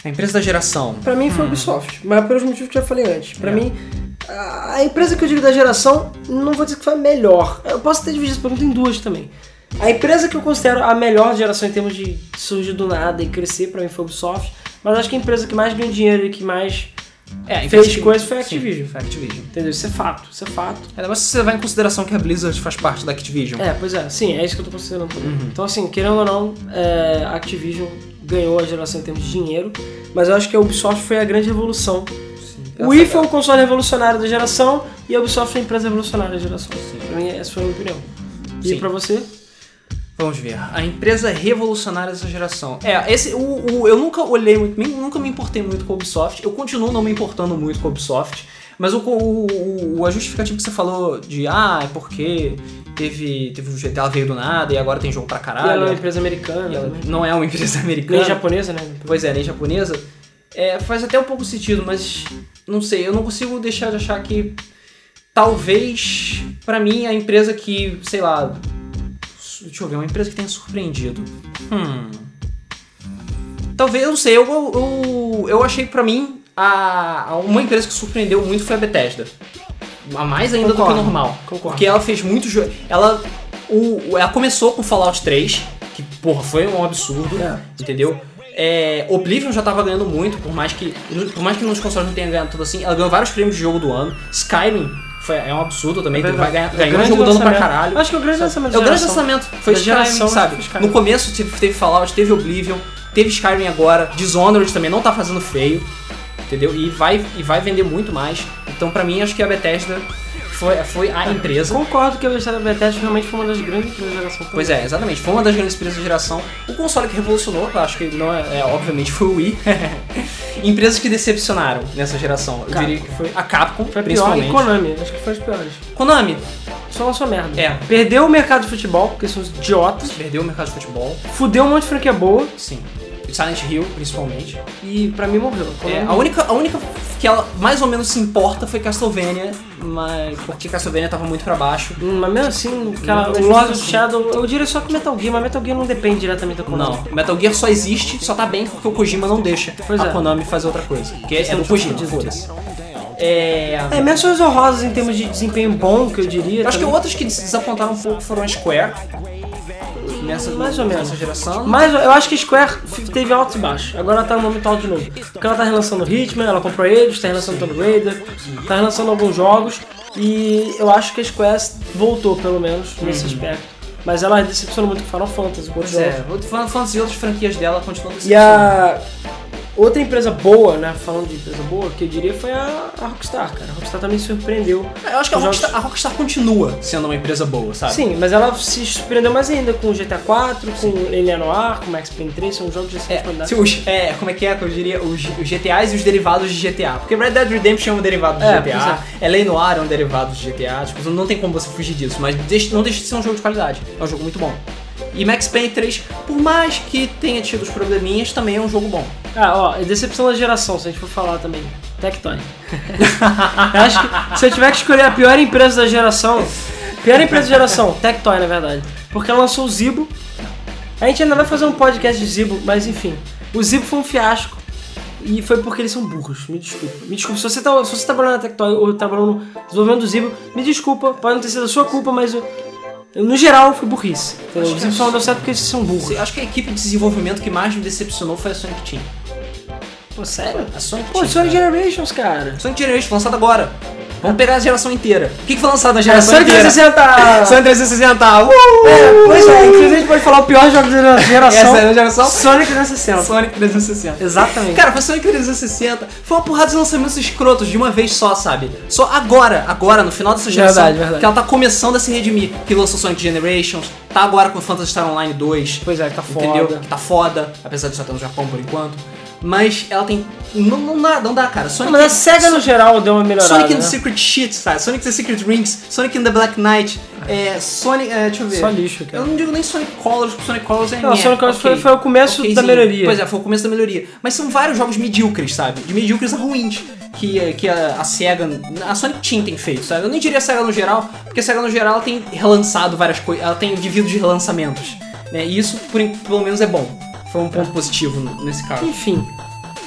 S1: A empresa da geração.
S2: Pra mim foi a Ubisoft, mas pelos motivos que eu já falei antes. Pra mim, a a empresa que eu digo da geração, não vou dizer que foi a melhor. Eu posso ter dividido essa pergunta em duas também. A empresa que eu considero a melhor geração em termos de surgir do nada e crescer, pra mim foi a Ubisoft. Mas acho que a empresa que mais ganhou dinheiro e que mais.
S1: É, a
S2: Fez
S1: empresa que-
S2: coisa foi a
S1: sim,
S2: Activision.
S1: Foi a Activision.
S2: Entendeu? Isso é fato, isso é fato.
S1: É, mas se você levar em consideração que a Blizzard faz parte da Activision.
S2: É, pois é, sim, é isso que eu tô considerando também.
S1: Uhum.
S2: Então, assim, querendo ou não, é, a Activision ganhou a geração em termos de dinheiro, mas eu acho que a Ubisoft foi a grande revolução. O
S1: é
S2: Wii foi o console revolucionário da geração e a Ubisoft foi a empresa revolucionária da geração. Pra mim, essa foi a minha opinião. E
S1: Sim.
S2: pra você?
S1: Vamos ver. A empresa revolucionária dessa geração. É, esse. O, o- eu nunca olhei muito, nem- nunca me importei muito com a Ubisoft. Eu continuo não me importando muito com a Ubisoft. Mas o, o, o- a justificativa que você falou de ah, é porque teve, teve o GTA veio do nada e agora tem jogo pra
S2: E ela é uma
S1: caralho.
S2: empresa americana,
S1: Ah, E ela
S2: também.
S1: não é uma empresa americana.
S2: nem japonesa, né?
S1: Pois é, nem japonesa. É, faz até um pouco sentido, mas não sei, eu não consigo deixar de achar que talvez pra mim a empresa que, sei lá, su- deixa eu ver, uma empresa que tenha surpreendido. Hum. Talvez, eu não sei, eu eu, eu achei pra mim a, a- uma empresa que surpreendeu muito foi a Bethesda. A mais ainda do
S2: Concordo,
S1: que o normal.
S2: concordo.
S1: Porque ela fez muito jogo. Ela o, o- ela começou com Fallout 3, que porra, foi um absurdo,
S2: É.
S1: entendeu? É, Oblivion já tava ganhando muito, por mais que por mais que nos consoles não tenha ganhado tudo assim, ela ganhou vários prêmios de jogo do ano. Skyrim foi, é um absurdo também,
S2: É
S1: vai ganhar,
S2: verdade.
S1: ganhou
S2: Grande
S1: jogo do ano pra
S2: lançamento.
S1: caralho.
S2: Acho que é o grande lançamento
S1: É o
S2: da
S1: grande
S2: geração.
S1: lançamento foi
S2: Da
S1: Skyrim,
S2: geração, né?
S1: sabe?
S2: foi Skyrim.
S1: No começo teve, teve Fallout, teve Oblivion, teve Skyrim agora, Dishonored também não tá fazendo feio, entendeu? E vai, e vai vender muito mais. Então, pra mim, acho que a Bethesda foi, foi
S2: É.
S1: a empresa.
S2: Concordo que a Bethesda Bethesda realmente foi uma das grandes empresas da geração.
S1: Pois é, exatamente. Foi uma das grandes empresas da geração. O console que revolucionou, eu acho que não é, é, obviamente foi o Wii. empresas que decepcionaram nessa geração. Eu
S2: Capcom.
S1: diria que foi a Capcom,
S2: Foi a pior
S1: principalmente.
S2: e Konami, acho que foi as piores.
S1: Konami
S2: Só lançou merda.
S1: É.
S2: Perdeu o mercado de futebol, porque são uns idiotas.
S1: perdeu o mercado de futebol,
S2: Fudeu um monte de franquia boa
S1: sim. Silent Hill, principalmente.
S2: e pra mim morreu. Então,
S1: É, a, única, a única que ela mais ou menos se importa foi Castlevania, mas porque Castlevania tava muito pra baixo.
S2: Hum, Mas mesmo assim,
S1: Não,
S2: aquela,
S1: mas
S2: o Lord
S1: mesmo
S2: of
S1: assim.
S2: Shadow, eu diria só que Metal Gear, mas Metal Gear não depende diretamente da Konami.
S1: Não, Metal Gear só existe, só tá bem porque o Kojima não deixa
S2: Pois
S1: a
S2: é.
S1: Konami fazer outra coisa. Porque é
S2: Questão
S1: do
S2: de
S1: Kojima,
S2: fudido,
S1: foda-se. É...
S2: É, menções horrorosas em termos de desempenho bom, que eu diria.
S1: Eu acho que
S2: também.
S1: outras que des- desapontaram um pouco foram a Square. Nessa,
S2: Mais ou menos.
S1: Nessa geração.
S2: Mas eu acho que Square f- teve altos e baixos. Agora ela tá no momento alto de novo. Porque ela tá relançando Hitman, ela comprou eles, tá relançando Tomb Raider, tá relançando alguns jogos. E eu acho que a Square voltou, pelo menos, nesse aspecto. Mas ela decepcionou muito com Final Fantasy, com outros
S1: Uhum. Pois
S2: jogos.
S1: é, outro- falando, falando de outras franquias dela, continuando
S2: E a outra empresa boa, né? Falando de empresa boa, que eu diria foi a, a Rockstar, cara. A Rockstar também surpreendeu.
S1: Eu acho que a
S2: Os jogos-
S1: Rockstar, a Rockstar continua sendo uma empresa boa, sabe?
S2: Sim, mas ela se surpreendeu mais ainda com o GTA IV, com Alien Noir, com Max Payne 3, são jogos de excelente
S1: É,
S2: qualidade.
S1: se os, é, como é que é que eu diria? Os, os GTAs e os derivados de GTA. Porque Red Dead Redemption é um derivado de
S2: É,
S1: GTA, LA Noir é um derivado de GTA, tipo, não tem como você fugir disso, mas deixa- não deixa de ser um jogo de qualidade. É um jogo muito bom. E Max Payne 3, por mais que tenha tido os probleminhas, também é um jogo bom.
S2: Ah, ó, é decepção da geração, se a gente for falar também. Tectonic. eu acho que se eu tiver que escolher a pior empresa da geração, pior empresa da geração, Tectoy, na verdade. Porque ela lançou o Zibo. A gente ainda vai fazer um podcast de Zibo, mas enfim. O Zibo foi um fiasco. E foi porque eles são burros, me desculpa. Me desculpa, se você tá, se você tá trabalhando na Tectoy ou trabalhando no desenvolvimento do Zibo, me desculpa, pode não ter sido a sua culpa, mas eu- eu, no geral foi burrice. entendeu? O Zibo só não deu certo porque eles são burros.
S1: Eu acho que a equipe de desenvolvimento que mais me decepcionou foi a Sonic Team.
S2: Pô, sério?
S1: A Sonic
S2: Pô,
S1: Team.
S2: Sonic
S1: cara.
S2: Generations, cara.
S1: Sonic Generation, lançado agora. Vamos pegar a geração inteira. O que, que foi lançado na
S2: É,
S1: geração
S2: Sonic
S1: inteira?
S2: 360!
S1: Sonic 360. Uh!
S2: É, Pois é, inclusive a gente pode falar o pior jogo da geração.
S1: Essa é a geração?
S2: Sonic 360.
S1: Sonic 360.
S2: Exatamente.
S1: Cara, foi Sonic 360. Foi uma porrada de lançamentos escrotos de uma vez só, sabe? Só agora, agora, no final dessa geração,
S2: Verdade, verdade.
S1: que ela tá começando a se redimir. Que lançou Sonic Generations, tá agora com Phantasy Star Online 2.
S2: Pois é, tá foda.
S1: Entendeu? Que tá foda, apesar de só ter no Japão por enquanto. Mas ela tem. Não, não dá, não dá, cara. Sonic
S2: Mas a SEGA no geral deu uma melhorada.
S1: Sonic and
S2: né?
S1: the Secret Shit, sabe? Sonic and the Secret Rings, Sonic and the Black Knight, é, Sonic. É, deixa eu ver.
S2: Só lixo, cara.
S1: Eu não digo nem Sonic Colors, porque Sonic Colors é
S2: Não,
S1: meh,
S2: Sonic Colors
S1: ok.
S2: foi- foi o começo da
S1: Okzinho.
S2: melhoria.
S1: Pois é, foi o começo da melhoria. Mas são vários jogos medíocres, sabe? De medíocres a ruins. Que, eh, que a, a SEGA. A Sonic Team tem feito, sabe? Eu nem diria a SEGA no geral, porque a SEGA no geral ela tem relançado várias coisas. Ela tem dividido de relançamentos. né? E isso, por, en- pelo menos, é bom. Foi um ponto positivo n- nesse caso.
S2: Enfim.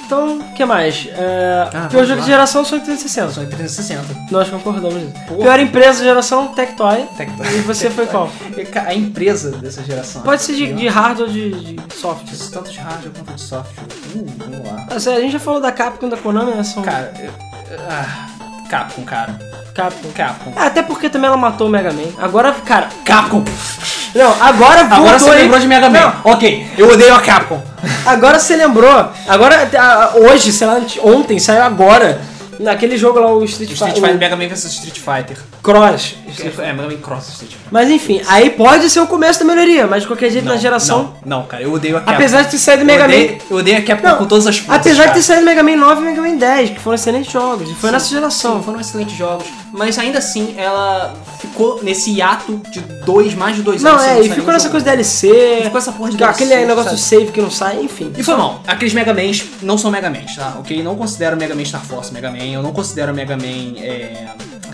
S2: Então, o que mais? É,
S1: Ah,
S2: pior
S1: vamos
S2: jogo
S1: lá.
S2: de geração, Sonic 360.
S1: Sonic 360.
S2: Nós concordamos nisso.
S1: Porra.
S2: Pior empresa de geração, Tectoy.
S1: Tectoy.
S2: E você foi qual?
S1: tá. A empresa dessa geração.
S2: Pode ser de, de hardware ou de, de software.
S1: Tanto de hardware quanto de software. Uh, vamos lá.
S2: Ah, sério, A gente já falou da Capcom e da Konami, né? São
S1: Cara, eu, ah, Capcom, cara.
S2: Capcom.
S1: Capcom.
S2: Ah, Até porque também ela matou o Mega Man. Agora, cara...
S1: Capcom!
S2: Não, agora voltou,
S1: Agora você
S2: hein?
S1: lembrou de Mega Man.
S2: Não,
S1: Ok, eu odeio a Capcom.
S2: agora você lembrou. Agora, a- a- hoje, sei lá, ante- ontem, saiu agora. Naquele jogo lá, o Street,
S1: Street
S2: Fi-
S1: Fighter, Mega Man vs Street Fighter.
S2: o Cross.
S1: É, Mega Man Cross Street Fighter.
S2: Mas enfim, aí pode ser o começo da melhoria, mas de qualquer jeito, na
S1: Não,
S2: geração...
S1: Não, não, cara, eu odeio a Capcom.
S2: Apesar de ter saído Mega
S1: eu
S2: Man...
S1: odeio, Eu odeio a Capcom
S2: Não,
S1: com todas as forças.
S2: Apesar de
S1: cara.
S2: ter saído Mega Man 9 e Mega Man 10, que foram excelentes jogos, e foi
S1: Sim,
S2: nessa geração.
S1: sim, foram excelentes jogos. Mas ainda assim, ela ficou nesse hiato de dois, mais de dois
S2: Não,
S1: anos. sem
S2: é,
S1: lançar
S2: e ficou
S1: nenhum
S2: nessa
S1: jogo.
S2: coisa de DLC.
S1: Ficou essa porra de
S2: é Aquele
S1: DLC,
S2: negócio do save que não sai, enfim.
S1: E foi mal. Aqueles Mega Mans não são Mega Mans, tá? Ok? Não considero Mega Man Star Force Mega Man. Eu não considero Mega Man... É...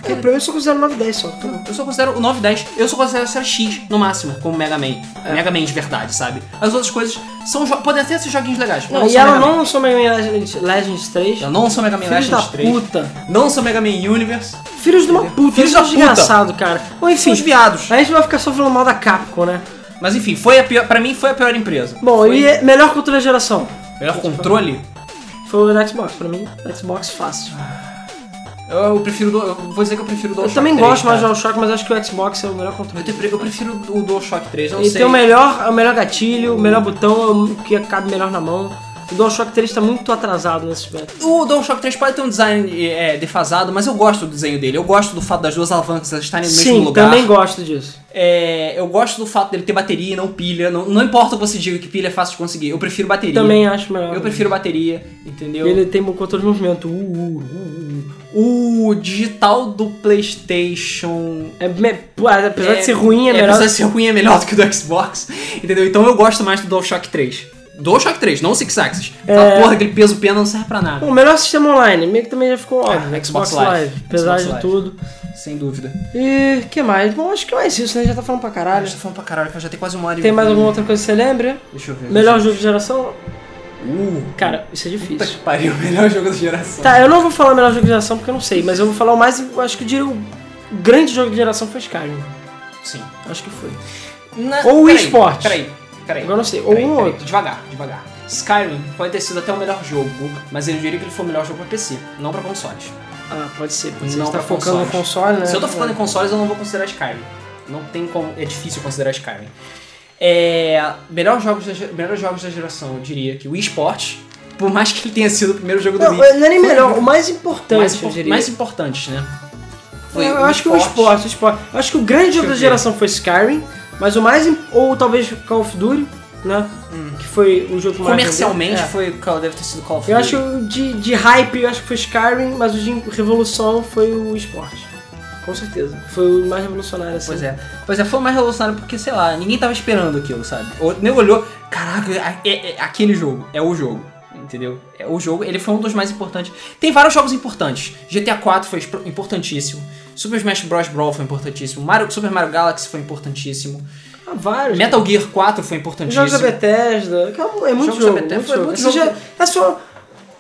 S2: É, pra mim eu só considero 9 10 só. tá bom.
S1: Eu só considero o 910, eu só considero a série X no máximo, como Mega Man.
S2: É.
S1: Mega Man de verdade, sabe? As outras coisas são jo- podem até ser joguinhos legais. mas
S2: Não, e
S1: são
S2: ela
S1: Mega
S2: não
S1: Man.
S2: lançou Mega Man Legends, Legends 3.
S1: Eu não sou Mega Man
S2: Filhos da
S1: Legends 3.
S2: puta.
S1: Não sou Mega Man Universe.
S2: Filhos de uma puta.
S1: Filhos
S2: isso
S1: da
S2: é
S1: puta.
S2: desgraçado, cara. Bom,
S1: São
S2: enfim.
S1: os viados.
S2: A gente vai ficar só falando mal da Capcom, né?
S1: Mas enfim, foi a pior, pra mim foi a pior empresa.
S2: Bom,
S1: Foi
S2: e melhor cultura da geração?
S1: Melhor controle?
S2: Foi o da Xbox, pra mim. Xbox fácil.
S1: Ah, Eu, eu prefiro do, eu vou dizer que eu prefiro o
S2: Eu
S1: DualShock
S2: também
S1: 3,
S2: gosto mais do
S1: cara.
S2: DualShock, mas acho que o Xbox é o melhor
S1: eu,
S2: controle.
S1: te pre- eu prefiro o DualShock 3, eu não
S2: Ele
S1: sei.
S2: tem o melhor, o melhor gatilho, o melhor botão, é o que cabe melhor na mão. O DualShock 3 tá muito atrasado nesse aspecto.
S1: O DualShock 3 pode ter um design é, defasado, mas eu gosto do desenho dele. Eu gosto do fato das duas alavancas elas estarem no É, mesmo
S2: Sim,
S1: lugar.
S2: também gosto disso.
S1: É, eu gosto do fato dele ter bateria e não pilha. Não, não importa o que você diga que pilha é fácil de conseguir. Eu prefiro bateria.
S2: Também acho melhor.
S1: Eu prefiro bateria, entendeu?
S2: Ele tem o controle de movimento. Uh, uh, uh, uh.
S1: O digital do PlayStation.
S2: É, me- pô, apesar
S1: é-
S2: de ser ruim, é, melhor.
S1: Apesar de ser ruim, é melhor do que o do Xbox. Entendeu? Então eu gosto mais do DualShock 3. DualShock 3, não o Six Axis.
S2: É.
S1: A porra daquele peso pena não serve pra nada.
S2: Bom, o melhor sistema online, meio que também já ficou óbvio.
S1: Ah,
S2: É, Xbox,
S1: Xbox
S2: Live,
S1: Live,
S2: apesar
S1: Xbox
S2: de
S1: Live.
S2: tudo.
S1: Sem dúvida.
S2: E que mais? Bom, acho que é mais isso, né? Já tá falando pra
S1: A
S2: caralho.
S1: gente tá falando pra caralho que eu já tenho quase uma hora e
S2: Tem mais
S1: meia.
S2: alguma outra coisa que você lembra?
S1: Deixa eu ver.
S2: Melhor jogo de geração?
S1: Uh,
S2: Cara, isso é
S1: puta
S2: difícil.
S1: que pariu, melhor jogo da geração.
S2: Tá, eu não vou falar melhor jogo de geração porque eu não sei, mas eu vou falar o mais. eu Acho que eu diria o grande jogo de geração foi Skyrim.
S1: Sim.
S2: Acho que foi.
S1: Na-
S2: Ou o
S1: peraí,
S2: esporte.
S1: Peraí, peraí.
S2: Agora eu não sei, ou
S1: peraí,
S2: um ou
S1: peraí,
S2: outro.
S1: Devagar, devagar. Skyrim pode ter sido até o melhor jogo, mas eu diria que ele foi o melhor jogo pra PC, não pra consoles.
S2: Ah, pode ser, pode ser.
S1: Não
S2: Você tá
S1: pra
S2: focando no
S1: consoles.
S2: console, né?
S1: Se eu tô falando em consoles, eu não vou considerar Skyrim. Não tem como. É difícil considerar Skyrim. É, melhor jogos da, ge- melhores jogos da geração, eu diria que o esporte, por mais que ele tenha sido o primeiro jogo do
S2: Não,
S1: Wii.
S2: não é nem
S1: foi o
S2: melhor, o
S1: jogo
S2: mais importante,
S1: mais,
S2: eu
S1: impor-
S2: diria.
S1: mais importante, né? Foi um
S2: eu acho que o esporte, o esporte. Eu acho que o grande jogo
S1: eu
S2: da
S1: ver.
S2: geração foi Skyrim, mas o mais. im- Ou talvez Call of Duty, né? Que foi o jogo que mais.
S1: Hum. Comercialmente
S2: vendeu. É.
S1: foi, deve ter sido Call of Duty.
S2: Eu acho que o de, de hype, eu acho que foi Skyrim, mas o de revolução foi o esporte. Com certeza. Foi o mais revolucionário, assim.
S1: Pois é. Pois é, foi mais revolucionário porque, sei lá, ninguém tava esperando aquilo, sabe? O nego olhou, caraca, é- é- é aquele jogo, é o jogo. Entendeu? É o jogo, ele foi um dos mais importantes. Tem vários jogos importantes. GTA 4 foi espro- importantíssimo. Super Smash Bros. Brawl foi importantíssimo. Mario, Super Mario Galaxy foi importantíssimo.
S2: Ah, vários.
S1: Metal Gear 4 foi
S2: Jogos da
S1: importantíssimo.
S2: Bethesda. Acabou, É muito
S1: Jogos da
S2: jogo.
S1: Bethesda,
S2: muito
S1: foi
S2: jogo.
S1: muito
S2: Essa
S1: jogo.
S2: gera- É só.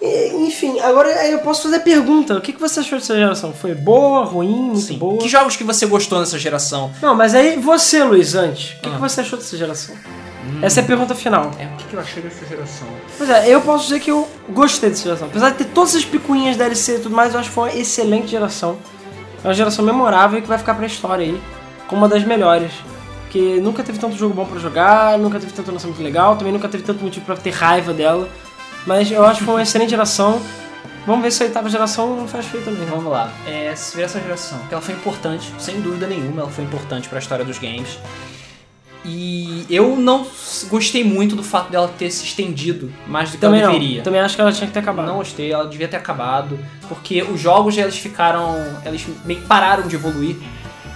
S2: e- Enfim, agora aí eu posso fazer a pergunta. O que que você achou dessa geração? Foi boa, ruim, muito
S1: Sim.
S2: boa?
S1: Que jogos que você gostou nessa geração?
S2: Não, mas aí você, Luiz, antes. O que, que você achou dessa geração? Essa é a pergunta final.
S1: É, o que que eu achei dessa geração?
S2: Pois é, eu posso dizer que eu gostei dessa geração. Apesar de ter todas essas picuinhas DLC e tudo mais, eu acho que foi uma excelente geração. É uma geração memorável e que vai ficar pra história aí, como uma das melhores. Porque nunca teve tanto jogo bom pra jogar, nunca teve tanto lançamento legal, também nunca teve tanto motivo pra ter raiva dela. Mas eu acho que foi uma excelente geração. Vamos ver se a oitava geração não faz feio também.
S1: Vamos lá. É, se vê essa geração, que ela foi importante, sem dúvida nenhuma, ela foi importante pra história dos games. E eu não s- gostei muito do fato dela ter se estendido mais do que
S2: Também
S1: ela
S2: não.
S1: deveria.
S2: Também acho que ela tinha que ter acabado.
S1: Não gostei, ela devia ter acabado, porque os jogos eles ficaram, eles meio que pararam de evoluir.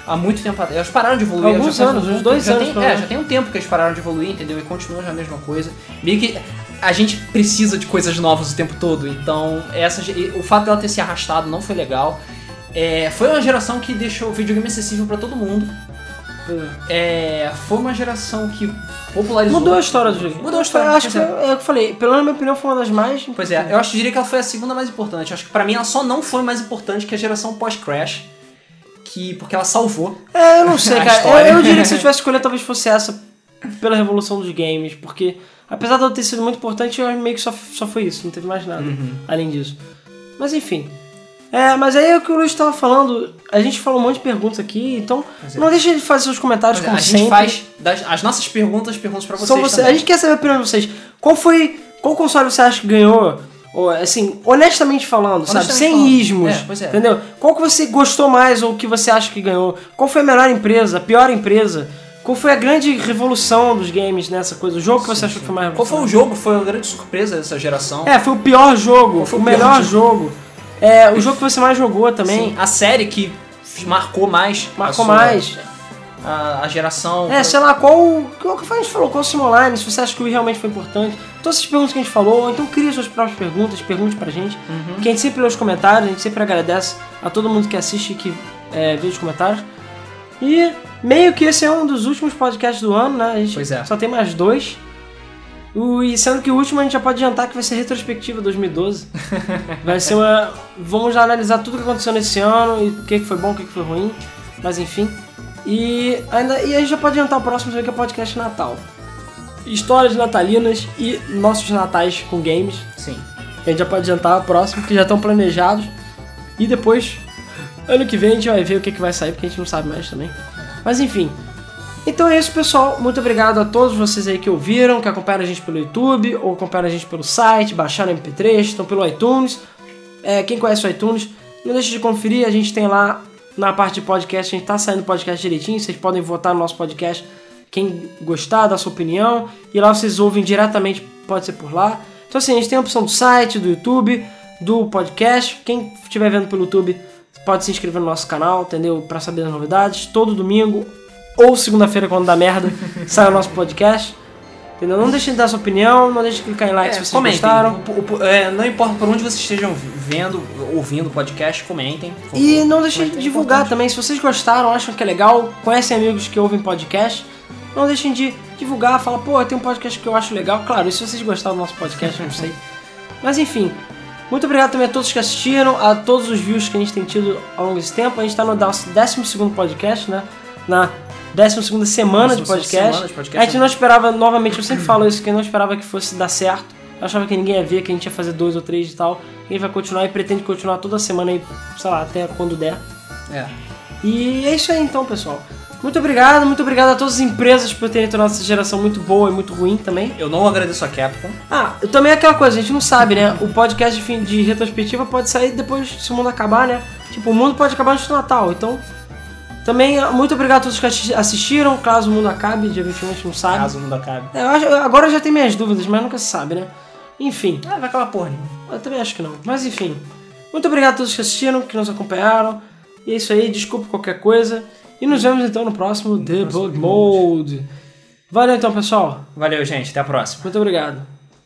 S1: Há muito tempo atrás. Eles pararam de evoluir.
S2: Alguns
S1: já faz um
S2: anos, uns
S1: tempo,
S2: dois
S1: já
S2: anos,
S1: Tem,
S2: pelo
S1: é,
S2: menos.
S1: já tem um tempo que eles pararam de evoluir, entendeu? E continuam já a mesma coisa. Meio que a gente precisa de coisas novas o tempo todo, então essa, ge- o fato dela ter se arrastado não foi legal. É, foi uma geração que deixou o videogame acessível pra todo mundo. é, foi uma geração que popularizou.
S2: Mudou a história do jogo.
S1: Mudou a história,
S2: Eu acho que,
S1: pois
S2: é o que eu falei, pelo menos na minha opinião foi uma das mais.
S1: Pois é, eu acho diria que ela foi a segunda mais importante. Eu acho que pra mim ela só não foi mais importante que a geração pós-Crash, que porque ela salvou.
S2: É, eu não sei,
S1: A
S2: cara.
S1: história.
S2: Eu, eu diria que se eu tivesse escolhido, talvez fosse essa pela revolução dos games, porque apesar de eu ter sido muito importante, eu meio que só, só foi isso, não teve mais nada
S1: Uhum.
S2: além disso. Mas enfim. É, mas aí é o que o Luiz estava falando, a gente falou um monte de perguntas aqui, então
S1: Pois é.
S2: não deixa de fazer seus comentários
S1: Pois é,
S2: como
S1: a gente
S2: sempre.
S1: faz das- as nossas perguntas, perguntas pra vocês.
S2: São vocês.
S1: também.
S2: A gente quer saber a opinião de vocês. Qual foi. Qual console você acha que ganhou? Ou, assim, honestamente falando, sabe?
S1: Honestamente
S2: Sem
S1: falando.
S2: ismos.
S1: É, pois é.
S2: Entendeu? Qual que você gostou mais ou que você acha que ganhou? Qual foi a melhor empresa, a pior empresa? Qual foi a grande revolução dos games nessa coisa? O jogo que você achou que foi mais
S1: Qual foi o
S2: revolucionário?
S1: jogo? que Foi uma grande surpresa dessa geração.
S2: É, foi o pior jogo,
S1: Qual foi
S2: o
S1: o pior
S2: melhor jogo. É, o jogo que você mais jogou também.
S1: Sim, Assim, é. a série que f- marcou mais.
S2: Marcou
S1: a sua-
S2: mais.
S1: A, a geração.
S2: É, sei lá, qual. Qual que foi a gente falou? Qual sim online? Se você acha que o Wii realmente foi importante. Todas essas perguntas que a gente falou, ou então cria suas próprias perguntas, pergunte pra gente. Que Uhum. a gente sempre lê os comentários, a gente sempre agradece a todo mundo que assiste e que é, vê os comentários. E meio que esse é um dos últimos podcasts do ano, né? A gente
S1: Pois é.
S2: só tem mais dois. O- E sendo que o último a gente já pode adiantar que vai ser retrospectiva 2012. Vai ser uma. Vamos lá analisar tudo que aconteceu nesse ano e o que que foi bom, o que que foi ruim, mas enfim. E ainda e a gente já pode adiantar o próximo também, que é o podcast Natal. Histórias natalinas e nossos natais com games.
S1: Sim.
S2: A gente já pode adiantar o próximo, que já estão planejados. E depois, ano que vem, a gente vai ver o que, que vai sair, porque a gente não sabe mais também. Mas enfim. Então é isso, pessoal. Muito obrigado a todos vocês aí que ouviram, que acompanharam a gente pelo YouTube, ou acompanharam a gente pelo site, baixaram o MP3, estão pelo iTunes. É, quem conhece o iTunes, não deixe de conferir, a gente tem lá na parte de podcast, a gente tá saindo podcast direitinho, vocês podem votar no nosso podcast quem gostar, dar sua opinião, e lá vocês ouvem diretamente, pode ser por lá. Então assim, a gente tem a opção do site, do YouTube, do podcast, quem estiver vendo pelo YouTube pode se inscrever no nosso canal, entendeu? Pra saber das novidades, todo domingo ou segunda-feira quando dá merda, sai o nosso podcast. Entendeu? Não deixem de dar sua opinião, não deixem de clicar em like
S1: É,
S2: se vocês
S1: comentem.
S2: gostaram.
S1: O- o- é, não importa por onde vocês estejam vendo, ouvindo o podcast, comentem. por
S2: E
S1: favor.
S2: não deixem
S1: Mas
S2: de
S1: é
S2: divulgar
S1: importante.
S2: também. Se vocês gostaram, acham que é legal, conhecem amigos que ouvem podcast, não deixem de divulgar, fala, pô, tem um podcast que eu acho legal. Claro, e se vocês gostaram do nosso podcast, eu não sei. Mas enfim, muito obrigado também a todos que assistiram, a todos os views que a gente tem tido ao longo desse tempo. A gente tá no nosso 12 podcast, né? Na 12 semana de
S1: Nossa,
S2: podcast.
S1: semana de né?
S2: A gente não esperava, novamente, eu sempre falo isso, que eu não esperava que fosse dar certo. Eu achava que ninguém ia ver, que a gente ia fazer dois ou três e tal. E vai continuar e pretende continuar toda semana aí, sei lá, até quando der.
S1: É.
S2: E é isso aí então, pessoal. Muito obrigado, muito obrigado a todas as empresas por terem tornado essa geração muito boa e muito ruim também.
S1: Eu não agradeço a Capcom.
S2: Ah, e também é aquela coisa, a gente não sabe, né? O podcast de, fim, de retrospectiva pode sair depois se o mundo acabar, né? Tipo, o mundo pode acabar antes do Natal, então... Também, ah, muito obrigado a todos que assi- assistiram, caso o mundo acabe, dia 21 a gente não sabe.
S1: Caso o mundo acabe.
S2: É, eu acho- agora eu já tenho minhas dúvidas, mas nunca se sabe, né? Enfim,
S1: Ah, vai acabar porra nenhuma.
S2: eu também acho que não. Mas enfim, muito obrigado a todos que assistiram, que nos acompanharam. E é isso aí, desculpa qualquer coisa. E nos vemos então no próximo The Bug Mode. Valeu então, pessoal.
S1: Valeu, gente. Até a próxima.
S2: Muito obrigado.